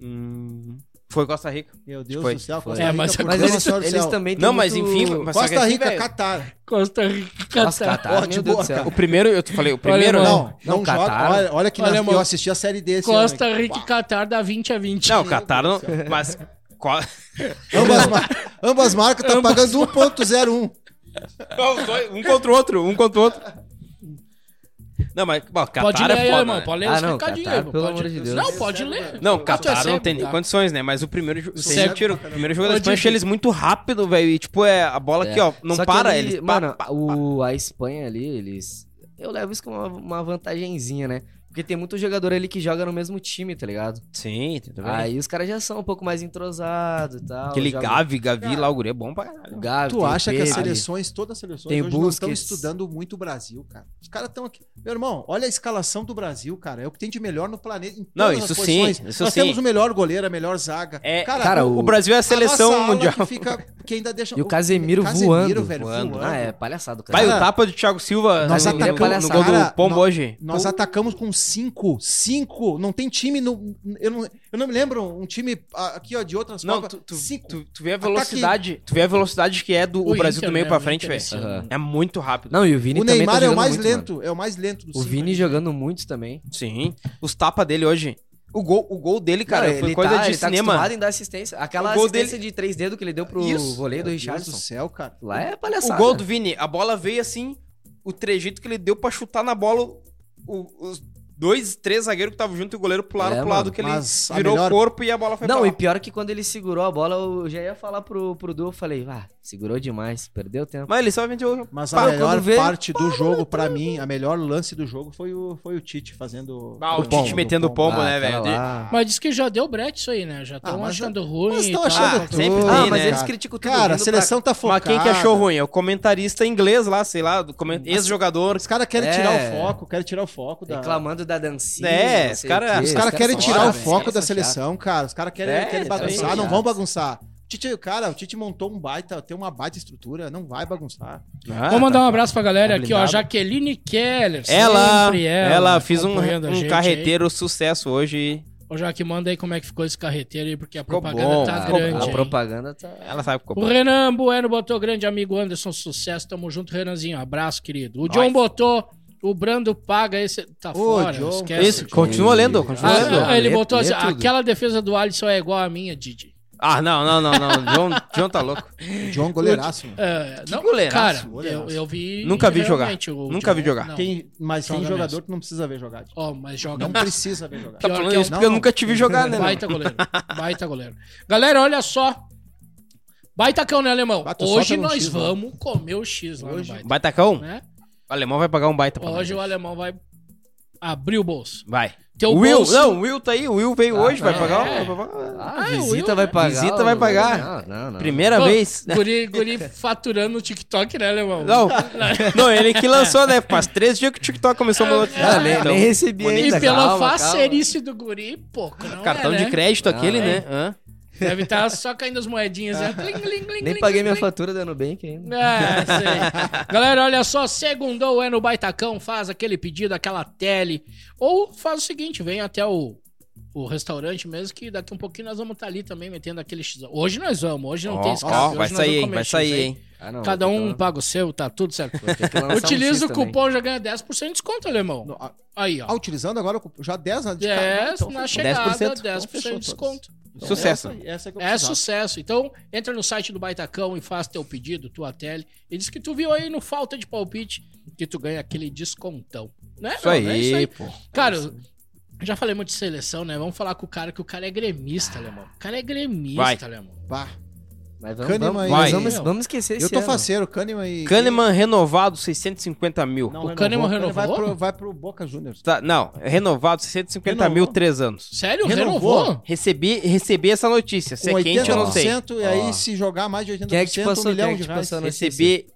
S3: Hum, Foi Costa Rica.
S5: Meu Deus
S3: Foi,
S5: do céu,
S4: foi.
S5: Costa
S2: É,
S5: Rica,
S2: mas-
S5: por
S4: Mas
S5: Deus do
S4: eles,
S5: céu, do
S4: eles
S5: céu.
S4: também
S3: Não, mas
S4: muito-
S3: enfim, mas- só que
S1: Costa
S3: assim,
S1: Rica, é
S3: velho,
S1: Catar.
S2: Costa Rica,
S4: Nossa,
S2: Catar.
S4: Catar,
S1: Ó, de
S4: meu Deus
S1: boa,
S4: do céu.
S3: O primeiro, eu te falei, o primeiro.
S2: Alemão.
S3: Não,
S1: Não, não,
S4: não,
S1: joga.
S4: Catar.
S1: Olha, olha que nós-
S2: Alemão.
S5: Eu
S1: eu assisti
S5: assisti a série D esse ano,
S2: Costa
S5: cara.
S2: Rica e Catar dá 20 a 20.
S3: não, Catar não.
S1: Deus do
S3: Mas. qual-
S1: Ambas, mar- ambas marcas tá pagando 1.01.
S3: Não, os dois, um contra o outro, um contra o outro. Não, mas bom, Catar
S2: pode ler
S3: é
S2: aí,
S3: foda,
S2: irmão.
S3: né?
S2: Pode ler
S4: Ah,
S2: os
S4: não,
S2: recadinhos
S4: Catar,
S2: aí, irmão,
S4: pelo
S2: pode-
S4: amor de Deus.
S2: Não, pode ler.
S3: Não,
S2: Tu é
S3: Catar não
S2: cego,
S3: tem nem
S2: tá?
S3: condições, né? Mas o primeiro jogo.
S2: Cego.
S3: O primeiro jogo da
S2: Ô,
S3: Espanha,
S2: Didi.
S3: achei eles muito rápido, velho. E tipo, é, a bola
S4: É.
S3: aqui, ó, não
S4: Só que
S3: para.
S4: ali,
S3: eles, pá,
S4: mano,
S3: pá, pá.
S4: o, a Espanha ali, eles. Eu levo isso como uma, uma vantagenzinha, né? Porque tem muito jogador ali que joga no mesmo time, tá ligado?
S3: Sim, tudo bem.
S4: Aí os caras já são um pouco mais entrosados e tal.
S3: Aquele
S4: joga-
S3: Gavi, Gavi lá, o guri é bom pra caralho.
S4: O Gavi,
S1: Tu
S4: tem o
S1: acha que as
S4: Pedri.
S1: seleções, todas as seleções,
S4: Tem
S1: hoje não estão
S4: Busquets.
S1: estudando muito o Brasil, cara? Os caras estão aqui. Meu irmão, olha a escalação do Brasil, cara. É o que tem de melhor no planeta. em
S3: Não,
S1: todas as
S3: isso
S1: posições.
S3: sim, isso
S1: Nós
S3: sim.
S1: temos o melhor goleiro, a melhor zaga.
S3: É,
S4: cara,
S3: O
S4: o-
S3: Brasil é a
S1: nossa
S3: seleção
S1: ala
S3: mundial.
S1: Que fica, que ainda deixa,
S4: E o Casemiro, voando.
S1: velho,
S4: voando. Ah, é palhaçado, cara.
S3: Vai o
S1: Cara,
S3: tapa do Thiago Silva
S1: nós
S3: no, no-
S4: atacamos-
S3: no gol
S1: cara,
S3: do Pombo
S1: nó-
S3: hoje.
S1: Nós
S4: Então-
S3: Pô,
S1: atacamos com cinco. Cinco. Não tem time. No, eu, não, eu não me lembro um time ah, aqui, ó, de outras
S3: Não,
S1: Copas.
S3: tu, tu,
S1: cinco.
S3: tu- tu vê a velocidade. Tu vê a velocidade que é do o Brasil do
S2: Inter,
S3: meio
S2: né,
S3: pra
S2: o
S3: frente,
S2: Inter
S3: velho.
S2: esse
S4: velho.
S2: ano.
S3: É muito rápido.
S4: Não, e o Vini
S1: o
S4: também tá
S1: Neymar é o
S4: jogando
S1: mais
S4: muito,
S1: lento. É o mais lento do
S4: mano. O
S1: cinco
S4: Vini
S1: aí.
S4: jogando muito também.
S3: Sim. Os tapas dele hoje. O gol, o gol dele, cara,
S4: Não,
S3: foi coisa
S4: tá,
S3: de
S4: ele tá
S3: cinema.
S4: acostumado em dar assistência. Aquela
S3: O gol
S4: assistência de três dedos que ele deu pro
S3: Isso.
S4: voleio do
S1: Meu Deus do
S4: Richardson.
S1: céu, cara.
S4: Lá é
S3: o
S4: palhaçada.
S3: gol do Vini, a bola veio assim, o trejeito que ele deu pra chutar na bola, o- os dois, três zagueiros que estavam junto e o goleiro pularam
S4: É,
S3: pro lado
S4: mano,
S3: que ele
S1: mas a
S3: virou
S1: melhor-
S3: o corpo e a bola foi
S4: Não,
S3: pra
S4: e
S3: lá.
S4: pior que quando ele segurou a bola, eu já ia falar pro, pro Du, eu falei, ah, segurou demais, perdeu tempo.
S3: Mas ele só vendeu...
S1: Mas
S4: Pá,
S1: a melhor
S4: quando veio-
S1: parte do jogo, pra mim, a melhor lance do jogo foi o, foi o Tite fazendo.
S3: Ah, o Tite
S1: pombo,
S3: metendo o pombo,
S4: Ah,
S3: né,
S4: tá
S3: velho?
S4: lá.
S2: Mas diz que já deu brete isso aí, né? Já
S1: Ah,
S2: estão
S1: mas-
S2: achando ruim.
S1: Mas
S2: e
S1: estão
S2: tal.
S1: achando tudo.
S3: sempre
S4: Ah,
S3: tem,
S4: mas
S3: né?
S4: eles criticam tudo.
S1: Cara, a
S4: vindo
S1: seleção tá
S3: Mas
S1: focada.
S3: quem que achou ruim? É o comentarista inglês lá, sei lá, do comen- ex-jogador.
S1: Os caras querem
S4: É.
S1: tirar o foco, querem tirar o foco
S4: pra-
S1: da.
S4: reclamando da dancinha.
S3: É,
S4: não
S3: os
S4: sei
S3: cara-
S4: o quê,
S3: os
S1: Os
S3: cara
S1: caras querem
S4: são
S1: tirar
S4: chatos,
S1: o
S4: velho,
S1: foco
S4: eles
S1: da
S4: são chatos.
S1: seleção, cara. Os caras querem,
S3: É,
S1: querem
S3: eles são
S1: bagunçar, não
S4: chatos.
S1: vão bagunçar. Tite, cara, o Tite montou um baita, tem uma baita estrutura, não vai bagunçar.
S2: Vamos mandar um abraço pra galera
S3: Ah, Tá
S2: aqui, ó.
S3: blindado.
S2: Jaqueline Keller.
S3: Ela,
S2: sempre é,
S3: ela, fez um,
S2: acompanhando a
S3: um
S2: gente
S3: carreteiro sucesso hoje.
S2: aí. Ô, Jaque, manda aí como é que ficou esse carreteiro aí, porque a
S3: Ficou
S2: propaganda
S3: bom,
S2: tá
S3: ficou
S2: grande.
S4: A
S2: hein? Ah,
S4: propaganda tá.
S3: Ela sabe como.
S2: O Renan Bueno botou grande amigo Anderson, sucesso. Tamo junto, Renanzinho. Abraço, querido. O John
S3: Nós.
S2: botou, o Brando paga esse. Tá
S1: Ô,
S2: fora,
S1: John,
S2: esquece.
S3: Esse, continua lendo,
S2: Ah,
S3: continua
S4: Ah,
S3: lendo.
S2: não, ele
S4: lê-
S2: botou
S4: lê
S2: assim,
S4: tudo.
S2: aquela defesa do Alisson é igual a minha, Didi.
S3: Ah, não, não, não, não. John, John tá louco.
S1: O John um goleiraço, mano.
S2: É,
S3: Que
S2: não,
S3: goleiraço,
S2: cara,
S1: goleiraço.
S2: Eu, eu vi.
S3: Nunca vi jogar.
S2: realmente o
S3: Nunca vi jogar.
S2: não.
S1: Tem, mas tem
S2: Joga
S1: jogador
S2: mesmo.
S1: que não precisa ver jogar. Tite.
S2: Ó, mas joga
S1: Não
S2: muito.
S1: precisa ver jogar.
S3: Tá
S2: Pior
S3: falando
S2: que é um-
S3: isso porque eu
S1: não.
S3: nunca tive jogar, né?
S2: Baita goleiro. Baita goleiro. Galera, olha só. Baitacão, né, alemão?
S1: Ah, tu
S2: Hoje
S1: solta no
S2: nós
S1: X, né?
S2: vamos comer o X lá
S1: Hoje-
S2: no baita,
S3: Baitacão?
S2: né?
S3: O alemão vai pagar um baita pra
S2: Hoje
S3: nós.
S2: o alemão vai abrir o bolso.
S3: Vai.
S2: Teu
S3: Will,
S2: bolso...
S3: não, o Will tá aí. O Will veio
S4: Ah,
S3: hoje, vai
S4: é.
S3: pagar. um- vai pagar um-
S4: Ah,
S2: Ah,
S4: visita
S2: eu-
S4: vai pagar.
S3: Visita vai
S4: o-
S3: pagar.
S4: Não, não, não.
S3: Primeira
S2: Ô,
S3: vez. né?
S2: Guri, guri faturando o TikTok, né, alemão?
S3: Não, não, ele que lançou, né? Faz três dias que o TikTok começou a né?
S4: Ah,
S3: mudar.
S4: nem, nem recebi
S2: E
S4: ainda.
S2: pela
S4: calma, calma.
S2: facerice do guri, pouco, não
S3: Cartão
S2: é,
S3: de
S2: né?
S3: crédito aquele,
S4: Ah,
S3: né?
S4: é.
S3: Hã?
S2: Deve estar só caindo as moedinhas. né? Gling, gling, gling,
S4: Nem
S2: gling,
S4: paguei minha
S2: gling.
S4: fatura da Nubank ainda.
S2: É, sei. Galera, olha só, segundou é no Baitacão, faz aquele pedido, aquela tele, ou faz o seguinte, vem até o, o restaurante mesmo, que daqui um pouquinho nós vamos estar ali também metendo aquele X. Hoje nós vamos, hoje não
S3: Ó,
S2: tem
S3: ó,
S2: escape,
S3: vai
S2: hoje nós vamos
S3: sair, hein?
S2: comer
S3: Vai
S2: X
S3: sair,
S2: aí.
S3: hein?
S4: Ah, não,
S2: Cada
S4: vou ter
S2: um
S4: que-
S2: paga o seu, tá tudo certo.
S4: vou ter que lançar um
S2: Utiliza
S4: X
S2: o
S4: também.
S2: cupom, já ganha 10% de desconto, alemão.
S1: Não, ah,
S2: Aí,
S1: ah,
S2: ó.
S1: utilizando agora o- já 10 anos de
S2: 10
S1: então,
S2: na
S1: fechou.
S2: chegada, 10%,
S3: 10%.
S2: de desconto.
S1: Então,
S3: Sucesso.
S1: Essa, essa é que eu
S2: É
S1: precisava.
S2: sucesso. Então, entra no site do Baitacão e faz teu pedido, tua tele. E diz que tu viu aí no Falta de Palpite que tu ganha aquele descontão. Né?
S3: Isso
S2: meu? É
S3: aí, pô.
S2: Cara, eu já falei muito de seleção, né? Vamos falar com o cara que o cara é gremista, alemão. O cara é gremista,
S3: Vai.
S2: alemão.
S1: Bah,
S4: Mas vamos,
S1: Kahneman
S4: vamos,
S1: aí.
S4: mas
S3: Vai.
S4: vamos,
S2: Meu.
S4: vamos esquecer
S1: Eu
S4: esse
S1: tô
S4: ano.
S1: faceiro, Kahneman e.
S3: Kahneman renovado, 650 mil.
S1: Não,
S2: O
S1: renovou.
S2: Kahneman
S1: Kahneman vai
S2: renovou?
S1: pro- Vai pro Boca Juniors.
S3: Tá, não, renovado, 650 mil,
S1: Renovou.
S3: três anos.
S2: Sério? Renovou?
S1: Renovou?
S3: Recebi, recebi essa notícia. Se é quente, eu não sei.
S1: 80%, E aí,
S4: Ó.
S1: se jogar mais de 80%,
S4: Quem é que te passou?
S1: um
S4: Quem
S1: milhão
S4: é que
S1: de
S4: te
S1: reais.
S4: passou a notícia?
S3: Recebi.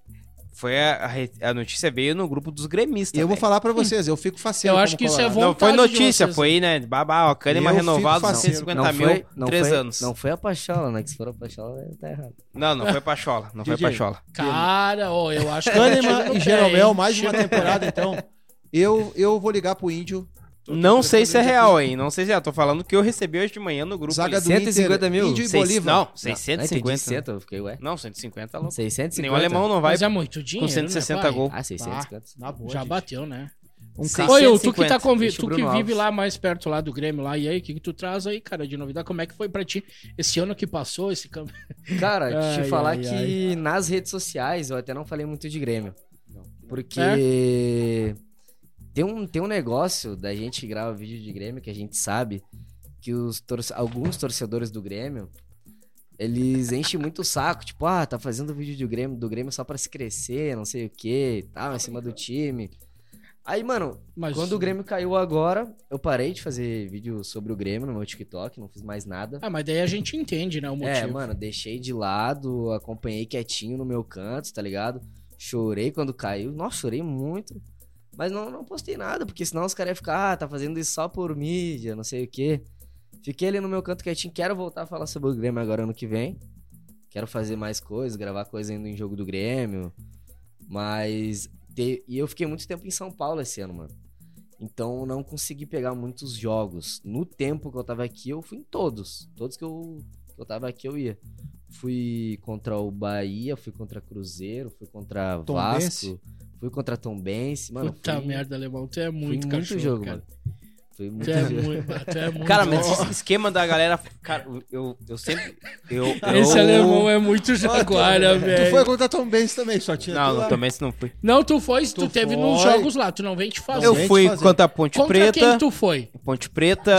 S3: Foi a, a re- a notícia veio no grupo dos gremistas.
S1: Eu vou
S3: velho.
S1: falar pra vocês, eu fico faceiro.
S2: Eu
S1: como
S2: acho que isso é
S1: colorado.
S2: bom.
S3: Não, foi
S2: vontade
S3: notícia,
S2: de vocês,
S3: foi, né? Babá, ó, Kahneman
S1: Eu fico
S3: renovado,
S1: faceiro.
S3: 650
S4: Não
S3: mil,
S4: foi, não
S3: três
S4: foi,
S3: anos.
S4: Não foi a Pachola, né? Que se for a Pachola, tá errado.
S3: Não, não foi Pachola. Não foi
S1: DJ.
S3: Pachola.
S2: Cara, ó, eu acho que.
S1: Kahneman e
S2: Jeromel
S1: Jeromel, mais de uma temporada, então. Eu, eu vou ligar pro Índio.
S3: Não sei se é real, hein? Não sei se é real. Tô falando que eu recebi hoje de manhã no grupo.
S1: Zaga
S3: aí.
S1: do
S4: 150
S1: Inter,
S4: mil?
S1: Índio e
S3: Seis-
S1: Bolívar.
S3: Não,
S4: Ah, entendi,
S3: 650.
S4: 100, eu fiquei, ué.
S3: Não, 150 é louco.
S4: 650?
S3: Nenhum alemão não vai
S2: Mas é muito dinheiro. né,
S3: 160
S2: pai?
S3: gol.
S4: Ah, 650.
S1: Na boa,
S2: Já
S1: gente.
S2: bateu, né?
S1: Um
S3: Sim.
S1: carro.
S2: Oi, Ô, tu que,
S3: 650,
S2: tá convi...
S4: deixa o
S2: tu que
S4: Bruno
S2: vive
S4: Alves.
S2: lá mais perto lá do Grêmio lá, e aí, o que, que tu traz aí, cara, de novidade? Como é que foi pra ti esse ano que passou, esse campo?
S4: Cara, deixa eu
S2: Ai,
S4: falar
S2: ai,
S4: que nas redes sociais eu até não falei muito de Grêmio. Porque
S2: É?
S4: tem, um, tem um negócio da gente que grava vídeo de Grêmio que a gente sabe que os torce- alguns torcedores do Grêmio eles enchem muito o saco. Tipo, ah, tá fazendo vídeo do Grêmio, do Grêmio só pra se crescer, não sei o que, tal, em cima do time. Aí, mano,
S2: Mas
S4: Quando o Grêmio caiu agora, eu parei de fazer vídeo sobre o Grêmio no meu TikTok, não fiz mais nada.
S2: Ah, mas daí a gente entende, né, o motivo.
S4: É, mano, deixei de lado, acompanhei quietinho no meu canto, tá ligado? Chorei quando caiu. Nossa, chorei muito. Mas não, não postei nada, porque senão os caras iam ficar, ah, tá fazendo isso só por mídia, não sei o quê. Fiquei ali no meu canto quietinho, quero voltar a falar sobre o Grêmio agora ano que vem. Quero fazer mais coisas, gravar coisa ainda em jogo do Grêmio. Mas. te- E eu fiquei muito tempo em São Paulo esse ano, mano. Então não consegui pegar muitos jogos. No tempo que eu tava aqui, eu fui em todos. Todos que eu, que eu tava aqui, eu ia. Fui contra o Bahia, fui contra Cruzeiro, fui contra
S1: Tombense?
S4: Vasco, fui contra Tombense. Mano,
S2: Puta
S4: fui,
S2: merda, alemão, tu é
S4: fui
S2: muito
S4: em
S2: cachorro,
S4: jogo,
S2: cara.
S4: mano. Fui muito
S2: Tu é
S4: jogo.
S2: muito, tu é muito
S3: Cara,
S2: bom.
S3: mas esse esquema da galera. Cara, eu, eu sempre. Eu,
S2: Esse
S3: eu...
S2: alemão é muito jaguara,
S1: Tu
S2: velho.
S1: foi contra Tom Benz também, só tinha
S3: Não,
S1: tu
S3: não,
S1: lá.
S3: também esse não fui.
S2: Não, tu foi, tu,
S1: Tu
S2: teve
S1: foi.
S2: nos jogos lá, tu não vem te fazer.
S3: Eu
S1: gente
S3: fui
S1: fazendo.
S3: contra a Ponte
S2: Contra
S3: Preta.
S2: quem tu foi?
S3: Ponte Preta.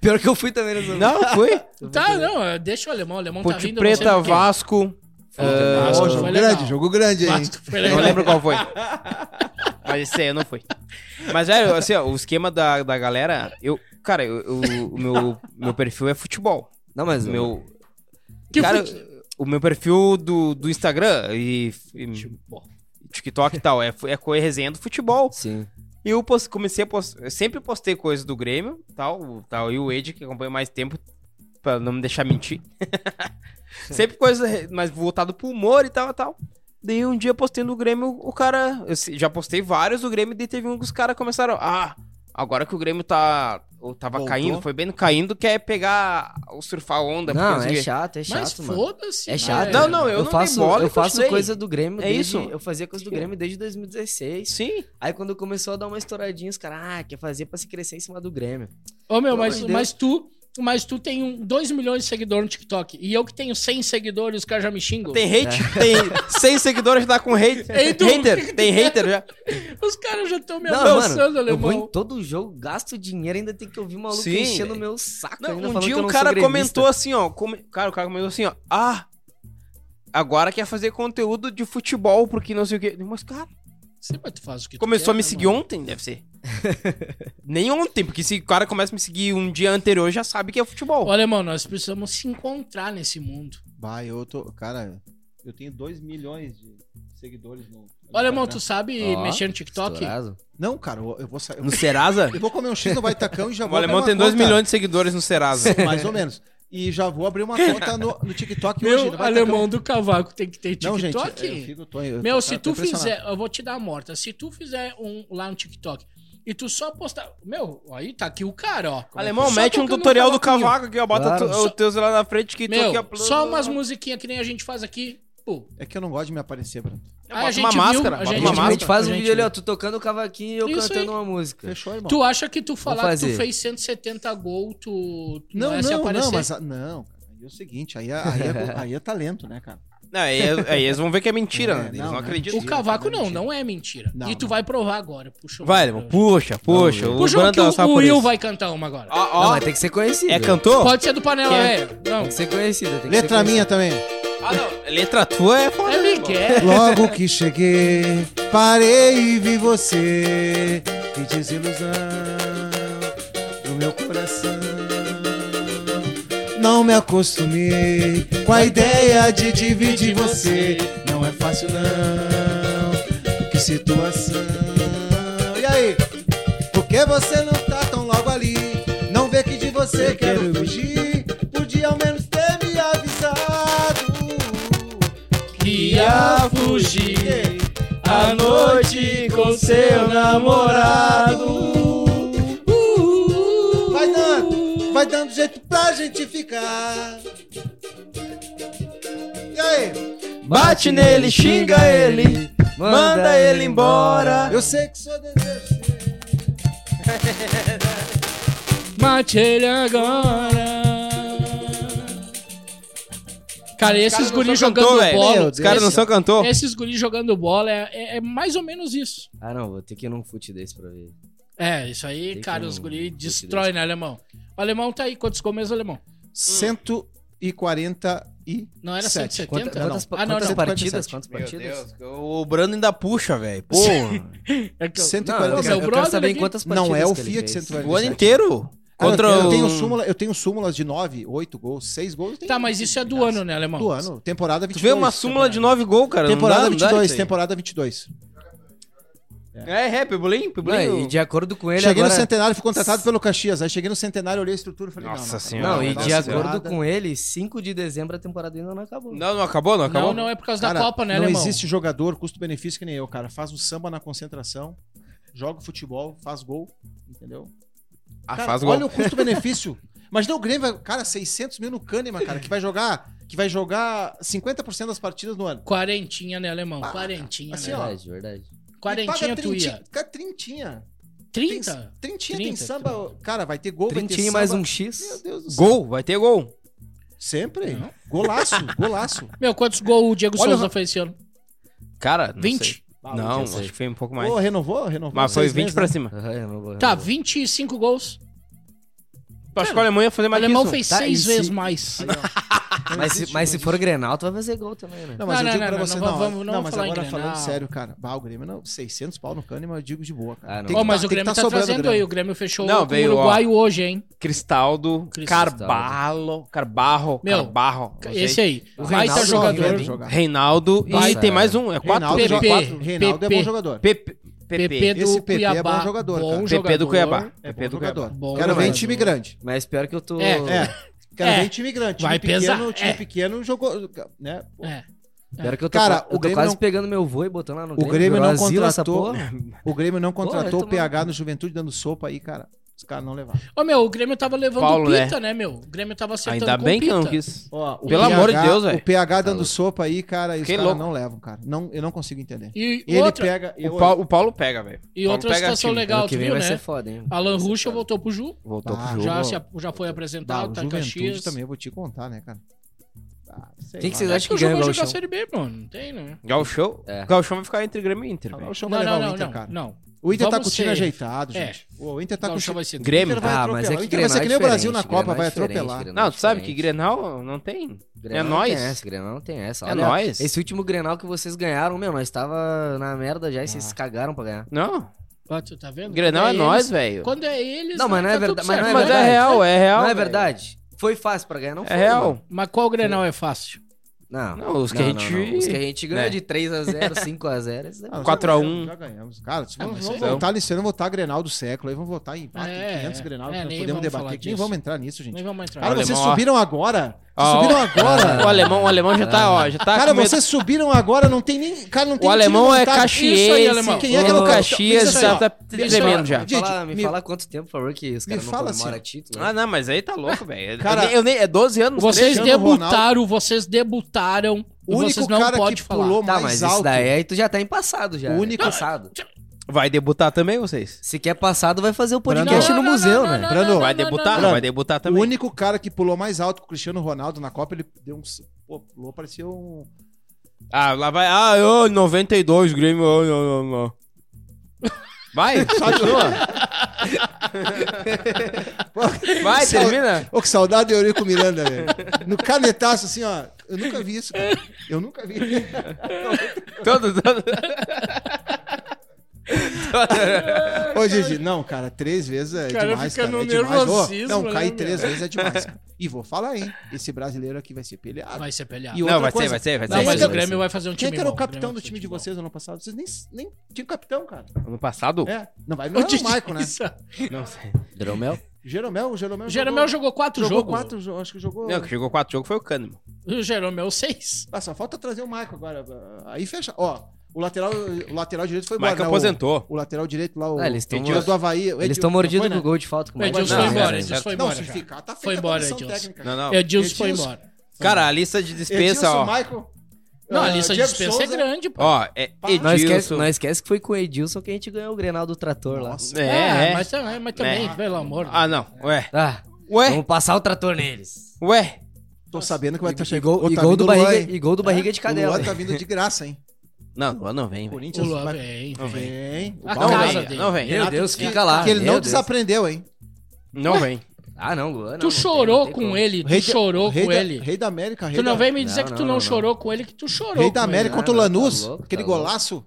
S4: Pior que eu fui também nesse ano.
S3: Não, fui.
S2: Tá, não, deixa o alemão, o alemão tá
S3: Ponte
S2: vindo. eu não sei
S3: Preta,
S2: por quê.
S3: Vasco. eh,
S1: Ah,
S2: Vasco
S1: jogo
S2: foi
S1: grande,
S2: legal.
S1: jogo grande, hein?
S2: Vasco foi
S3: Não
S2: legal.
S3: lembro qual foi. Mas esse aí eu não fui. Mas, velho, assim, ó, o esquema da, da galera. Eu, cara, eu, eu- o meu, meu perfil é futebol.
S4: Não, mas
S3: O meu,
S2: Que
S3: cara,
S2: fute-
S3: o meu perfil do, do Instagram e, e
S2: Bom,
S3: TikTok e tal é, fu- é coisa resenha do futebol.
S4: Sim.
S3: E eu pos- comecei a postar. Eu sempre postei coisas do Grêmio, tal, o- tal. E o Ed, que acompanha mais tempo, pra não me deixar mentir. sempre coisa re- mais voltado pro humor e tal, tal. Daí um dia eu postei no Grêmio, o cara. Eu se- já postei vários do Grêmio, daí teve um que os caras começaram. Ah, agora que o Grêmio tá. Ou tava
S1: Voltou.
S3: caindo, foi bem no caindo, quer pegar o surfar a onda. porque
S4: Não,
S3: sei o
S4: é
S3: quê.
S4: chato, é chato,
S2: Mas
S4: mano.
S2: foda-se. né,
S4: É chato.
S3: Não, não, eu, não dei
S4: faço,
S3: bola e
S4: eu faço
S3: continuei.
S4: coisa do Grêmio
S3: É
S4: desde,
S3: isso.
S4: Eu fazia coisa do Grêmio desde 2016.
S3: Sim.
S4: Aí quando começou a dar uma estouradinha, os caras, ah, quer fazer pra se crescer em cima do Grêmio.
S2: Ô, meu,
S4: Pelo
S2: mas,
S4: amor de
S2: mas tu. Mas tu tem um, 2 milhões de seguidores no TikTok. E eu que tenho 100 seguidores, os caras já me xingam.
S4: É.
S3: Tem hate, tem 100 seguidores já tá com hate.
S2: Ei, tu-
S3: Hater, tem hater já.
S2: Os caras já estão me
S4: Não,
S2: abraçando,
S4: eu vou em
S2: alemão.
S4: todo jogo, gasto dinheiro, ainda tem que ouvir o maluco
S3: Sim.
S4: enchendo o meu saco.
S3: Não,
S4: ainda
S3: um
S4: falando
S3: dia
S4: que eu
S3: o
S4: não
S3: cara
S4: sou gremista.
S3: comentou assim, ó. come- Cara, o cara comentou assim, ó. Ah, agora quer fazer conteúdo de futebol, porque não sei o quê. Mas, cara,
S2: Sim, mas tu faz o que tu
S3: começou
S2: quer,
S3: a
S2: né,
S3: me seguir
S2: mano?
S3: ontem, deve ser. Nem ontem, porque se o cara começa a me seguir um dia anterior, já sabe que é futebol.
S2: Olha, mano, nós precisamos se encontrar nesse mundo.
S1: Vai, eu tô. Cara,
S5: Eu tenho 2 milhões de seguidores no.
S2: Olha, irmão, tu
S5: Instagram.
S2: sabe
S4: Ó,
S2: mexer no TikTok?
S4: Estourado.
S1: não, cara, eu, eu vou sair. Eu,
S3: No Serasa?
S1: eu vou comer um X no Baitacão e já
S3: O
S1: vou.
S3: alemão
S1: abrir
S3: tem
S1: uma
S3: 2
S1: conta.
S3: milhões de seguidores no Serasa.
S1: Mais ou menos. E já vou abrir uma conta no, no TikTok hoje.
S2: Meu
S1: no Baitacão.
S2: alemão do cavaco tem que ter
S1: Não,
S2: TikTok.
S1: gente, eu fico, tô, eu
S2: um- Meu,
S1: tô-
S2: se
S1: eu tô
S2: tu
S1: impressionado.
S2: fizer, eu vou te dar a morta. Se tu fizer um lá no TikTok e tu só postar. Meu, aí tá aqui o cara, ó.
S3: Alemão,
S2: Só
S3: mete um
S2: tocando
S3: tutorial do
S2: cavaquinho.
S3: cavaco aqui, ó. Bota
S4: Claro.
S3: tu- o teu celular na frente que é tu aqui,
S2: Meu,
S3: ó,
S2: só umas musiquinhas que nem a gente faz aqui. Pô,
S1: É que eu não gosto de me aparecer, Bruno.
S2: Ah,
S3: É, Bota
S2: a gente
S3: uma
S2: viu,
S3: máscara,
S2: a
S3: bota
S2: gente
S4: A
S3: uma
S4: gente, a gente
S3: máscara.
S4: faz um
S2: Gente,
S4: vídeo ali,
S2: né?
S4: ó, tu tocando o cavaquinho e eu
S2: Isso
S4: cantando
S2: aí.
S4: uma música.
S1: Fechou, irmão.
S2: tu acha que tu falar que tu
S4: fazer.
S2: fez 170 gol, tu, tu
S1: Não,
S2: ia
S1: não,
S2: é se
S1: não,
S2: aparecer?
S1: mas. a- Não, cara. Aí é o seguinte, aí é, aí, é, aí é talento, né, cara?
S3: Não, aí, aí eles vão ver que é mentira,
S1: É,
S3: né? Eles
S1: não,
S3: não,
S1: não.
S3: acreditam.
S2: O
S1: Mentira,
S2: cavaco
S1: cara,
S2: não,
S1: mentira.
S2: não é mentira.
S1: Não,
S2: e tu
S1: não.
S2: vai provar agora. Puxa,
S3: Vai, Alemão, puxa, puxa. O
S2: Puxa,
S3: Brando
S2: que o,
S3: tá
S2: o
S3: por
S2: Will
S3: isso. Ah,
S2: vai cantar uma agora.
S3: Ó,
S4: Não,
S3: ó.
S4: mas tem que ser conhecido.
S3: É cantor?
S2: Pode ser do panela, é. Não.
S4: Tem que ser conhecido. Tem que ser
S1: Letra
S4: conhecido.
S1: minha também.
S3: Ah, não. Letra tua é foda.
S2: É
S3: né,
S2: Miguel.
S1: Logo que cheguei, parei e vi você. Que desilusão no meu coração. Não me acostumei com a ideia de dividir você. Não é fácil, não. Que situação. E aí? Por que você não tá tão logo ali? Não vê que de você quero fugir. Podia ao menos ter me avisado
S2: Que ia fugir
S1: à noite com seu namorado.
S2: Uh,
S3: Bate nele, xinga ele, manda ele embora.
S1: Eu sei que sou desejo.
S2: Mate ele agora. Cara, esses guris jogando bola.
S3: Os caras não
S2: esse-
S3: são cantor.
S2: Esses guris jogando bola é, é- é mais ou menos isso.
S4: Ah, não, vou ter que ir num fute desse pra ver.
S2: É, isso aí,
S4: Tem
S2: cara,
S4: que
S2: os
S4: não-
S2: guris
S4: não te
S2: destrói, né, alemão? O alemão tá aí, quantos comes, alemão?
S1: 140 e.
S2: Não era
S1: Sete.
S2: 170?
S4: Quanta- quantas
S2: ah, não,
S4: quantas
S2: não.
S4: partidas?
S1: 147.
S4: Quantas
S3: Meu
S4: partidas?
S3: Deus, o Brando ainda puxa, velho. Pô,
S2: É que eu-
S4: Não, eu,
S1: 140
S2: Mas é o
S4: quero, eu quero
S2: brother
S4: saber em
S2: aqui.
S4: quantas partidas
S1: Não é o
S4: que ele
S1: Fiat
S4: fez.
S1: 147.
S3: o ano inteiro.
S1: Ah,
S3: Contra
S1: eu, tenho
S3: um-
S1: súmula, eu tenho súmulas de 9, 8 gols, 6 gols. eu tenho
S2: Tá, mas isso é do ano, né, alemão?
S1: do ano. Temporada
S3: Tu
S1: 22.
S3: vê uma súmula de 9 gols, cara. não
S1: Temporada
S3: dá, não dá
S1: 22,
S3: isso aí.
S1: temporada 22.
S3: É, é, Pebolim,
S4: Não,
S3: Pebolim.
S4: e de acordo com ele,
S1: cheguei
S4: agora...
S1: no Centenário, fui contratado pelo Caxias. Aí cheguei no Centenário, olhei a estrutura e falei,
S3: Nossa
S1: não, não, cara,
S3: Senhora,
S4: Não,
S3: Meu
S4: e
S3: Deus
S4: de
S3: do
S4: acordo com ele, 5 de dezembro a temporada ainda não acabou.
S3: Não, não acabou, não acabou.
S2: Não, não é por causa
S1: Cara,
S2: da Copa, né,
S1: não
S2: alemão?
S1: existe jogador custo-benefício que nem eu, cara. Faz um samba na concentração, joga futebol, faz gol, entendeu?
S3: Ah,
S1: Cara,
S3: faz gol.
S1: olha o custo-benefício. Imagina o Grêmio, vai- cara, 600 mil no Kahneman, cara, que vai jogar, que vai jogar 50% das partidas no ano.
S2: Quarentinha, né, alemão?
S1: Ah,
S2: Quarentinha,
S1: assim,
S2: né?
S1: ó.
S4: Verdade, verdade.
S2: Quarentinha
S1: E paga
S2: tu ia.
S1: Cara, trintinha. Tem-
S2: 30?
S1: Trintinha tem
S2: 30,
S1: samba. Cara, vai ter gol, vai ter
S4: Trintinho
S1: samba.
S4: mais um
S1: Meu
S4: X.
S1: Deus do céu.
S3: Gol, vai ter gol.
S1: Sempre.
S2: Não.
S1: Golaço, golaço.
S2: Meu, quantos gols o Diego
S1: Olha o
S2: Souza fez esse ano?
S3: Cara, não
S2: 20?
S3: sei.
S1: Ah,
S3: Não,
S4: eu sei.
S3: acho que foi um pouco mais.
S1: Pô, renovou, renovou.
S3: Mas foi
S1: seis
S3: 20
S1: meses,
S3: pra
S1: né?
S3: cima.
S4: Aham, é, eu não vou-
S2: Tá, 25 gols.
S3: Acho que a Alemanha ia fazer
S2: O
S3: mais
S2: alemão
S3: que
S2: fez
S4: Tá,
S2: seis
S4: e se-
S2: vezes mais.
S1: Não
S4: Mas,
S1: existe,
S4: se, mas
S1: não
S4: se
S1: existe.
S4: for Grenal, tu vai fazer gol também, né?
S1: Não, mas
S2: Não,
S1: eu
S2: não,
S1: digo pra
S2: não,
S1: você,
S2: não,
S1: não,
S2: vamos- vamos- não
S1: não,
S2: vamos
S1: mas
S2: falar em
S1: agora falando
S2: Grenal.
S1: sério, cara. Bah, o Grêmio não, 600 pau no Kahneman, eu digo de boa, cara.
S4: Ah, não.
S1: Tem que
S2: Ó,
S1: tá-
S2: mas o
S1: tem que
S2: Grêmio tá,
S1: sobrando,
S2: trazendo aí. O Grêmio fechou
S3: Não,
S2: com
S3: veio,
S2: o
S3: ó.
S2: Uruguai hoje, hein?
S3: Cristaldo,
S2: Cristaldo.
S3: Carvalho, Carbarro,
S2: Meu,
S3: Carbarro. não sei.
S2: Esse aí.
S4: O
S2: Vai
S4: Reinaldo
S2: tá jogador.
S4: joga bem.
S3: Reinaldo e
S4: Nossa,
S3: tem
S4: é.
S3: mais um, é quatro.
S1: Reinaldo,
S2: PP,
S1: joga quatro. Reinaldo é
S2: PP.
S1: bom jogador.
S3: PP,
S2: PP
S3: PP,
S2: do
S1: Esse PP é
S2: Cuiabá.
S1: bom jogador, cara.
S2: Bom
S1: PP
S3: PP do
S2: jogador.
S3: Cuiabá.
S1: É
S3: PP
S1: bom
S3: do Cuiabá.
S1: jogador.
S2: Bom
S1: Quero ver em
S2: jogador.
S1: time grande.
S4: Mas pior que eu tô.
S2: É.
S1: É, quero
S2: É.
S1: ver em time grande. Time
S2: Vai
S1: pequeno,
S2: pesar,
S1: time
S2: é.
S1: pequeno jogou, né?
S2: É.
S4: Pior que eu tô,
S1: Cara,
S4: qua- eu
S1: o
S4: tô
S1: Grêmio
S4: quase
S1: não-
S4: pegando meu voo e botando lá no
S1: O
S4: Grêmio.
S1: Grêmio
S4: virou
S1: não
S4: asilo essa
S1: contratou-
S4: porra.
S1: O Grêmio não
S4: vai
S1: contratou o
S4: tomar-
S1: PH no Juventude dando sopa aí, cara. Os caras não levaram.
S2: Ô, meu, o Grêmio tava levando
S3: Paulo,
S2: pita, né? meu? O Grêmio tava acertando
S3: Ainda
S2: com
S3: bem que
S2: pita.
S3: eu não quis.
S1: Ó, o
S3: Pelo amor de Deus, velho.
S1: O PH
S4: Tá
S1: dando
S4: louco.
S1: sopa aí, cara, e os
S3: Fiquei
S1: caras
S3: louco.
S1: não levam, cara. Não, eu não consigo entender.
S2: E
S1: Ele
S2: outra,
S1: pega. eu-
S3: O, Pau- o Paulo pega, velho.
S2: e
S3: Paulo
S2: outra
S3: pega
S2: situação
S3: time.
S2: legal,
S4: Ano que
S2: tu
S4: vem
S2: viu,
S4: vai
S2: né?
S4: ser foda, hein?
S2: Alan
S4: Vai ser
S2: Ruxa
S4: foda.
S2: voltou pro Ju.
S4: Voltou
S1: Ah,
S4: pro jogo.
S2: Já, se, a- já foi
S1: Bah,
S2: apresentado,
S1: o
S2: tá em Caxias.
S1: Juventude também, eu vou te contar, né, cara? Ah, sei
S4: Tem que
S1: lá.
S4: ser- Vocês
S2: É
S4: acham
S2: que o
S4: que ganha
S2: jogo
S4: o
S2: vai jogar
S4: Gauchão?
S2: Série B, mano. Não tem, né?
S3: Gauchão?
S4: É.
S3: Gauchão vai ficar entre Grêmio e Inter,
S1: Ah,
S3: velho.
S1: O chão vai
S2: Não,
S1: levar
S2: não,
S1: o
S2: não,
S1: Inter,
S2: não,
S1: cara.
S2: não.
S1: O Inter tá
S2: Vamos
S1: com o time
S2: ser-
S1: ajeitado,
S2: é.
S1: gente. O Inter tá
S2: Tá
S1: com o
S2: Gauchão
S1: time.
S2: vai ser...
S1: O Inter
S3: Grêmio.
S1: vai
S4: Ah,
S1: atropelar.
S4: mas é
S1: O
S4: que
S1: Inter vai ser que nem o Brasil na Copa, vai atropelar.
S3: Não, tu sabe que Grenal não tem. É
S4: nós.
S3: nós.
S4: Esse é Grenal não tem essa.
S3: É
S4: Olha,
S3: nós.
S4: Esse último Grenal que vocês ganharam, meu, nós tava na merda já e vocês cagaram pra ganhar.
S3: Não.
S2: Ó, tu tá vendo?
S3: Grenal é
S2: Quando
S3: nós,
S2: eles-
S3: velho.
S2: Quando é eles...
S4: Não, mas não é
S2: tá tudo
S4: verdade- mas
S2: certo,
S4: não é
S3: Mas é
S4: verdade.
S3: real, é real.
S4: não é
S3: velho.
S4: verdade? Foi fácil pra ganhar, não
S3: É
S4: foi?
S3: real.
S4: mano.
S2: Mas qual Grenal é fácil?
S4: Não.
S3: Não, os que a
S4: Não,
S3: gente.
S4: não, não. Os que a gente ganha
S3: né?
S4: de 3x0, 5x0, isso é
S1: Ah, já
S3: 4 a 1.
S1: ganhamos, Já ganhamos. Cara, se
S2: Ah,
S1: vamos,
S2: um. mas
S1: vamos
S2: aí-
S1: votar nisso, aí, não votar Grenal do século, aí vamos votar em empate,
S2: É,
S1: 500 Grenal,
S2: é,
S1: que nós
S2: nem
S1: podemos
S2: vamos falar
S1: debater. aqui. Nem
S2: disso.
S1: vamos entrar nisso, gente.
S2: Nem vamos entrar.
S1: Cara,
S3: Alemão,
S1: vocês
S3: ó.
S1: subiram agora. Vocês
S3: Ó, ó.
S1: subiram agora.
S3: O alemão, o alemão já tá, ó, já tá
S1: Cara,
S3: com medo.
S1: vocês subiram agora, não tem nem. Cara, não tem tá?
S3: O alemão
S1: time
S3: é
S1: montado.
S2: Isso aí,
S3: caxiense,
S2: alemão.
S3: quem é que é
S4: Ô,
S3: o Caxias
S2: isso aí,
S3: já
S2: ó.
S3: tá
S2: Isso aí,
S3: tremendo
S2: ó.
S3: já.
S4: Me, fala,
S1: Gente,
S4: me
S1: me-
S4: fala quanto tempo, por favor, que os
S1: Me
S4: caras não
S1: fala
S4: comemoram
S1: assim,
S4: título. né?
S3: Ah, não, mas aí tá louco, velho.
S1: Cara-
S3: Cara, eu nem, é 12 anos.
S2: Vocês
S1: Cristiano
S2: debutaram, vocês debutaram.
S1: O único
S2: vocês não
S1: cara
S2: pode
S1: que
S2: falar.
S1: pulou
S4: Tá,
S1: é mais
S4: mas
S1: alto.
S4: isso daí
S3: é
S4: aí tu já tá em passado já.
S1: O
S4: né?
S1: único-
S4: passado.
S3: Vai debutar também vocês?
S4: Se quer passado, vai fazer o
S1: Brando.
S4: podcast
S2: Não,
S4: no
S2: não,
S4: museu,
S2: não,
S4: né?
S2: não,
S1: Brando,
S2: não,
S3: vai
S2: não,
S3: debutar?
S2: não, não.
S3: vai debutar também.
S1: O único cara que pulou mais alto que o Cristiano Ronaldo na Copa, ele deu um. Pô, pulou, parecia um.
S3: Ah, lá vai. Ah, ô, 92, Grêmio. ô, ô, ô, ô. Vai, continua. Vai, termina.
S1: Ô, que saudade do Eurico Miranda, velho. No canetaço, assim, ó. Eu nunca vi isso, cara. Eu nunca vi.
S3: Todo, todo.
S1: Ô, Gigi, não, cara, três vezes é
S2: Cara,
S1: demais,
S2: fica
S1: cara.
S2: no
S1: é demais. Ô,
S2: nervosismo,
S1: não,
S2: né,
S1: cair
S2: meu?
S1: três vezes é demais. cara. E vou falar, hein? Esse brasileiro aqui vai ser peleado.
S2: Vai ser peleado.
S1: E
S3: Não,
S1: outra
S3: vai ser,
S1: coisa,
S3: vai ser, vai ser.
S2: Não, mas
S1: Quem
S2: o
S1: é-
S2: Grêmio vai fazer um
S1: Quem
S2: time
S1: é que era o
S2: bom,
S1: capitão
S2: Grêmio
S1: do
S2: vai
S1: time de
S2: fazer um
S1: vocês ano passado? Vocês nem, nem tinham capitão, cara.
S3: Ano passado?
S1: É, não vai
S2: bom.
S1: não,
S2: O
S1: o Maico, né?
S2: É.
S3: Não sei.
S4: Dromel?
S1: Jeromel, o Jeromel,
S2: Jeromel jogou quatro
S1: jogou,
S2: jogos.
S1: quatro jogos, acho que jogou...
S3: Não, que chegou quatro jogos foi o Cânimo.
S2: O Jeromel seis.
S1: Ah, só falta trazer o Maico agora. Aí fecha. Ó, o lateral, o lateral direito foi
S3: O Mike
S1: embora, né?
S3: é aposentou.
S1: O, o lateral direito lá, o
S4: Ah, eles tão-
S1: o jogador do Havaí. o
S4: Eles
S1: Edil-
S4: estão
S1: não
S4: mordidos
S1: foi,
S4: com
S1: né?
S4: o gol de falta. como é que
S2: Edilson
S4: vai?
S2: foi embora,
S4: Não,
S2: Edilson foi
S1: Não,
S2: embora.
S1: se
S2: já.
S1: ficar, tá feita
S2: Foi
S1: a
S2: embora,
S1: comissão
S2: Edilson.
S1: técnica.
S3: Não, não.
S2: É Edilson foi
S1: Edilson.
S2: embora.
S3: Cara, a lista de dispensa,
S1: Edilson,
S3: ó.
S1: Maico.
S2: Não, a
S5: Ah,
S2: lista de
S5: Diego
S2: dispensa é
S5: Souza.
S2: grande, pô.
S3: Ó, é Edilson.
S4: Não esquece, não esquece que foi com o Edilson que a gente ganhou o Grenal do Trator
S1: Nossa.
S3: É,
S2: Ah,
S3: é.
S2: Mas, também- mas também,
S3: É.
S2: pelo amor.
S3: Ah, não. Ué.
S4: lá. Ah,
S3: Ué.
S4: vamos passar o trator neles.
S3: Ué.
S1: Tô sabendo que vai estar
S4: E
S1: chegando.
S4: gol,
S1: Ô,
S4: e
S1: tá
S4: gol
S1: vindo
S4: do
S1: o Luan,
S4: barriga,
S1: hein?
S4: e gol do barriga de
S1: O
S4: cadela.
S1: Luan tá vindo de graça, hein?
S3: Não, Luan não vem, velho.
S2: o
S1: Corinthians.
S2: Lula,
S1: vai-
S2: vem,
S3: Não
S2: vem.
S3: vem.
S1: Vem. O
S2: A
S1: Paulo-
S2: casa
S1: Que-
S2: dele.
S3: Não vem.
S4: Meu Deus, fica lá.
S1: Que ele
S4: meu
S1: não
S4: Deus.
S1: desaprendeu, hein?
S3: Não vem.
S4: Ah, não, Luan. não,
S2: Tu
S4: não
S2: chorou
S4: tem- não tem
S2: com
S4: como.
S2: ele, tu
S1: Rei de-
S2: chorou
S1: Rei
S2: com
S1: da-
S2: ele.
S1: Rei da América, rei
S2: Tu não
S1: da-
S2: vem me dizer
S4: Não,
S2: que tu
S4: não,
S2: não,
S4: não,
S2: chorou com ele, que tu chorou
S1: Rei
S2: com
S1: da América
S4: Não,
S1: contra o
S4: não, tá
S1: Lanús.
S4: louco,
S1: aquele
S4: tá louco.
S1: golaço.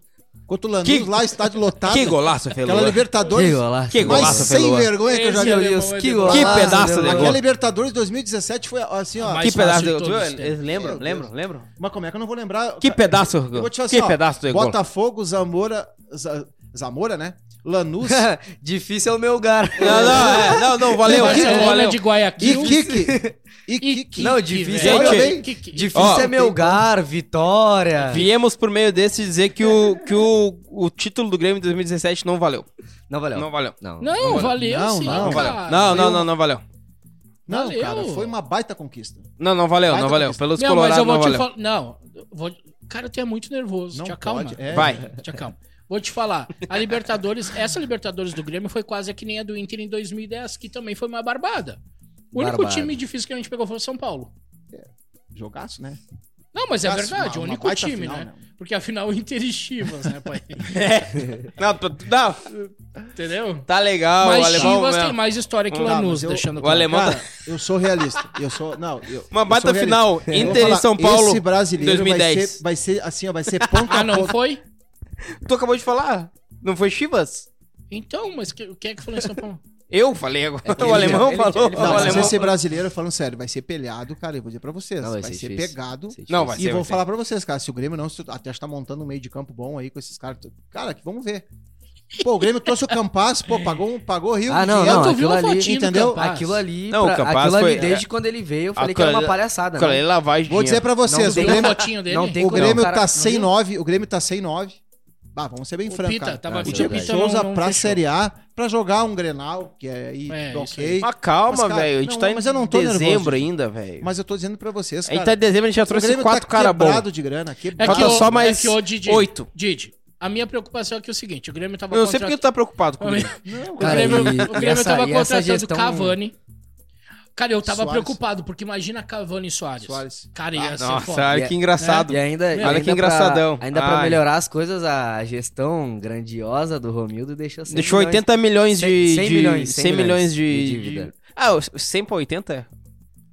S1: Contra o Lanús
S3: Que-
S1: lá, estádio lotado.
S3: Que golaço, Fê
S1: Aquela
S3: Luan.
S1: Libertadores.
S4: Que golaço.
S3: Que
S1: mais
S3: golaço,
S1: sem
S3: Luan.
S1: vergonha que eu já
S2: Esse é
S1: vi.
S4: Meu
S2: Meu
S4: Deus,
S2: Deus,
S4: que
S2: que
S4: golaço.
S3: pedaço de gol.
S4: meu
S1: Aquela
S4: Deus.
S1: Libertadores 2017 foi assim, ó.
S2: Mas- Mais fácil
S3: Que pedaço
S2: de
S3: do
S2: todos
S3: tu-
S2: os tempos.
S3: Eles lembram,
S1: Meu
S3: lembram, lembram?
S1: Mas como é que eu não vou lembrar?
S3: Que pedaço,
S1: Eu vou te falar
S3: Que
S1: assim, ó,
S3: pedaço do gol.
S1: Botafogo, Zamora. Za- Zamora, né? Lanús.
S4: Difícil é o meu lugar.
S3: Não, não, é, não, não, valeu, valeu,
S2: Barcelona
S3: valeu.
S2: um de Guayaquil.
S1: e Kiki. E Kiki.
S4: Não, difícil
S1: é
S2: velho.
S1: que- Olha
S2: Que- que-
S4: Difícil
S3: Ó,
S4: é meu lugar, vitória.
S3: Viemos por meio desse dizer que o, que o, o título do Grêmio em 2017 não valeu.
S4: Não valeu.
S3: Não valeu.
S4: Não.
S2: Não, é valeu
S1: Não,
S2: sim,
S1: não,
S3: Valeu.
S2: cara.
S3: Não, não, não, não valeu.
S1: Não,
S2: Valeu.
S1: cara, foi uma baita conquista.
S3: Não, não valeu,
S1: Vai,
S3: não valeu.
S1: Douglas.
S3: Pelos
S2: Não, mas
S3: colorados,
S2: eu
S3: não
S2: vou te
S3: valeu.
S2: falar. Não, eu vou... cara, tu é muito nervoso.
S1: Não
S2: te acalma.
S1: pode. É,
S3: Vai.
S2: Te acalma. Vou te falar. A Libertadores, essa Libertadores do Grêmio foi quase que nem a do Inter em 2010, que também foi uma barbada. O único
S4: Barbada.
S2: time difícil que a gente pegou foi o São Paulo.
S1: Jogaço, né?
S2: Não, mas é
S1: Jogaço,
S2: verdade,
S1: uma-
S2: o
S1: uma
S2: único
S1: baita
S2: time,
S1: final,
S2: né? Porque afinal o Inter e Chivas, né, pai?
S3: Não, tu- tu- não,
S2: Entendeu?
S3: tá legal, o
S2: mas
S3: alemão.
S2: Chivas
S3: não.
S2: tem mais história que o
S1: Tá, mas
S2: Lanús,
S1: eu-
S2: deixando
S3: o
S2: claro.
S3: alemão-
S1: Cara, eu sou realista. Eu sou. Não, eu.
S3: Uma
S1: eu
S3: baita
S1: sou realista.
S3: final,
S1: Eu vou
S3: Inter e
S1: falar,
S3: São
S1: Esse
S3: Paulo,
S1: brasileiro
S3: 2010.
S1: Vai, ser, vai ser assim, ó, vai ser ponta
S2: Ah,
S1: a
S2: não
S1: ponta.
S2: foi?
S3: Tu acabou de falar. Não foi Chivas?
S2: Então, mas que- quem é que falou em São Paulo?
S3: Eu falei
S1: É
S3: agora.
S4: que
S3: o
S4: ele-
S3: alemão
S4: ele-
S3: falou.
S4: ele-
S1: Não,
S3: o
S1: mas
S3: alemão...
S1: esse brasileiro, falando sério, vai ser pelhado, cara. Eu vou dizer pra vocês.
S4: Não,
S1: vai, ser,
S4: difícil.
S1: pegado.
S4: Vai ser
S3: Não,
S4: difícil.
S3: vai
S1: E
S3: ser. um
S1: vou
S3: vai ser.
S1: falar pra vocês, cara, se o Grêmio não se- até está montando um meio de campo bom aí com esses caras. tu- Cara, que vamos ver. Pô, o Grêmio trouxe o Campas, pô, pagou, um- pagou o Rio.
S4: Ah, não,
S1: dinheiro.
S4: não,
S2: tu viu
S4: aquilo
S2: a
S4: ali,
S2: fotinho do
S1: entendeu?
S2: Campas?
S4: Aquilo ali,
S3: Não,
S4: pra-
S3: o Campas
S4: aquilo ali
S3: foi-
S4: desde quando ele veio, eu falei que
S3: Aquilo
S4: era uma
S3: ali-
S4: palhaçada. né?
S3: Falei
S4: não.
S3: é lavagem.
S1: Vou dizer pra
S4: é Não
S1: vocês, o
S2: Tem
S4: tem
S2: uma
S1: Grêmio,
S2: fotinho dele?
S4: Não tem
S1: o Grêmio
S4: não, cara,
S1: tá
S4: não
S1: sem
S4: viu?
S1: nove, o Grêmio tá sem nove. Bah, vamos ser bem
S2: O
S1: francos,
S2: Pita,
S1: cara.
S2: tava
S4: Ah,
S1: o
S4: isso é
S1: Diego
S4: verdade.
S1: Souza
S2: não- não
S1: pra
S2: fechou.
S1: Série A pra jogar um Grenal, que é aí,
S2: É, isso aí.
S1: ok.
S3: Ah, calma,
S1: Mas, cara,
S3: velho. A
S1: não,
S3: gente tá
S1: mas
S3: em
S1: eu não tô nervoso,
S3: dezembro
S1: gente.
S3: ainda, velho.
S1: Mas eu tô dizendo pra vocês,
S3: A gente
S1: cara.
S3: tá em dezembro, a gente já
S1: o
S3: trouxe
S1: Grêmio
S3: quatro
S1: tá
S3: caras bons.
S1: quebrado de grana.
S2: É
S1: Quebrado.
S2: que
S3: Falta
S2: o-
S3: só mais
S2: é que o Didi,
S3: oito.
S2: Didi, a minha preocupação é que é o seguinte, o Grêmio tava
S3: Eu não sei porque
S2: contratando-
S3: tu tá preocupado comigo.
S1: Não, cara.
S2: O
S4: Cara,
S2: Grêmio,
S4: e-
S2: o
S4: e
S2: Grêmio
S4: essa-
S2: tava
S4: e essa
S2: contratando
S4: gestão-
S2: Cavani. Cara, eu tava
S1: Soares.
S2: preocupado, porque imagina Cavani e Soares.
S1: Soares.
S2: Cara, ia ser
S3: Ah, Nossa,
S2: foda.
S1: É,
S3: olha que engraçado.
S4: E ainda,
S2: Olha
S4: e ainda
S3: que engraçadão.
S4: Pra, ainda pra
S3: Ai.
S4: melhorar as coisas, a gestão grandiosa do Romildo deixou 100
S3: Deixou
S4: milhões.
S3: 80 milhões de.
S4: 100
S3: de-
S4: milhões,
S3: 100
S4: 100
S3: milhões
S4: milhões
S3: de.
S4: de dívida.
S3: de- Ah, os- os 100 pra 80?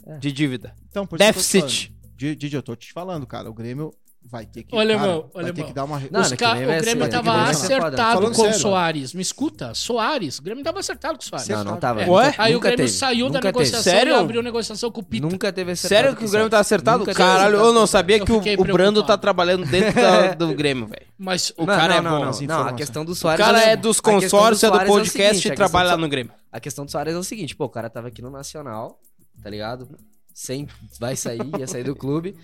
S4: É.
S3: De dívida.
S1: Então, por isso que eu tô te
S3: Deficit.
S1: falando. Di- Didi, eu tô te falando, cara. O Grêmio vai ter que.
S2: Ô, alemão,
S1: cara,
S2: ô,
S1: vai
S2: alemão. é
S1: ter que dar uma.
S4: Não,
S2: Os
S4: daqui
S2: ca-
S4: nem
S2: O
S1: é
S4: vai
S2: Grêmio
S1: assim, né?
S4: ser, daqui
S2: tava
S4: nem vai ser foda.
S2: acertado
S1: Falando
S2: com o
S1: sério.
S2: Soares. Me escuta, Soares. O Grêmio tava acertado com o Soares.
S4: Não, não tava.
S2: É.
S3: Ué?
S2: Aí o
S4: Nunca
S2: Grêmio
S4: teve.
S2: saiu da
S4: Nunca teve.
S2: negociação
S3: Sério?
S2: e abriu negociação com o Pita.
S4: Nunca teve acertado
S3: Sério que
S4: com
S3: o Grêmio tá acertado?
S4: Nunca teve
S3: Caralho,
S4: acertado
S3: eu não
S4: com
S3: sabia que o,
S2: Eu fiquei
S3: o Brando
S2: preocupado.
S3: tá trabalhando dentro da- do Grêmio, velho.
S2: Mas
S3: O
S4: Não,
S3: cara
S4: não,
S3: é bom.
S4: não,
S1: as
S4: não, não, a
S1: informações.
S4: questão do
S3: O
S4: Soares...
S3: cara
S4: eu
S3: é
S4: lembro.
S3: dos
S4: A questão
S3: consórcios, é do
S4: Soares o
S3: podcast
S4: seguinte, a
S3: e
S4: questão
S3: trabalha
S4: do
S3: lá no Grêmio.
S4: A questão do Soares é o seguinte, pô, o cara tava aqui no Nacional, tá ligado? Sem, vai sair, ia sair do clube.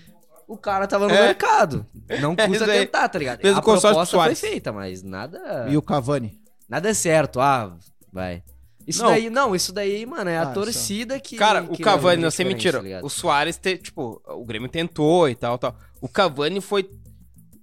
S4: O cara tava no
S3: É.
S4: mercado. Não
S3: É
S4: custa
S3: isso aí.
S4: tentar, tá ligado?
S3: Fez o
S4: a
S3: consórcio
S4: proposta
S3: do Suárez.
S4: foi feita, mas nada,
S1: E o Cavani.
S4: nada é certo. Ah, vai. Isso
S3: Não.
S4: daí, não, isso daí, mano, é a
S1: Ah, isso.
S4: torcida que.
S3: Cara, o
S4: que
S3: Cavani,
S4: realmente
S3: não sei
S4: diferente,
S3: mentira.
S4: tá ligado?
S3: o Soares, te- tipo, o Grêmio tentou e tal, tal. O Cavani foi.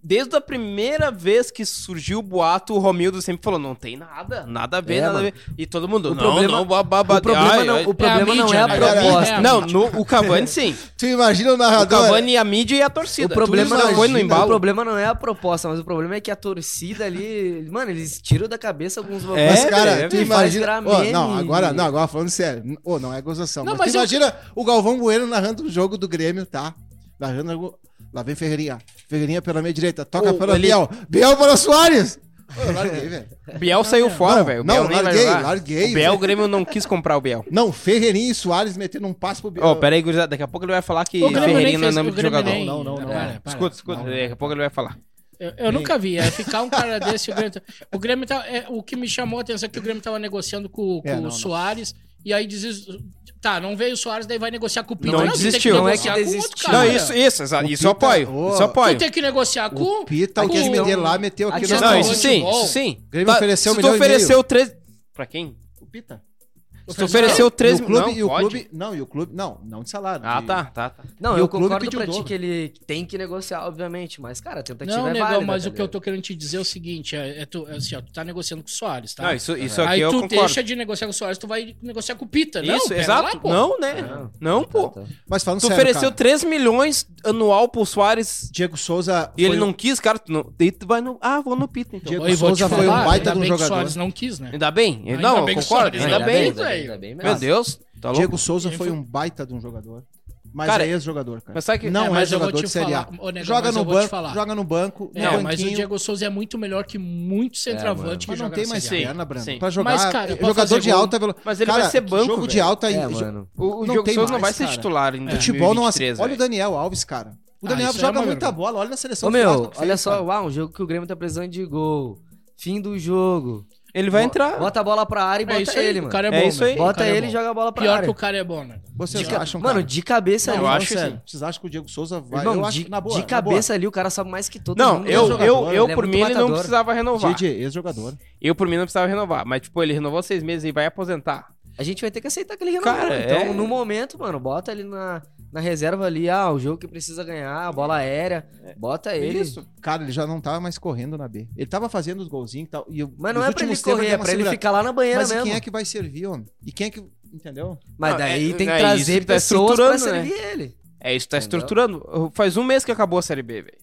S3: Desde a primeira vez que surgiu o boato, o Romildo sempre falou: não tem nada, nada a ver,
S4: É,
S3: nada
S4: mano.
S3: a ver. E todo mundo,
S4: O
S3: não,
S4: problema-
S3: não, bababá.
S4: O problema,
S3: ai,
S4: não,
S3: ai.
S4: o problema não é
S2: mídia,
S4: a
S2: né?
S4: proposta.
S2: É a
S3: Não, no- o Cavani sim.
S1: Tu imagina o
S3: O
S1: narrador?
S3: Cavani, a mídia e a torcida.
S4: O problema,
S3: Tudo isso
S4: não, é
S1: imagina-
S3: foi no
S4: o
S3: embalo.
S4: problema não é a proposta, mas o problema é que a torcida ali. Mano, eles tiram da cabeça alguns
S3: É,
S1: Mas,
S4: bagulhos.
S1: cara,
S3: velho,
S1: tu
S4: me faz
S1: imagina.
S4: virar
S1: Ô,
S4: meme.
S1: não, agora, não, agora falando sério. N- Ô, não é gozação.
S2: Não,
S1: mas,
S2: mas
S1: tu
S2: eu-
S1: imagina o Galvão Bueno narrando o jogo do Grêmio, tá? Narrando. algo- Lá vem Ferreirinha. Ferreirinha pela minha direita. Toca
S3: O-
S1: para
S3: ele-
S1: Biel. Biel para Soares! Ô, eu larguei, velho.
S3: Biel saiu fora, velho. O
S1: não,
S3: Biel nem vai
S1: larguei,
S3: jogar.
S1: larguei,
S3: O Biel,
S1: velho.
S3: o Grêmio não quis comprar o Biel.
S1: Não, Ferreirinha e Soares metendo um passe pro Biel.
S3: Ó, pera aí, gurizada. Daqui a pouco ele vai falar que
S2: O Grêmio
S3: Ferreirinha
S2: nem
S3: não é
S2: fez,
S3: nome
S2: o
S3: de
S2: Grêmio
S3: jogador.
S2: nem...
S1: Não, não, não.
S2: Para, para.
S3: Escuta, escuta. Daqui a pouco ele vai falar.
S2: Eu, eu nunca vi. É ficar um cara desse. O Grêmio, tá- o, Grêmio tá- é, o que me chamou a atenção é que o Grêmio tava negociando com, com
S1: É, não,
S2: o
S1: não.
S2: Soares. E aí diz. Tá, não veio o Soares, daí vai negociar com o Pita.
S3: Não
S2: tu tem que
S3: desistiu. Não é
S4: que
S2: negociar com outro
S4: desistiu.
S2: cara.
S3: Não, isso, isso, exa-
S1: O
S3: isso
S1: Pita-
S3: eu apoio.
S1: Ô.
S3: Isso eu apoio.
S2: Tu tem que negociar com.
S1: O Pita, o
S2: com-
S1: que me lá, meteu aqui
S4: Aqui
S1: na
S4: não,
S3: Não,
S1: mão.
S3: isso sim,
S2: futebol.
S3: isso sim.
S1: Grêmio ofereceu um
S3: se tu
S1: milhão e meio.
S3: ofereceu 13... Pra quem?
S1: O Pita.
S3: Se tu ofereceu 3
S5: E o clube,
S3: milhões,
S5: e o
S3: não, pode.
S5: clube, não, e o clube, não, não de salário.
S3: Ah,
S5: de-
S3: tá, tá, tá.
S4: Não,
S5: E
S4: eu
S5: o clube
S4: concordo
S5: pediu
S4: pra ti
S5: dobro.
S4: que ele tem que negociar, obviamente, mas, cara, a tentativa
S2: Não,
S4: é
S2: negão,
S4: válida,
S2: mas
S4: tá
S2: o que eu
S4: ligado?
S2: tô querendo te dizer é o seguinte: é, é tu, é assim, ó, tu tá negociando com o Soares, tá?
S3: Não, isso, isso aqui
S2: Aí
S3: eu
S2: tu
S3: concordo.
S2: deixa de negociar com o Soares, tu vai negociar com o Pita, não?
S3: isso,
S2: pera
S3: exato.
S2: lá, pô.
S3: não, né?
S4: Ah,
S3: Não, pô.
S4: tá, tá.
S1: Mas falando
S3: Tu
S1: sério,
S3: ofereceu
S1: cara,
S3: 3 milhões anual pro Soares
S1: Diego Souza
S3: e ele
S1: foi-
S3: não tá, quis, cara. Tu não... Daí tu vai no. Ah, vou no Pita, então.
S1: Diego
S2: Oi, vou
S1: Souza
S2: te
S1: foi um
S2: falar,
S1: baita
S2: ainda
S1: de um
S2: bem que o
S1: jogador.
S2: Soares não quis, né?
S3: Ainda bem?
S2: Ainda
S3: não,
S2: bem
S3: eu
S2: que
S3: concordo.
S2: sobe,
S3: Ainda
S2: né?
S3: bem.
S2: Ainda velho.
S4: bem,
S3: Meu
S4: mas-
S3: Deus. Tá louco.
S1: Diego Souza
S2: Ele
S1: foi
S2: foi-
S1: um baita de um jogador. Mas
S3: Cara,
S1: é ex-jogador, cara.
S3: Mas sabe que.
S2: É,
S1: Não é,
S2: mas eu vou
S1: jogador
S2: te
S1: de Série A.
S2: falar, ô, negão,
S1: joga,
S2: mas
S1: no
S2: eu vou te
S1: banco,
S2: falar.
S1: joga no banco, no
S2: É, mas o
S1: banquinho,
S2: Diego Souza é muito melhor que muito centroavante que
S1: mas não
S2: joga
S1: tem
S2: na
S1: mais
S2: Série A.
S3: Sim,
S1: perna, Brando.
S3: sim.
S1: Pra jogar,
S2: Mas, cara, pra
S1: jogador
S2: fazer
S1: de
S2: gol-
S1: alta velocidade.
S3: Mas ele
S1: Cara,
S3: vai ser banco.
S1: Jogo de
S3: velho.
S1: alta
S4: É,
S1: e
S4: mano.
S3: O, o
S1: não
S3: Diogo
S1: tem
S3: Souza não vai
S1: mais,
S3: ser
S1: cara. É.
S3: titular em
S1: futebol não ace-
S3: 2023,
S1: Olha o
S3: velho.
S1: Daniel Alves, cara. O
S2: Ah,
S1: Daniel
S2: isso é
S1: joga
S2: uma
S1: muita
S2: vergonha.
S1: bola. Olha na seleção
S4: Ô,
S1: fantástica
S4: meu,
S1: que
S4: olha
S1: fez,
S4: só,
S1: um cara.
S4: uau, um jogo que o Grêmio tá precisando de gol. Fim do jogo.
S3: Ele vai
S4: Bo-
S3: entrar.
S4: Bota a bola pra área e
S2: É
S4: bota
S2: isso aí,
S4: ele,
S2: o
S4: mano.
S2: cara é bom,
S3: É isso
S2: né?
S3: aí.
S2: O
S4: Bota
S2: cara é
S4: ele e
S2: bom.
S4: joga a bola pra
S2: Pior
S4: área.
S2: que o cara é bom, né?
S1: Vocês
S4: De ca-
S1: acham,
S4: Mano,
S1: cara?
S4: de cabeça
S1: Não,
S4: ali.
S3: eu
S1: fala
S3: acho que
S1: sério.
S3: sim.
S1: Vocês acham que o Diego Souza vai...
S4: Irmão,
S1: eu
S4: de,
S1: acho, na boa,
S4: de
S1: na
S4: cabeça ali, o cara sabe mais que todo
S3: Não, eu,
S4: mundo. Ele é
S3: eu,
S4: jogador,
S3: eu
S4: ele é
S3: por
S4: muito
S3: mim, ele não
S4: matador.
S3: precisava
S1: boa.
S3: renovar.
S1: Didi, ex-jogador.
S3: Eu, por mim, não precisava renovar. Mas, tipo, ele renovou seis meses e vai aposentar.
S4: A gente vai ter que aceitar que ele renovou.
S3: Cara,
S4: então,
S3: é.
S4: no momento, mano, bota ele na, na reserva ali. Ah, o jogo que precisa ganhar, a bola aérea.
S1: É,
S4: Bota ele.
S1: Cara, ele já não tava mais correndo na B. Ele tava fazendo os golzinhos e tal. E eu,
S4: Mas não
S1: nos
S4: é pra ele
S1: últimos tempos
S4: correr, é
S1: deu uma
S4: pra ele
S1: segurada.
S4: ficar lá na banheira
S1: Mas e
S4: mesmo.
S1: quem é que tá, vai servir, homem? E quem é que... Entendeu?
S4: Mas
S3: Não,
S4: daí
S3: é-
S4: tem que
S3: é isso
S4: trazer
S3: que tá
S4: pessoas pra
S3: estruturando, né?
S4: servir ele.
S3: É isso, tá
S4: Entendeu?
S3: estruturando. Faz um mês que acabou a Série B, velho.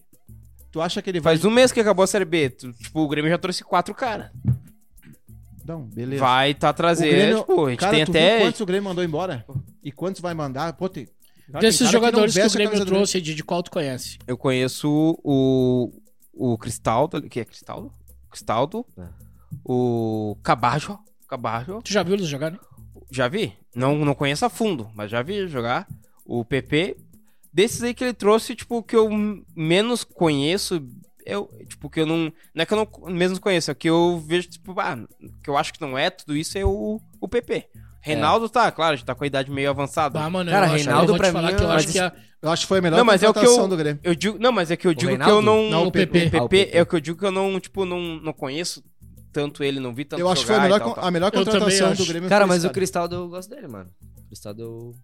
S1: Tu acha que ele vai...
S3: Faz um mês que acabou a Série B. Tu- Tipo, o Grêmio já trouxe quatro caras.
S1: Não, beleza.
S3: Vai tá trazer.
S1: O Grêmio-
S3: tipo, a gente
S1: cara,
S3: tem
S1: tu
S3: até.
S1: viu quantos o Grêmio mandou embora? E quantos vai mandar? Pô, tem... cara, tem
S2: Desses
S1: cara que não
S2: jogadores que, o
S1: veste a
S2: Grêmio
S1: camisa do Grêmio.
S2: trouxe, de, de qual tu conhece?
S3: Eu conheço o. O Cristaldo. Que é Cristaldo? Cristaldo.
S4: É.
S3: O Cabajo. Cabajo.
S2: Tu já viu eles jogarem?
S3: Já vi. Não, não conheço a fundo, mas já vi jogar. O PP. Desses aí que ele trouxe, tipo, que eu menos conheço. Eu, tipo, que eu não. Não é que eu não menos conheço, é que eu vejo, tipo, ah, que eu acho que não é, tudo isso é o, o PP. Reinaldo tá, claro, já tá com a idade meio avançada.
S2: Ah, mano,
S4: Cara,
S2: eu acho, eu
S4: Reinaldo
S2: vou te
S4: pra
S2: falar
S4: mim,
S2: que eu
S4: mas
S2: acho que a,
S1: Eu acho que foi a melhor
S3: Não, mas é o que eu-
S1: contratação do Grêmio.
S3: Eu digo, não, mas é que eu digo que
S4: Reinaldo?
S3: eu não,
S2: Não, o PP.
S4: Ah, o
S3: PP
S4: PP.
S3: é o que eu digo que eu não, tipo, não, não conheço tanto ele, não vi tanto
S1: Eu acho que foi a
S3: jogar e
S1: melhor,
S3: tal,
S1: con-
S3: tal.
S1: a melhor
S2: Eu também
S1: contratação
S2: acho.
S1: do Grêmio.
S4: Cara,
S1: foi
S4: mas
S1: esse
S4: o Cristaldo eu gosto dele, mano. O Cristaldo eu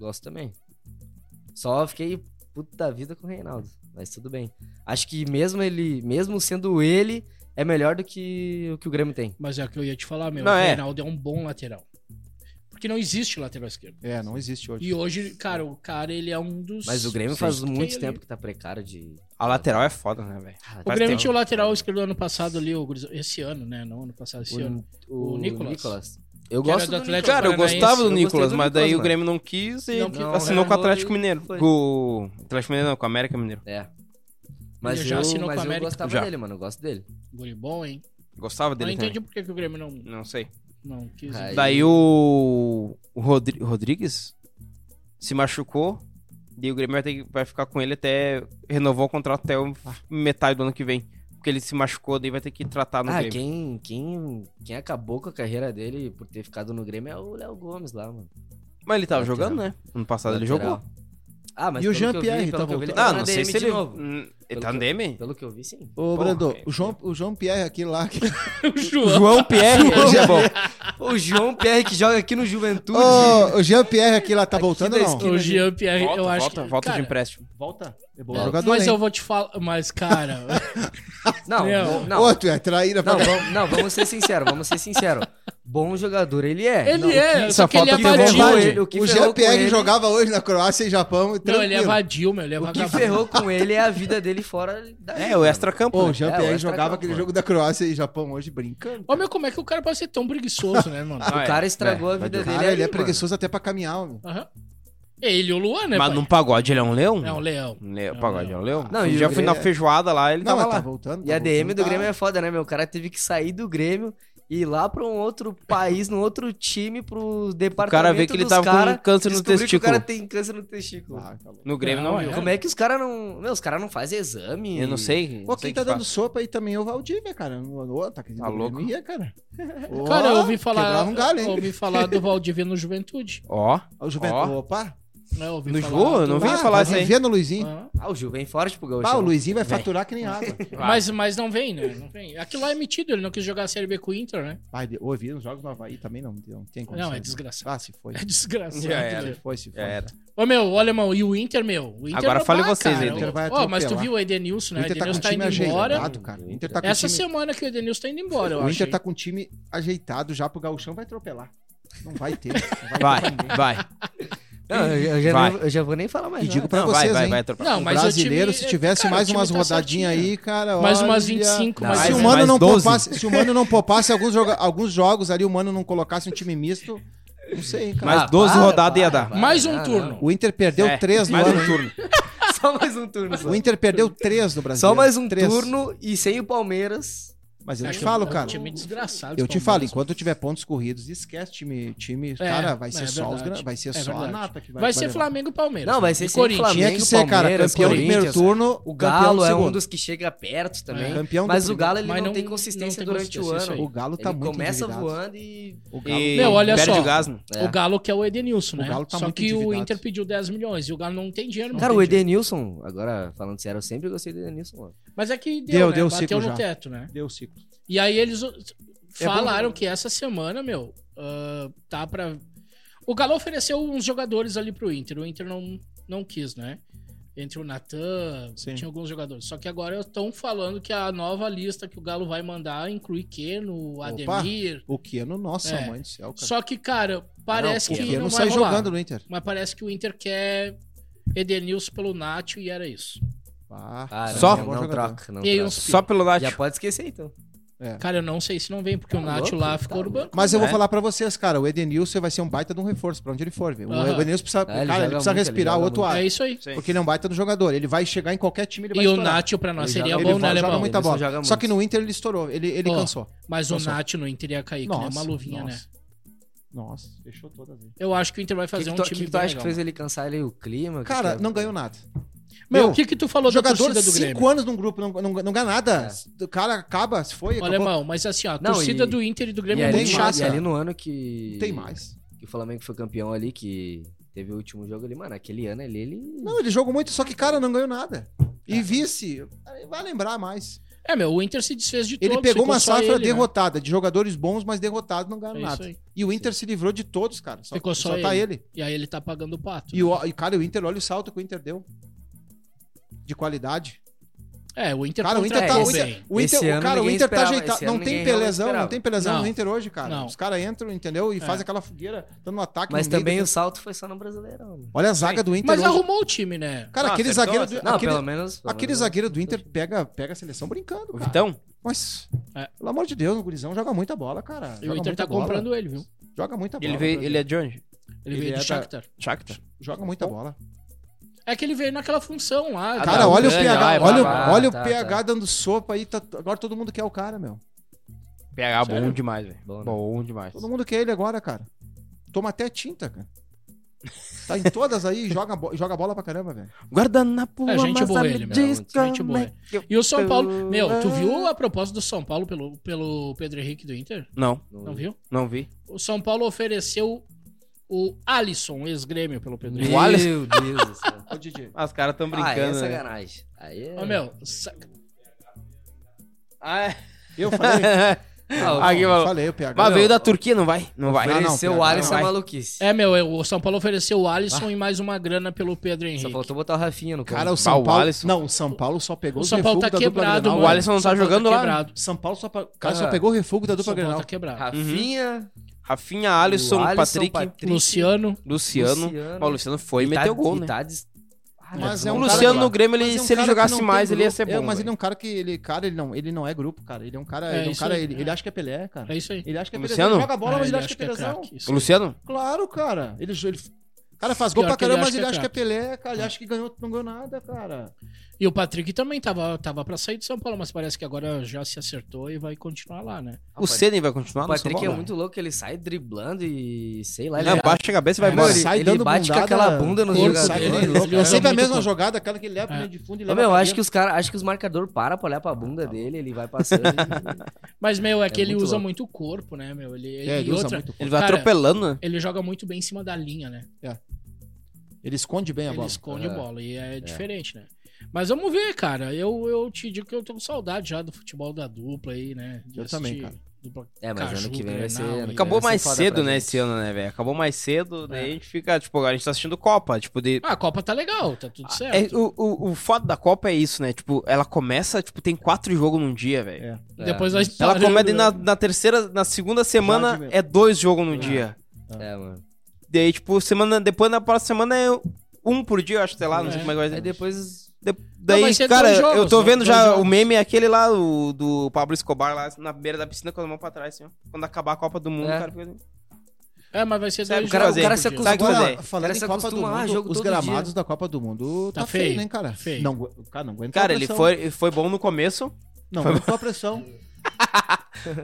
S4: gosto também. Só fiquei puto da vida com o Reinaldo. Mas tudo bem. Acho que mesmo ele, mesmo sendo ele, é melhor do que o que o Grêmio tem.
S2: Mas é o que eu ia te falar, meu.
S3: Não,
S2: o
S3: é.
S2: Reinaldo é um bom lateral. Porque não existe lateral esquerdo.
S1: É, não existe hoje.
S2: E hoje, cara, o cara, ele é um dos.
S4: Mas o Grêmio
S2: seis
S4: faz
S2: que tem
S4: muito
S2: ali.
S4: tempo que tá precário de.
S3: A lateral é foda, né, velho?
S4: Ah,
S2: O
S3: Faz
S2: Grêmio
S3: tempo.
S2: tinha o lateral esquerdo ano passado ali, o guriz- esse ano, né? Não ano passado, esse ano.
S4: o,
S2: o Nicolas.
S4: Nicolas. Eu
S2: Que era do
S4: gosto do,
S2: Atlético.
S4: Nicolas.
S3: Cara, eu
S2: Paranaense,
S3: gostava
S4: eu
S3: do
S4: gostei
S3: Nicolas,
S4: do
S3: mas
S4: Nicolas,
S3: daí o
S4: mano.
S3: Grêmio não quis e
S2: Não quis.
S3: assinou com o
S4: Renovou
S3: Atlético
S4: e
S3: Mineiro.
S4: foi.
S3: Com o Atlético Mineiro não, com o América Mineiro.
S4: É. Mas
S2: Ele
S4: eu,
S2: já assinou
S4: mas
S2: com a
S4: eu
S2: América.
S4: gostava
S3: Já.
S4: dele, mano. Eu gosto dele.
S2: Guri bom, hein?
S3: Gostava dele
S2: não
S3: também.
S2: entendi por que, que o Grêmio não,
S3: Não sei.
S2: não quis.
S4: Ai. Aí-
S3: Daí o, o Rodri- o Rodrigues se machucou e o Grêmio vai, ter que- vai ficar com ele até... Renovou o contrato até o- metade do ano que vem. Porque ele se machucou, daí vai ter que tratar no
S4: Ah,
S3: Grêmio.
S4: quem, quem, quem acabou com a carreira dele por ter ficado no Grêmio é o Léo Gomes lá, mano.
S3: Mas ele tava
S4: Lateral.
S3: jogando, né? Ano passado ele
S4: Lateral.
S3: jogou.
S4: Ah, mas
S1: E o
S4: pelo que eu vi-
S1: Jean-Pierre
S4: pelo
S1: tá
S4: que eu vi, ele
S1: voltando.
S4: tava
S3: Ah,
S4: na
S3: não sei
S4: DM
S3: se
S4: de
S3: ele.
S4: novo.
S3: Hum, Ele
S4: Pelo
S3: tá
S4: que-
S3: no DM?
S4: Pelo que eu vi, sim.
S1: Ô,
S3: Porra,
S1: Brando,
S3: é.
S1: o João, o João Pierre aquele lá. que-
S2: o João.
S3: João Pierre, hoje é bom.
S4: O João Pierre que joga aqui no Juventude.
S1: Ô, o Jean Pierre aquele lá tá
S4: Aqui
S1: voltando
S4: da
S1: ou não?
S4: esquina.
S2: O Jean Pierre, eu
S3: Volta,
S2: acho
S3: volta,
S2: que.
S3: volta de
S2: cara,
S3: empréstimo.
S5: Volta. É bom
S4: É.
S5: jogador.
S1: Jogador,
S2: Mas
S1: hein?
S2: eu vou te falar. Mas, cara.
S4: Não,
S2: Não.
S4: não, não.
S1: Ô, tu é traíra pra
S4: Não, vamos, não, vamos ser sinceros, vamos ser sinceros. Bom jogador ele é.
S2: ele é,
S3: que-
S2: só
S3: só
S2: que ele é
S3: falta o que
S2: vadio.
S3: vontade.
S4: ele- o que
S1: O
S4: ferrou
S1: Jean
S4: com
S1: Pierre
S4: ele-
S1: jogava hoje na Croácia e Japão. E
S2: Não, ele é vadio, meu. Ele é
S4: O que
S2: vagabundo.
S4: ferrou com ele é a vida dele fora da
S3: É, o
S4: vida, mano.
S3: extra-campo.
S1: Pô,
S3: né?
S1: o Jean
S4: É, o
S1: Pierre
S4: extra
S1: jogava
S4: campo,
S1: aquele
S4: mano.
S1: jogo da Croácia e Japão hoje brincando.
S2: Ô, meu, como é que o cara pode ser tão preguiçoso, né, mano?
S3: Ah,
S4: O
S3: é.
S4: cara estragou a vida dele.
S1: Cara,
S4: aí,
S1: ele é
S4: mano.
S1: preguiçoso até pra caminhar, homem.
S2: Aham. Ele e o Luan, né?
S3: Mas
S2: pai?
S3: num pagode ele é um leão?
S2: É um leão.
S3: Um leão-
S2: É um
S3: pagode
S2: leão.
S3: é um leão?
S4: Não,
S3: Eu
S4: e
S3: já
S4: o
S3: fui na
S1: Grêmio-
S3: feijoada lá, ele
S1: Não,
S3: tava
S1: mas
S3: lá.
S1: tá voltando. Ah,
S4: E a DM
S3: Tá.
S4: do Grêmio é foda, né, meu? O cara teve que sair do Grêmio e ir lá pra um outro país, num outro time, pro
S3: O
S4: departamento
S3: cara vê que ele
S4: dos
S3: tava
S4: cara,
S3: com câncer no
S4: descobrir que o
S3: testículo. Ah,
S4: cara tem câncer no
S3: é
S4: testículo.
S1: tá
S3: No Grêmio não,
S2: Não,
S3: viu.
S2: é.
S4: Como é que os caras não... Meu, os caras não fazem exame.
S3: Eu não sei.
S1: Pô,
S3: não
S1: quem
S3: sei o
S1: tá
S3: que
S1: dando
S3: faz.
S1: sopa aí também é o Valdívia, cara. O o ataque
S3: Tá
S1: do
S3: louco?
S1: Grêmio ia, cara.
S2: Cara, eu
S1: Ó,
S2: ouvi falar.
S1: Quebrava um galho, hein?
S2: ouvi falar do Valdivino Juventude.
S3: Ó,
S1: Ó, O Juventus.
S3: Ó.
S1: Opa! Tá,
S2: Não, ouvi
S3: No né?
S2: falar
S3: Ju? Eu
S2: do-
S3: não ouvi
S2: Ah,
S3: falar isso aí.
S1: Vê no Luizinho.
S2: ah.
S4: Ah, o Gil vem forte pro gaúcho.
S1: Ah, o
S4: né?
S1: Luizinho vai
S4: Vem.
S1: faturar que nem água.
S2: Mas, mas não vem, né? Não vem. Aquilo lá é metido, ele não quis jogar a Série B com o Inter, né?
S1: Pai, ouvi os jogos do Havaí também não, não tem condição.
S2: Não, é desgraçado.
S1: Ah, se foi.
S2: É desgraçado.
S3: Já
S2: né?
S3: era.
S1: Se foi, se foi.
S3: Já era.
S2: Ô, meu, o alemão, e o Inter, meu? O Inter
S3: Agora
S2: não
S3: fale
S2: dá,
S3: vocês,
S2: cara.
S1: O Inter vai
S2: Ó, mas tu
S1: atropelar.
S2: viu o Edenilson,
S1: O
S2: né? O
S1: Inter tá com
S2: Edenilson
S1: um
S2: tá,
S1: time
S2: indo embora.
S1: ajeitado, cara. O Inter tá com
S2: Essa
S1: um time...
S2: semana que o Edenilson tá indo embora, eu
S1: O
S2: acho.
S1: Inter
S2: hein?
S1: tá com um time ajeitado já pro gauchão, vai atropelar. Não vai ter. Não vai
S3: Vai,
S1: ter ninguém.
S3: vai.
S4: Não, eu, eu já
S3: Vai.
S4: não- eu já vou nem falar mais.
S1: E
S4: nada.
S1: digo pra
S3: Não, vai,
S1: vocês,
S3: vai,
S1: hein?
S3: vai atropelar.
S2: Não,
S1: O
S2: mas o
S1: brasileiro,
S2: time-
S1: se tivesse
S2: cara, o
S1: mais
S2: time
S1: umas
S2: tá
S1: rodadinhas
S2: certinho.
S1: aí, cara.
S2: Mais umas
S1: olha. Ah,
S2: 25,
S4: Não,
S2: mas
S1: se,
S3: mais-
S1: o Mano
S3: mais
S1: não
S3: 12.
S1: poupasse, se o Mano não poupasse alguns, joga- alguns jogos ali, o Mano não colocasse um time misto, não sei, cara.
S3: Mais 12
S4: para,
S3: rodadas ia
S4: para,
S3: dar.
S4: para.
S2: Mais um
S4: Ah,
S2: turno.
S1: O Inter perdeu
S3: É,
S1: três no
S3: mais
S1: ano.
S3: um
S1: hein?
S3: turno.
S4: Só mais um turno. Só,
S1: O Inter perdeu três no Brasil.
S4: Só mais um
S1: Três.
S4: turno e sem o Palmeiras.
S1: Mas eu
S2: É
S1: te
S2: que
S1: falo,
S2: é um
S1: cara.
S2: time desgraçado.
S1: Eu te
S2: Palmeiras.
S1: falo, enquanto tiver pontos corridos, esquece time. time cara, vai ser
S2: é
S1: só os
S2: verdade.
S1: gran- Vai ser
S2: É
S1: só
S2: verdade.
S1: a nata que vai
S2: Vai ser
S1: levar.
S2: Flamengo e Palmeiras.
S4: Não, vai
S2: né?
S4: ser
S2: E
S4: sempre
S2: Corinthians.
S4: Flamengo.
S1: Tinha que ser, cara,
S4: Palmeiras,
S1: campeão do primeiro
S4: Corinthians,
S1: turno.
S4: O
S1: campeão
S4: Galo
S1: do
S4: é um
S1: segundo. É,
S4: dos que chega perto também.
S1: Campeão do
S4: Mas o
S1: primeiro.
S4: Galo ele
S2: Mas
S4: não,
S2: não-
S4: tem
S2: não
S4: consistência
S2: tem
S4: durante o
S2: consistência,
S4: ano.
S2: isso aí.
S1: O Galo tá
S4: Ele
S1: muito
S4: começa
S1: endividado.
S4: voando e.
S1: O Galo tá
S3: E
S2: Meu, olha
S3: perde
S2: só.
S3: o gás, né?
S4: É.
S2: O Galo que é o Edenilson, né?
S1: O Galo tá
S2: Só
S1: muito
S2: que o
S1: endividado.
S2: Inter pediu 10 milhões e o Galo não tem dinheiro. não
S4: Cara,
S2: tem
S4: o
S2: dinheiro.
S4: Edenilson, agora falando sério, eu sempre gostei do Edenilson, mano.
S2: Mas é que deu,
S1: Deu,
S2: né?
S1: deu o
S2: Bateu
S1: ciclo
S2: no
S1: já.
S2: teto, né?
S1: Deu ciclo.
S2: E aí eles o-
S1: É
S2: falaram
S1: bom.
S2: que essa semana, meu, ah, tá pra. O Galo ofereceu uns jogadores ali pro Inter. O Inter não, não quis, né? Entre o Natan,
S1: Sim.
S2: tinha alguns jogadores. Só que agora estão falando que a nova lista que o Galo vai mandar inclui Keno,
S1: Opa.
S2: Ademir.
S1: O Keno, nossa,
S2: É.
S1: mãe do céu, cara.
S2: Só que, cara, parece
S1: Ah, o
S2: que
S1: Keno
S2: não vai
S1: sai
S2: rolar.
S1: jogando no Inter.
S2: Mas parece que o Inter quer Edenilson pelo Nacho e era isso.
S1: Ah,
S4: Cara,
S3: Só?
S4: não,
S1: bom
S4: não
S1: jogador.
S4: troca, não
S2: E aí,
S4: troca.
S2: uns-
S3: Só pelo Nath.
S4: Já pode esquecer, então.
S2: Cara, eu não sei se não vem, porque o
S4: Tá
S2: Nacho
S4: louco,
S2: lá
S4: tá
S2: ficou no
S4: louco.
S2: banco.
S1: Mas eu vou
S3: É.
S1: falar pra vocês, cara, o Edenilson vai ser um baita de um reforço pra onde ele for, velho.
S2: Aham.
S1: O Edenilson precisa,
S4: Ah,
S1: cara,
S4: ele joga
S1: ele precisa
S4: muito, ele
S1: respirar
S4: joga
S1: o outro
S4: muito.
S1: ar.
S2: É isso aí.
S1: Porque ele é um baita de um jogador. Ele vai chegar em qualquer time, ele vai
S2: E o
S1: estourar.
S2: Nacho pra nós
S4: Ele
S2: seria
S4: joga-
S2: bom,
S1: ele
S2: né,
S1: vai- joga
S2: alemão?
S1: muita
S4: Ele só
S1: bola.
S4: joga
S1: Só
S4: muito.
S1: que no Inter ele estourou. Ele, ele
S2: Ó,
S1: cansou.
S2: Mas o
S1: Nossa.
S2: Nath no Inter ia cair, que nem
S1: Nossa,
S2: uma luvinha,
S1: nossa.
S2: né?
S1: Nossa, fechou todas aí.
S2: Eu acho que o Inter vai
S4: O que,
S2: fazer
S4: que
S2: um
S4: tu, que
S2: time
S4: que tu
S2: bem
S4: acha que
S2: legal.
S4: fez ele cansar ali o clima? é?
S1: Cara, não ganhou
S4: ganhou
S1: nada.
S2: Meu, o
S1: Meu,
S2: que que tu falou da
S1: Jogador
S2: torcida
S1: de
S2: do Grêmio?
S1: cinco anos num grupo, não, não, não ganha nada.
S4: É.
S1: O cara acaba, se foi,
S2: Ô,
S1: acabou.
S2: alemão, mas assim, ó, a
S4: Não,
S2: torcida
S4: e-
S2: do Inter e do
S4: E
S2: Grêmio é
S4: ali,
S2: muito
S1: tem
S4: no-
S1: mais,
S4: e
S2: chata.
S4: ali no ano que.
S1: Não tem mais.
S4: Que o Flamengo foi campeão ali, que teve o último jogo ali, mano. Aquele ano ali, ele.
S1: Não, ele jogou muito, só que, cara, não ganhou nada. E vice, vai lembrar mais.
S2: É, meu, o Inter se desfez de
S1: Ele
S2: todos,
S1: pegou
S2: ficou
S1: uma
S2: só
S1: safra
S2: ele, né?
S1: derrotada, de jogadores bons, mas derrotados não
S2: É
S1: ganharam
S2: isso
S1: nada.
S2: aí.
S1: E o Inter se livrou de todos, cara. Só,
S2: Ficou só
S1: só tá ele.
S2: E aí ele tá pagando o pato.
S1: E, o, e, cara, o Inter, olha o salto que o Inter deu. De qualidade.
S2: É, o Inter
S1: Cara, o Inter
S2: contratou
S1: tá.
S4: contratou
S1: O Inter,
S2: bem.
S1: o Inter-
S4: Esse ano
S1: cara, o
S4: ninguém
S1: Inter tá
S4: esperava,
S1: ajeitado.
S4: esse ano
S1: Não tem
S4: ninguém realmente
S1: pelezão, não
S4: esperava.
S1: tem pelezão
S2: Não,
S1: no Inter hoje, cara.
S2: não.
S1: Os caras entram, entendeu? E
S2: É.
S1: fazem aquela fogueira, dando um ataque.
S4: Mas
S1: no meio
S4: também
S1: do-
S4: o salto foi só no Brasileirão. né?
S1: Olha a zaga do Inter.
S2: Mas
S1: hoje.
S2: arrumou o time, né?
S1: Cara,
S3: Ah,
S1: aquele
S3: acertou,
S1: zagueiro.
S3: acertou.
S1: Do,
S4: Não,
S1: aquele,
S4: pelo menos. pelo
S1: aquele
S4: menos-
S1: zagueiro do Inter pega, pega a seleção brincando,
S3: O
S1: cara.
S3: Vitão?
S1: Mas,
S2: É.
S1: pelo amor de Deus, o Gurizão joga muita bola, cara. Joga
S2: E o Inter
S1: muita
S2: tá
S1: bola.
S2: comprando ele, viu?
S1: Joga muita bola.
S3: Ele, veio,
S1: cara.
S3: ele é de onde?
S1: Ele
S2: Ele, veio
S1: é
S2: do
S1: da-
S2: Shakhtar.
S3: Shakhtar.
S1: Joga muita bola.
S2: É que ele veio naquela função lá.
S3: Ah,
S2: da-
S1: Cara, olha o
S3: Ucrânia,
S1: PH.
S3: vai,
S1: Olha,
S4: vai,
S1: o- olha o
S4: tá,
S1: PH
S4: tá.
S1: dando sopa aí. tá- agora todo mundo quer o cara, meu.
S3: PH bom
S2: Sério?
S3: demais, velho.
S4: Bom,
S3: Bom,
S4: né?
S3: demais.
S1: Todo mundo quer ele agora, cara. Toma até tinta, cara. Tá em todas aí, joga, bo- joga bola pra caramba, velho.
S3: Guardanapo,
S2: É, gente boa ele, meu.
S4: diz
S2: Gente boa. E o São Paulo. Meu, tu viu a proposta do São Paulo pelo, pelo Pedro Henrique do Inter?
S3: Não,
S2: Não viu?
S3: não vi.
S2: O São Paulo ofereceu o Alisson, ex-grêmio, pelo Pedro Henrique.
S3: O Alisson-
S4: Meu Deus do céu.
S1: Ô, DJ.
S3: Ah, os caras tão
S4: Ah, é
S3: brincando. né?
S4: sacanagem. Aí é.
S2: Ô, meu, sa-
S3: Ah, é.
S1: Eu falei,
S4: Ah, o-
S3: Aqui,
S1: eu
S3: falou.
S1: falei o PH.
S3: Mas veio da Turquia, não vai? Não
S1: Ah,
S3: vai.
S1: não,
S4: Ofereceu o
S1: piada,
S4: Alisson
S3: não
S4: é
S3: vai.
S4: maluquice.
S2: é, meu, é, o São Paulo ofereceu o Alisson e mais uma grana pelo Pedro Henrique.
S4: Só faltou botar o Rafinha no
S1: Cara, o
S3: Bah,
S1: São
S3: o
S1: Paulo.
S3: Alisson.
S1: Não, o São Paulo só pegou
S2: O
S1: os
S2: São Paulo tá quebrado,
S3: Grenal.
S2: mano.
S3: O Alisson não
S2: São
S3: tá
S2: Paulo
S3: jogando lá,
S2: quebrado.
S1: São Paulo só, pa- cara,
S4: Ah.
S1: só pegou o refugo da
S2: O
S1: dupla
S2: São Paulo
S1: Grenal.
S2: tá quebrado.
S4: Uhum. Rafinha,
S3: Rafinha, Uhum. Alisson,
S4: o Alisson,
S3: Patrick,
S2: Luciano.
S3: Luciano.
S4: Luciano.
S3: Mas o Luciano foi e
S4: E
S3: meteu
S4: tá-
S3: gol,
S4: e
S3: né?
S4: tá des- Ah,
S1: Mas
S4: não,
S1: é um
S3: o
S4: não,
S1: cara
S3: Luciano
S1: que-
S3: no Grêmio, ele-
S1: Mas é um
S3: se ele
S1: cara que
S3: jogasse
S1: não tem
S3: mais, ele ia
S1: grupo.
S3: ser
S1: É,
S3: bom.
S1: mas ele
S3: velho.
S1: é um cara que ele, cara, ele não, ele não é grupo, cara. Ele é um cara,
S2: É,
S1: ele é um
S2: isso
S1: cara,
S2: aí,
S1: ele,
S2: é.
S1: ele acha que é Pelé, cara.
S2: É isso aí.
S1: Ele acha que é Pelé.
S3: Luciano?
S1: Ele joga bola,
S2: Ah,
S1: mas ele acha que é Pelezão.
S2: craque, isso
S3: O
S2: aí.
S3: Luciano?
S1: Claro, cara. Ele, ele cara faz gol
S2: Pior
S1: pra
S2: que ele
S1: caramba, mas
S2: acha
S1: ele
S2: que é
S1: acha que é Pelé, cara. Ele acha que ganhou, não ganhou nada, cara.
S2: E o Patrick também tava, tava pra sair de São Paulo, mas parece que agora já se acertou e vai continuar lá, né?
S3: O Ceni vai continuar
S4: O
S3: no São
S4: Patrick é
S3: Paulo?
S4: muito louco, ele sai driblando e sei lá. Ele,
S3: Não, baixa a cabeça e vai
S1: É,
S4: Meu,
S3: embora.
S1: mas-
S4: ele,
S1: Sai
S4: ele
S1: dando
S4: bate com
S1: bundada,
S4: aquela bunda no
S2: corpo
S1: Ele
S2: Jogador.
S1: sai que
S4: jogador.
S1: nem
S2: Ele
S1: louco.
S2: joga
S1: É sempre a
S2: muito
S1: mesma
S2: bom.
S1: jogada, aquela que ele leva
S2: É.
S1: pro meio de fundo e
S4: Ô,
S1: leva.
S4: meu,
S1: pra
S4: acho que
S1: dentro.
S4: os caras, acho que os marcadores param pra olhar pra
S3: Tá
S4: bunda dele, ele vai passando. e-
S2: Mas, meu, é que
S4: É
S2: ele
S4: muito
S2: usa
S4: louco.
S2: muito o corpo, né, meu? Ele, ele,
S1: É, ele
S2: e
S1: usa
S2: outra,
S1: muito.
S3: Ele vai
S2: Cara,
S3: atropelando, né?
S2: ele joga muito bem em cima da linha, né?
S1: É.
S5: Ele esconde bem a
S2: Ele
S5: bola.
S2: esconde
S4: É.
S2: bola e é, diferente, né? Mas vamos ver, cara. Eu, eu te digo que eu tô com saudade já do futebol da dupla aí, né? De
S5: Eu também,
S2: assistir
S5: cara.
S2: dupla
S4: É, mas
S2: Caju,
S4: ano que vem vai ser.
S2: Grenal,
S4: ano que
S3: Acabou
S4: vem vai
S3: mais
S4: ser foda
S3: cedo,
S4: pra
S3: né,
S4: gente.
S3: esse ano, né, velho? Acabou mais cedo, daí
S2: É.
S3: a gente fica, tipo, agora a gente tá assistindo Copa, tipo, de...
S2: Ah, a Copa tá legal, tá tudo certo.
S3: É, o, o, o foda da Copa é isso, né? Tipo, ela começa, tipo, tem quatro jogos num dia, velho.
S5: É.
S4: É.
S2: Depois nós
S3: Ela
S2: paramos,
S3: começa
S2: né?
S3: na, na terceira, na segunda semana
S5: diminui.
S3: é dois jogos no dia.
S4: É, mano.
S3: Daí, tipo, semana, depois na próxima semana é um por dia, eu acho, sei lá, não
S2: É.
S3: sei como é que vai
S4: Aí
S3: ser.
S4: depois
S3: De- Daí,
S2: vai ser
S3: cara,
S2: dois jogos,
S3: eu tô
S2: né?
S3: vendo
S2: Dois
S3: já o
S2: jogos.
S3: meme aquele lá o, do Pablo Escobar lá na beira da piscina com a mão pra trás, assim, ó. Quando acabar a Copa do Mundo,
S4: É.
S3: o cara fica assim.
S2: É, mas vai ser
S3: Sabe,
S2: dois
S3: o cara-
S2: jogos
S3: o cara
S2: por
S4: se
S2: dia.
S4: acostuma-
S3: Sabe o que
S5: Agora,
S3: fazer?
S5: falando
S4: Cara,
S5: em
S4: se
S5: Copa do
S4: acostuma, ah,
S5: Mundo,
S4: jogo
S5: os
S4: todo
S5: gramados
S4: dia.
S5: da Copa do Mundo
S2: Tá
S5: tá,
S2: feio,
S5: feio, né, cara?
S2: feio.
S5: Não, agu- cara, não aguentou
S3: Cara,
S5: a
S3: ele
S5: pressão.
S3: foi, ele foi bom no começo.
S5: Não
S3: foi-
S5: aguentou a pressão.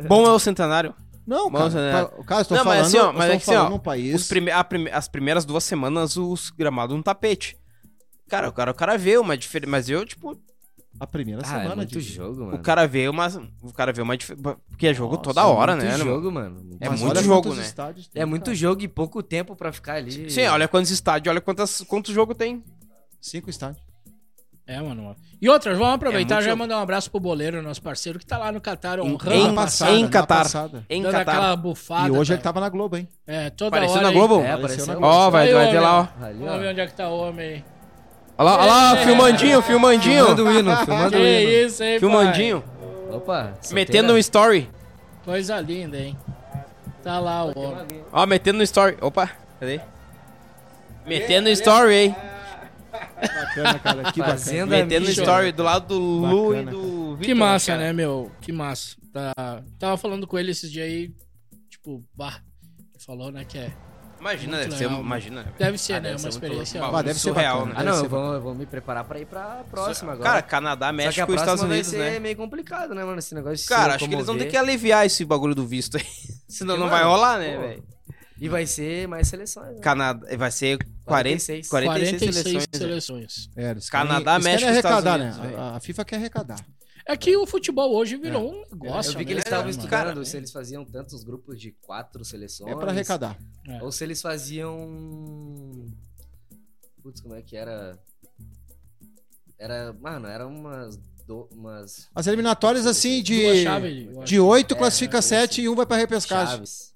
S3: Bom é o centenário.
S5: Não,
S3: Mas,
S5: cara.
S3: né?
S5: tá- Cara, eu tô
S3: Não, mas
S5: falando,
S3: assim, ó,
S5: eu tô
S3: mas é que assim, ó,
S5: falando um país...
S3: Os prime- a prime- as primeiras duas semanas, os gramados no tapete. Cara, o cara, o cara vê uma diferença. Mas eu, tipo,
S5: A primeira
S4: Ah, é
S5: semana,
S4: muito
S5: de
S4: jogo, mano.
S3: o cara vê uma. O cara vê uma diferença. Porque é jogo toda
S5: Nossa,
S3: hora,
S4: muito
S3: né? irmão?
S4: jogo, mano.
S3: É
S5: Mas
S3: muito
S5: olha
S3: jogo,
S5: quantos
S3: né?
S5: estádios tem,
S4: É muito
S5: cara.
S4: jogo e pouco tempo pra ficar ali.
S3: Sim, olha quantos estádios, olha quantas, quantos jogos tem.
S5: Cinco estádios.
S2: É, mano. E outras, vamos
S3: É
S2: aproveitar
S3: muito
S2: já
S3: jogo.
S2: mandar um abraço pro Boleiro, nosso parceiro, que tá lá no Catar
S3: Em-
S5: Na
S2: honrando,
S5: passada,
S3: em
S5: na
S3: Catar.
S5: passada.
S3: Em
S2: dando
S3: Catar.
S2: aquela bufada.
S5: E hoje ele
S2: cara.
S5: tava na Globo, hein?
S2: É, toda
S3: Apareceu
S2: hora.
S3: na
S2: aí.
S3: Globo?
S4: É, apareceu
S5: Apareceu na
S3: Ó, vai,
S2: Aí,
S3: vai
S2: ó,
S3: ver lá, ó.
S4: Ali,
S2: Vamos ver
S4: ó.
S2: onde é que tá o homem aí.
S3: Olha lá, olha lá,
S2: É.
S3: filmandinho, filmandinho.
S4: Filmando o hino, filmando o
S2: Que
S4: hino.
S2: isso, hein,
S3: Filmandinho.
S4: Opa. solteira.
S3: Metendo um story.
S2: pai? Coisa linda, hein? Tá lá o homem.
S3: Ó, metendo no story. Opa, cadê? Metendo no story, hein?
S5: Bacana, cara. Que bacana.
S4: Fazenda
S3: Metendo no
S4: Mídia.
S3: story do lado do Lu e
S5: Bacana,
S3: do Vitor.
S2: Que massa,
S3: cara.
S2: né, meu? Que massa. Tá... Tava falando com ele esses dias aí, tipo, bah. Ele Falou, né, que é.
S3: Imagina,
S2: Muito
S3: deve ser,
S2: legal,
S3: imagina. né, velho?
S2: Deve ser,
S4: Ah,
S2: né?
S4: deve ser
S2: uma
S4: muito
S2: experiência.
S3: louco.
S2: ó.
S5: Ah, deve ser
S3: Surreal,
S5: bacana.
S3: né?
S4: Ah,
S5: deve
S4: não,
S5: ser
S4: eu vou, eu vou me preparar pra ir pra próxima agora.
S3: Cara, Canadá,
S4: Só que a
S3: México e
S4: próxima
S3: Estados Unidos,
S4: vai ser
S3: né?
S4: meio complicado, né, mano? Esse negócio de se
S3: Cara, acho que eles vão ter que
S4: locomover.
S3: aliviar esse bagulho do visto aí. Senão
S4: Porque,
S3: não vai
S4: mano,
S3: rolar, né,
S4: pô,
S3: velho?
S4: E vai ser mais seleções, né?
S3: Canadá, vai ser 40, 46,
S4: 46.
S3: 46 seleções. né?
S2: seleções.
S5: É, eles querem-
S3: Canadá,
S5: eles querem
S3: México, Estados
S5: arrecadar,
S3: Unidos,
S5: né?
S3: velho.
S5: A, a FIFA quer arrecadar.
S2: É que o futebol hoje virou um negócio.
S4: É. Eu vi que
S2: né,
S4: eles
S2: cara,
S4: estavam
S2: mano?
S4: estudando
S3: é, cara,
S4: se eles faziam tantos grupos de quatro seleções.
S5: É pra arrecadar.
S2: É.
S4: Ou se eles faziam. Putz, como é que era? Era. Mano, era umas. do- umas
S5: As eliminatórias, assim,
S2: Duas
S5: de...
S2: chaves, eu acho.
S5: De oito,
S4: É,
S5: classifica
S4: é,
S5: sete e um vai pra repescagem,
S4: chaves.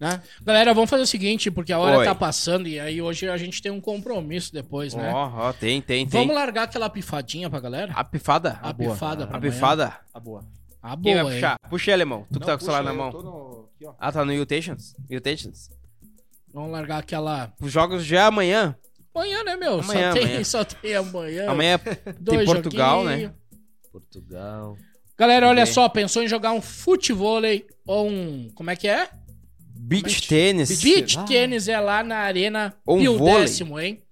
S5: né?
S2: Galera, vamos fazer o seguinte, porque a hora
S3: Oi.
S2: tá passando e aí hoje a gente tem um compromisso depois, né?
S3: Ó, ó, tem, tem, tem.
S2: Vamos largar aquela pifadinha pra galera?
S3: A pifada?
S2: A,
S5: boa.
S2: pifada pra
S3: Ah, A
S2: amanhã.
S3: pifada?
S5: Tá boa.
S2: A
S3: Quem vai
S2: boa, hein?
S3: puxar? Puxa aí, alemão. Tu que tá com o celular na mão. Ah, tá no Mutations? Mutations?
S2: Vamos largar aquela...
S3: Os jogos já é amanhã.
S2: Amanhã, né, meu?
S3: Amanhã,
S2: só, tem,
S3: amanhã.
S2: só tem amanhã.
S3: Amanhã é tem Portugal, né?
S4: Portugal.
S2: Galera, olha
S3: Ok.
S2: só, pensou em jogar um futevôlei ou um... Como é que é?
S3: beach tênis.
S2: Beach
S5: lá.
S2: tênis é lá na Arena
S3: Ou um
S2: Pio
S3: vôlei.
S2: Décimo, hein?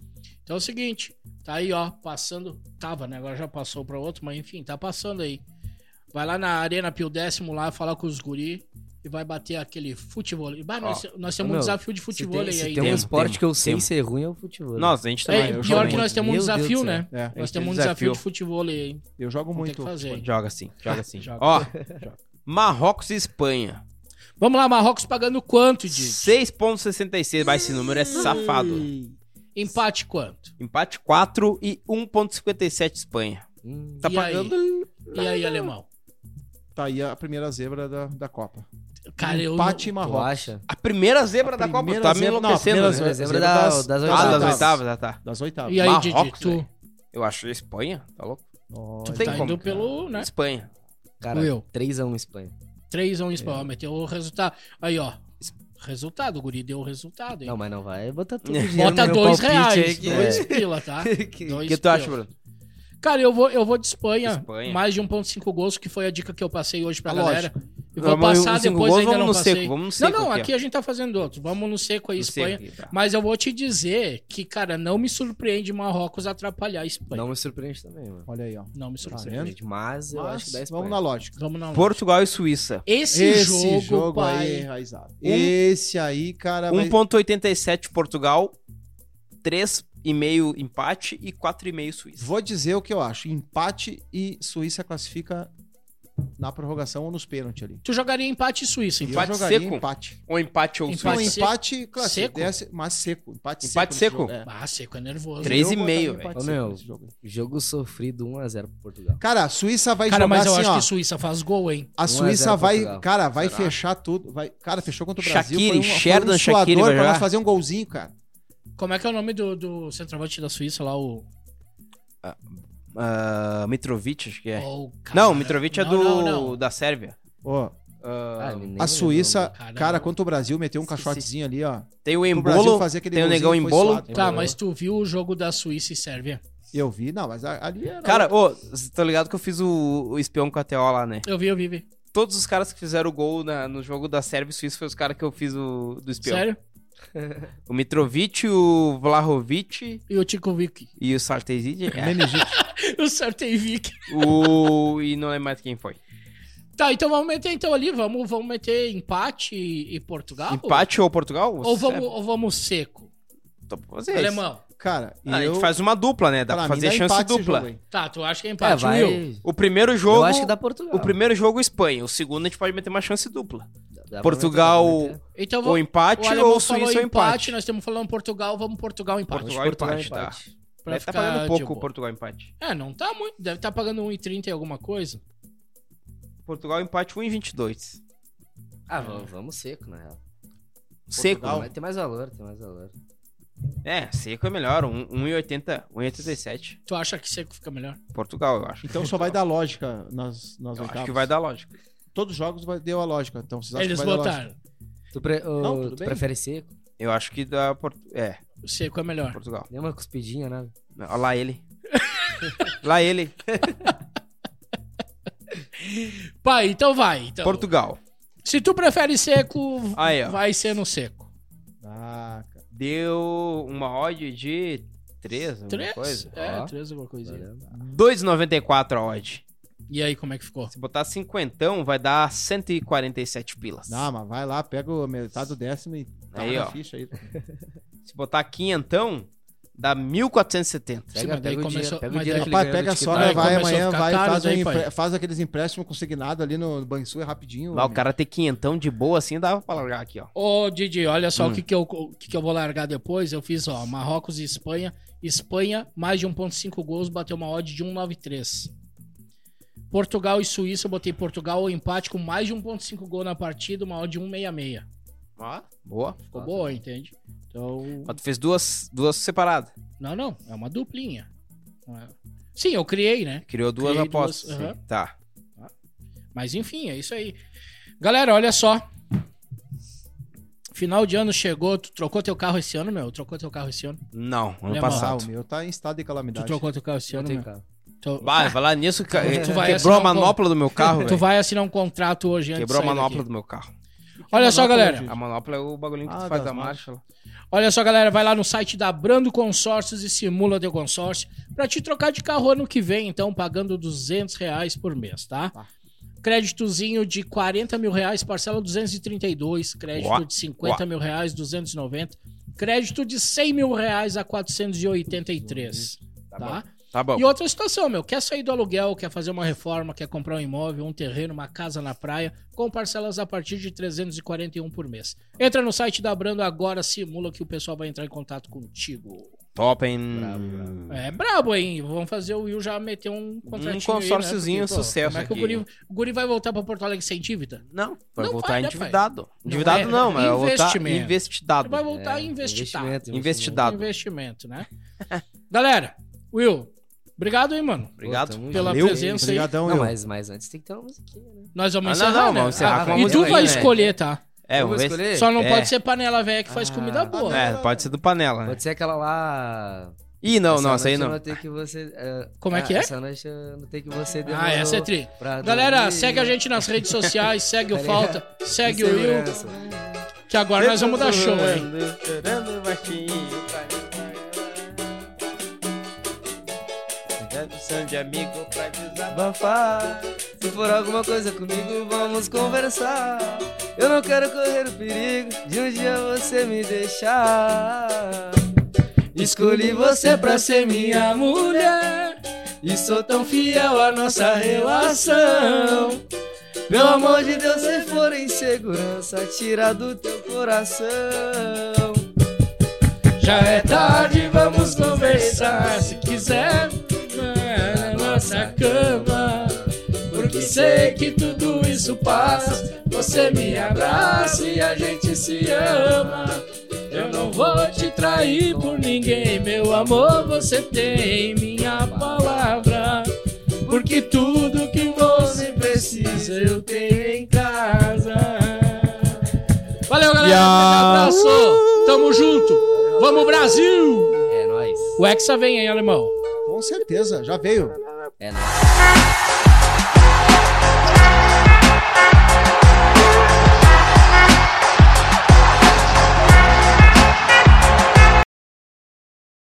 S2: Então é o seguinte, tá aí, ó, passando. Tava, né? Agora já passou pra outro, mas enfim, tá passando aí. Vai lá na Arena Pio Décimo lá, falar com os guri e vai bater aquele futebol. Bah, nós, nós temos um
S4: Meu,
S2: desafio de
S4: Se
S2: futebol
S4: tem, se
S2: aí.
S4: tem um
S2: né?
S3: Temos,
S4: esporte
S3: temos,
S4: que eu sei
S3: temos.
S4: ser ruim é o futebol.
S3: Nossa, a gente também.
S2: É,
S3: eu
S2: pior
S3: jogo
S2: que
S3: muito.
S2: nós temos um
S4: Meu Deus
S2: desafio,
S4: do céu.
S2: né?
S5: É,
S2: Nós
S3: Tem
S2: temos um
S3: desafio.
S2: desafio de futebol aí, hein?
S5: eu jogo
S2: Vamos ter que
S5: muito.
S2: fazer. hein?
S3: Joga assim, joga assim.
S2: Joga.
S3: Ó, Marrocos e Espanha.
S2: Vamos lá, Marrocos pagando quanto, de
S3: 6,66. Mas esse número é safado.
S2: Empate quanto?
S3: Empate 4 e 1,57 Espanha.
S4: Hum,
S3: Tá
S2: E
S3: pagando.
S2: E aí, alemão?
S5: Tá aí a primeira zebra da, da Copa.
S2: Cara, eu.
S5: Empate e
S2: não-
S4: tu
S5: Marrocos.
S4: acha?
S3: A primeira zebra
S5: A
S3: da Copa.
S5: primeira
S3: Tá me
S5: zebra- não, a
S3: enlouquecendo.
S5: primeira
S3: né?
S5: zebra-
S4: Zebra
S5: da-
S4: da-
S5: das-
S4: das,
S5: Ah,
S3: Ah,
S5: das
S4: oitavas.
S3: das oitavas, ah, tá.
S5: Das oitavas.
S2: E aí, Didi,
S3: Marrocos,
S2: tu,
S3: velho. Eu acho Espanha, tá louco?
S5: Olha,
S3: tem
S2: tá
S3: como,
S2: indo
S3: cara.
S2: pelo. Né?
S3: Espanha.
S4: Cara,
S2: Will.
S4: 3x1 Espanha.
S3: É.
S2: 3x1 Espanhol, meteu o resultado. Aí, ó. Resultado, o guri deu o resultado, hein?
S4: Não, mas não vai botar tudo. o dinheiro
S2: Bota
S4: no meu
S2: dois
S4: palpite
S2: reais.
S4: aí que-
S2: Dois pila, tá?
S4: É. Que-
S3: O
S2: Dois
S3: é que tu acha,
S2: pila.
S3: Bruno?
S2: Cara, eu vou, eu vou de Espanha,
S3: Espanha.
S2: Mais de 1,5 gols, que foi a dica que eu passei hoje pra
S5: Ah,
S2: galera. E vou
S3: Vamos
S2: passar
S3: no cinco
S2: depois,
S3: gols,
S2: ainda
S3: vamos
S2: não
S3: no
S2: passei.
S3: seco, vamos no
S2: não,
S3: seco
S2: não,
S3: aqui,
S2: aqui a gente tá fazendo outro. Vamos no seco aí,
S3: No
S2: Espanha.
S3: seco, tá.
S2: Mas eu vou te dizer que, cara, não me surpreende Marrocos atrapalhar a Espanha.
S4: Não
S2: Não,
S4: me surpreende também, mano.
S5: Olha aí, ó.
S2: me surpreende.
S5: vendo?
S4: Gente, Mas eu acho
S5: Mas
S4: que dá Espanha.
S5: vamos na lógica.
S2: Tá Vamos na
S3: Portugal e Suíça.
S2: Esse, jogo, pai.
S5: aí, Raizado. Esse aí,
S2: É,
S5: cara, vai-
S3: 1,87 Portugal, 3,5 empate e 4,5 Suíça.
S5: vou dizer o que eu acho. Empate e Suíça classifica na prorrogação ou nos pênaltis ali.
S2: Tu jogaria empate e Suíça, então.
S3: Empate
S5: eu jogaria
S3: seco?
S5: empate.
S3: Ou empate ou
S2: Empate.
S5: Se um
S3: empate.
S2: seco?
S5: empate, claro, se
S2: Seco?
S5: desse, mas seco. Empate, seco.
S3: Empate
S5: nesse
S3: seco?
S5: jogo. É.
S2: Ah, seco é nervoso.
S3: Três e
S5: Eu botaria
S3: meio, velho.
S5: empate
S4: Ô,
S5: seco
S4: meu.
S5: nesse jogo.
S4: Jogo sofrido 1x0 pro Portugal.
S5: Cara, a Suíça vai
S2: Cara,
S5: jogar
S2: mas eu
S5: assim,
S2: acho
S5: ó.
S2: que Suíça faz gol, hein?
S5: A
S4: 1 a 0
S5: Suíça vai,
S4: Portugal.
S5: cara, vai
S3: Será?
S5: fechar tudo. Vai, cara, fechou contra o Brasil.
S3: Shaqiri,
S5: foi um, foi
S3: Sheridan
S5: um suador
S3: Shaqiri vai
S5: pra nós
S3: jogar?
S5: fazer um golzinho, cara.
S2: Como é que é o nome do, do centroavante da Suíça lá? O.
S3: Ah, Mitrovic, acho que é.
S2: o cara-
S3: não, Mitrovic é
S2: Não,
S3: do
S2: não, não.
S3: da Sérvia.
S5: Ó,
S3: Ah,
S4: Ah, nem
S5: a
S4: lembro,
S5: Suíça,
S4: mano.
S2: cara.
S5: cara, contra o Brasil, meteu um
S4: Esqueci.
S5: caixotezinho ali, ó.
S3: tem o
S5: Pro Brasil
S3: Embolo,
S5: fazer aquele
S3: tem o
S5: golzinho,
S3: Negão
S5: foi
S3: Embolo.
S5: suado.
S2: Tá, mas tu viu o jogo da Suíça e Sérvia?
S5: Eu vi, não, mas a- ali era...
S3: Cara, ô, cê tá ligado que eu fiz o, o espião com a TO lá, né?
S2: Eu vi, eu vi, vi.
S3: Todos os caras que fizeram o gol na- no jogo da Sérvia e Suíça foi os caras que eu fiz o do espião.
S2: Sério?
S3: O Mitrovic, o Vlahovic
S2: E o Tico Vick.
S3: e o Sartezic. é.
S5: Meningite.
S2: Eu acertei Vick.
S3: o... E não é mais quem foi.
S2: Tá, então vamos meter então ali. Vamos, vamos meter empate e, e Portugal?
S3: Empate ou Portugal?
S2: Ah, Ou vamos, ou vamos seco?
S3: Dá pra fazer isso.
S2: Alemão.
S5: Cara, e
S3: Ah, a
S5: eu...
S3: gente faz uma dupla, né? Dá
S5: Cara,
S3: pra
S5: me
S3: fazer
S5: dá
S3: chance
S5: empate esse
S3: dupla.
S5: jogo, hein?
S2: Tá, tu acha que é empate,
S4: É, vai.
S2: Will?
S3: o primeiro jogo.
S4: Eu acho que dá Portugal.
S3: O primeiro jogo é Espanha. O segundo a gente pode meter uma chance dupla.
S4: Dá- dá pra
S3: Portugal
S4: meter, né? dá pra meter.
S2: Então
S3: ou
S2: vamos.
S3: empate
S2: o alemão
S3: ou
S2: falou né?
S3: Suíça ou empate.
S2: Nós estamos falando Portugal, vamos Portugal empate.
S3: Portugal,
S4: Portugal
S3: empate, tá.
S4: empate.
S2: Pra
S3: Deve estar
S2: ficar
S3: pagando
S2: de
S3: pouco o
S2: boa.
S3: Portugal empate.
S2: É, não tá muito. Deve estar pagando 1,30 e alguma coisa.
S3: Portugal empate 1,22.
S4: Ah, vamos, vamos seco, na real.
S3: Seco. né?
S5: Portugal.
S4: Mas tem mais valor, tem mais valor.
S3: É, seco é melhor. um- 1,80, 1,87.
S2: Tu acha que seco fica melhor?
S3: Portugal, eu acho.
S5: Então só vai dar lógica nas, nas
S3: Eu
S5: oitavas.
S3: acho que vai dar lógica.
S5: Todos os jogos vai, deu a lógica. Então vocês acham
S2: Eles
S5: que vai dar lógica?
S2: botaram.
S4: Tu, pre- ô,
S5: Não, tudo
S4: tu
S5: bem.
S4: prefere seco?
S3: Eu acho que dá. Port... É,
S2: O seco é melhor.
S3: Portugal.
S4: Deu uma cuspidinha, né?
S3: Não, Olha lá ele. lá ele.
S2: Pá, então vai. Então.
S3: Portugal.
S2: Se tu prefere seco,
S3: Aí, ó.
S2: vai ser no seco.
S5: Ah, cara.
S3: Deu uma odd de 3, alguma
S2: Três?
S3: coisa.
S2: É,
S4: Ó.
S2: três alguma coisinha.
S3: 2,94 a odd.
S2: E aí, como é que ficou?
S3: Se botar cinquentão, vai dar 147 pilas.
S5: Não, mas vai lá, pega o metade do décimo e tá
S3: Aí,
S5: na
S3: ó.
S5: ficha aí.
S3: Se botar quinhentão, dá 1.470.
S2: Sim, mas daí começou- mas daí-
S5: Rapaz,
S4: que ele ganhou
S5: pega
S4: no
S5: só,
S2: Aí
S5: né? vai
S4: TikTok.
S2: começou a
S5: amanhã,
S2: ficar
S5: vai,
S2: caro
S5: faz, um
S2: daí,
S5: empre-
S2: pai.
S5: faz aqueles empréstimos consignados ali no Banrisul é rapidinho.
S3: Lá, o
S5: homem.
S3: cara ter quinhentão de boa assim, dá pra largar aqui, ó.
S2: Ô, Didi, olha
S4: Hum.
S2: só o que, que, eu, o que, que eu vou largar depois. Eu fiz, ó, Marrocos e Espanha. Espanha, mais de 1,5 gols, bateu uma odd de 1,93. Portugal e Suíça, eu botei Portugal empate com mais de 1,5 gol na partida, uma odd de 1,66.
S3: Ó, boa.
S4: Ah,
S2: Ficou boa, entende? Então.
S3: Mas tu fez duas, duas separadas.
S2: Não, não, é uma duplinha. Não é- Sim, eu criei, né?
S3: Criou duas
S2: Criei
S3: apostas.
S2: duas,
S3: sim.
S2: aham.
S3: Tá.
S2: Mas enfim, é isso aí. Galera, olha só. Final de ano chegou, tu trocou teu carro esse ano, meu? Trocou teu carro esse ano?
S3: Não, ano
S2: Alemão.
S5: Ah,
S3: passado.
S5: o meu tá em estado de
S2: Tu
S5: calamidade.
S2: trocou teu carro esse
S4: Não
S2: ano,
S4: tem
S2: meu? Então,
S4: carro.
S2: Tu-
S3: Vai, vai lá nisso. ca-
S2: Tu vai
S3: Quebrou
S2: assinar
S3: a
S2: um
S3: manopla do meu carro,
S2: Tu
S3: velho.
S2: vai assinar um contrato hoje antes de
S3: Quebrou a
S2: sair daqui.
S3: manopla do meu carro.
S2: Olha só,
S5: manopla,
S2: galera.
S5: gente?
S3: A manopla é o bagulhinho que
S5: Ah,
S3: tu faz
S5: das
S3: da marcha. lá.
S2: Olha só, galera, vai lá no site da Brando Consórcios e simula teu consórcio pra te trocar de carro ano que vem, então, pagando 200 reais por mês, tá?
S5: Tá.
S2: Créditozinho de 40 mil reais, parcela 232, crédito
S3: Uá,
S2: de 50 mil reais, 290, crédito de 100 mil reais a 483, tá?
S3: Tá bom.
S2: E outra situação, meu, quer sair do aluguel, quer fazer uma reforma, quer comprar um imóvel, um terreno, uma casa na praia, com parcelas a partir de 341 por mês. Entra no site da Brando agora, simula que o pessoal vai entrar em contato contigo.
S3: Top, hein?
S4: Bravo, bravo.
S2: É brabo, hein? Vamos fazer o Will já meter um contratinho
S3: Hum. Um
S2: aí,
S3: consórciozinho
S2: né? Porque, pô,
S3: sucesso
S2: Como é que o
S3: aqui.
S2: guri, o guri vai voltar pra Porto Alegre sem dívida?
S3: Não, vai
S2: Não
S3: voltar
S2: vai, né, pai?
S3: endividado.
S2: Não
S3: endividado
S2: é.
S3: não, mas vai voltar
S2: Investimento.
S3: investidado.
S2: Ele vai
S4: Tá
S2: voltar a investir.
S4: investimento,
S3: Investidado. É, dado.
S2: É, Investimento, né? Galera, Will, obrigado aí, mano.
S3: Obrigado
S4: Pô, tamo
S2: pela
S4: junto.
S2: presença.
S5: Obrigadão,
S4: Não,
S5: eu.
S4: mas, mas antes tem que ter uma musiquinha, né?
S2: Nós vamos
S3: Ah, não,
S2: encerrar,
S3: não,
S2: né?
S3: vamos encerrar
S4: com uma
S2: E tu
S4: musiquinha
S2: vai
S4: aí, né?
S2: escolher, tá?
S3: É,
S4: Vamos
S3: vamos ver.
S4: escolher?
S2: Só não
S3: É.
S2: pode ser panela velha que faz
S4: Ah,
S2: comida boa.
S5: né?
S3: É, pode ser do panela. né?
S4: Pode ser aquela lá.
S3: Ih, não,
S4: Essa
S3: não, essa aí
S4: noite Eu
S3: não.
S4: notei que você. ah,
S2: Como é
S4: ah,
S2: que é?
S4: Essa noite eu notei que você demorou.
S2: Ah, essa é tri.
S4: pra
S2: Galera,
S4: dormir.
S2: segue a gente nas redes sociais, segue o
S4: Peraí.
S2: Falta, segue o Will,
S4: Segurança.
S2: que agora nós vamos dar show, hein?
S3: de um amigo pra
S4: desabafar. Se for alguma coisa comigo, vamos conversar. Eu não quero correr o perigo de um dia você me deixar. Escolhi você pra ser minha mulher. E sou tão fiel à nossa relação. Pelo amor de Deus, se for em segurança, tira do teu coração.
S2: Já é tarde, vamos conversar se quiser na nossa cama. Porque sei que tudo isso passa, você me abraça e a gente se ama. Eu não vou te trair por ninguém, meu amor, você tem minha palavra. Porque tudo que você precisa eu tenho em casa. Valeu, galera.
S5: Yeah.
S2: Um abraço. Tamo junto. Vamos, Brasil!
S4: É nóis.
S2: O Hexa vem, hein, alemão?
S5: Com certeza, já veio.
S4: É nóis.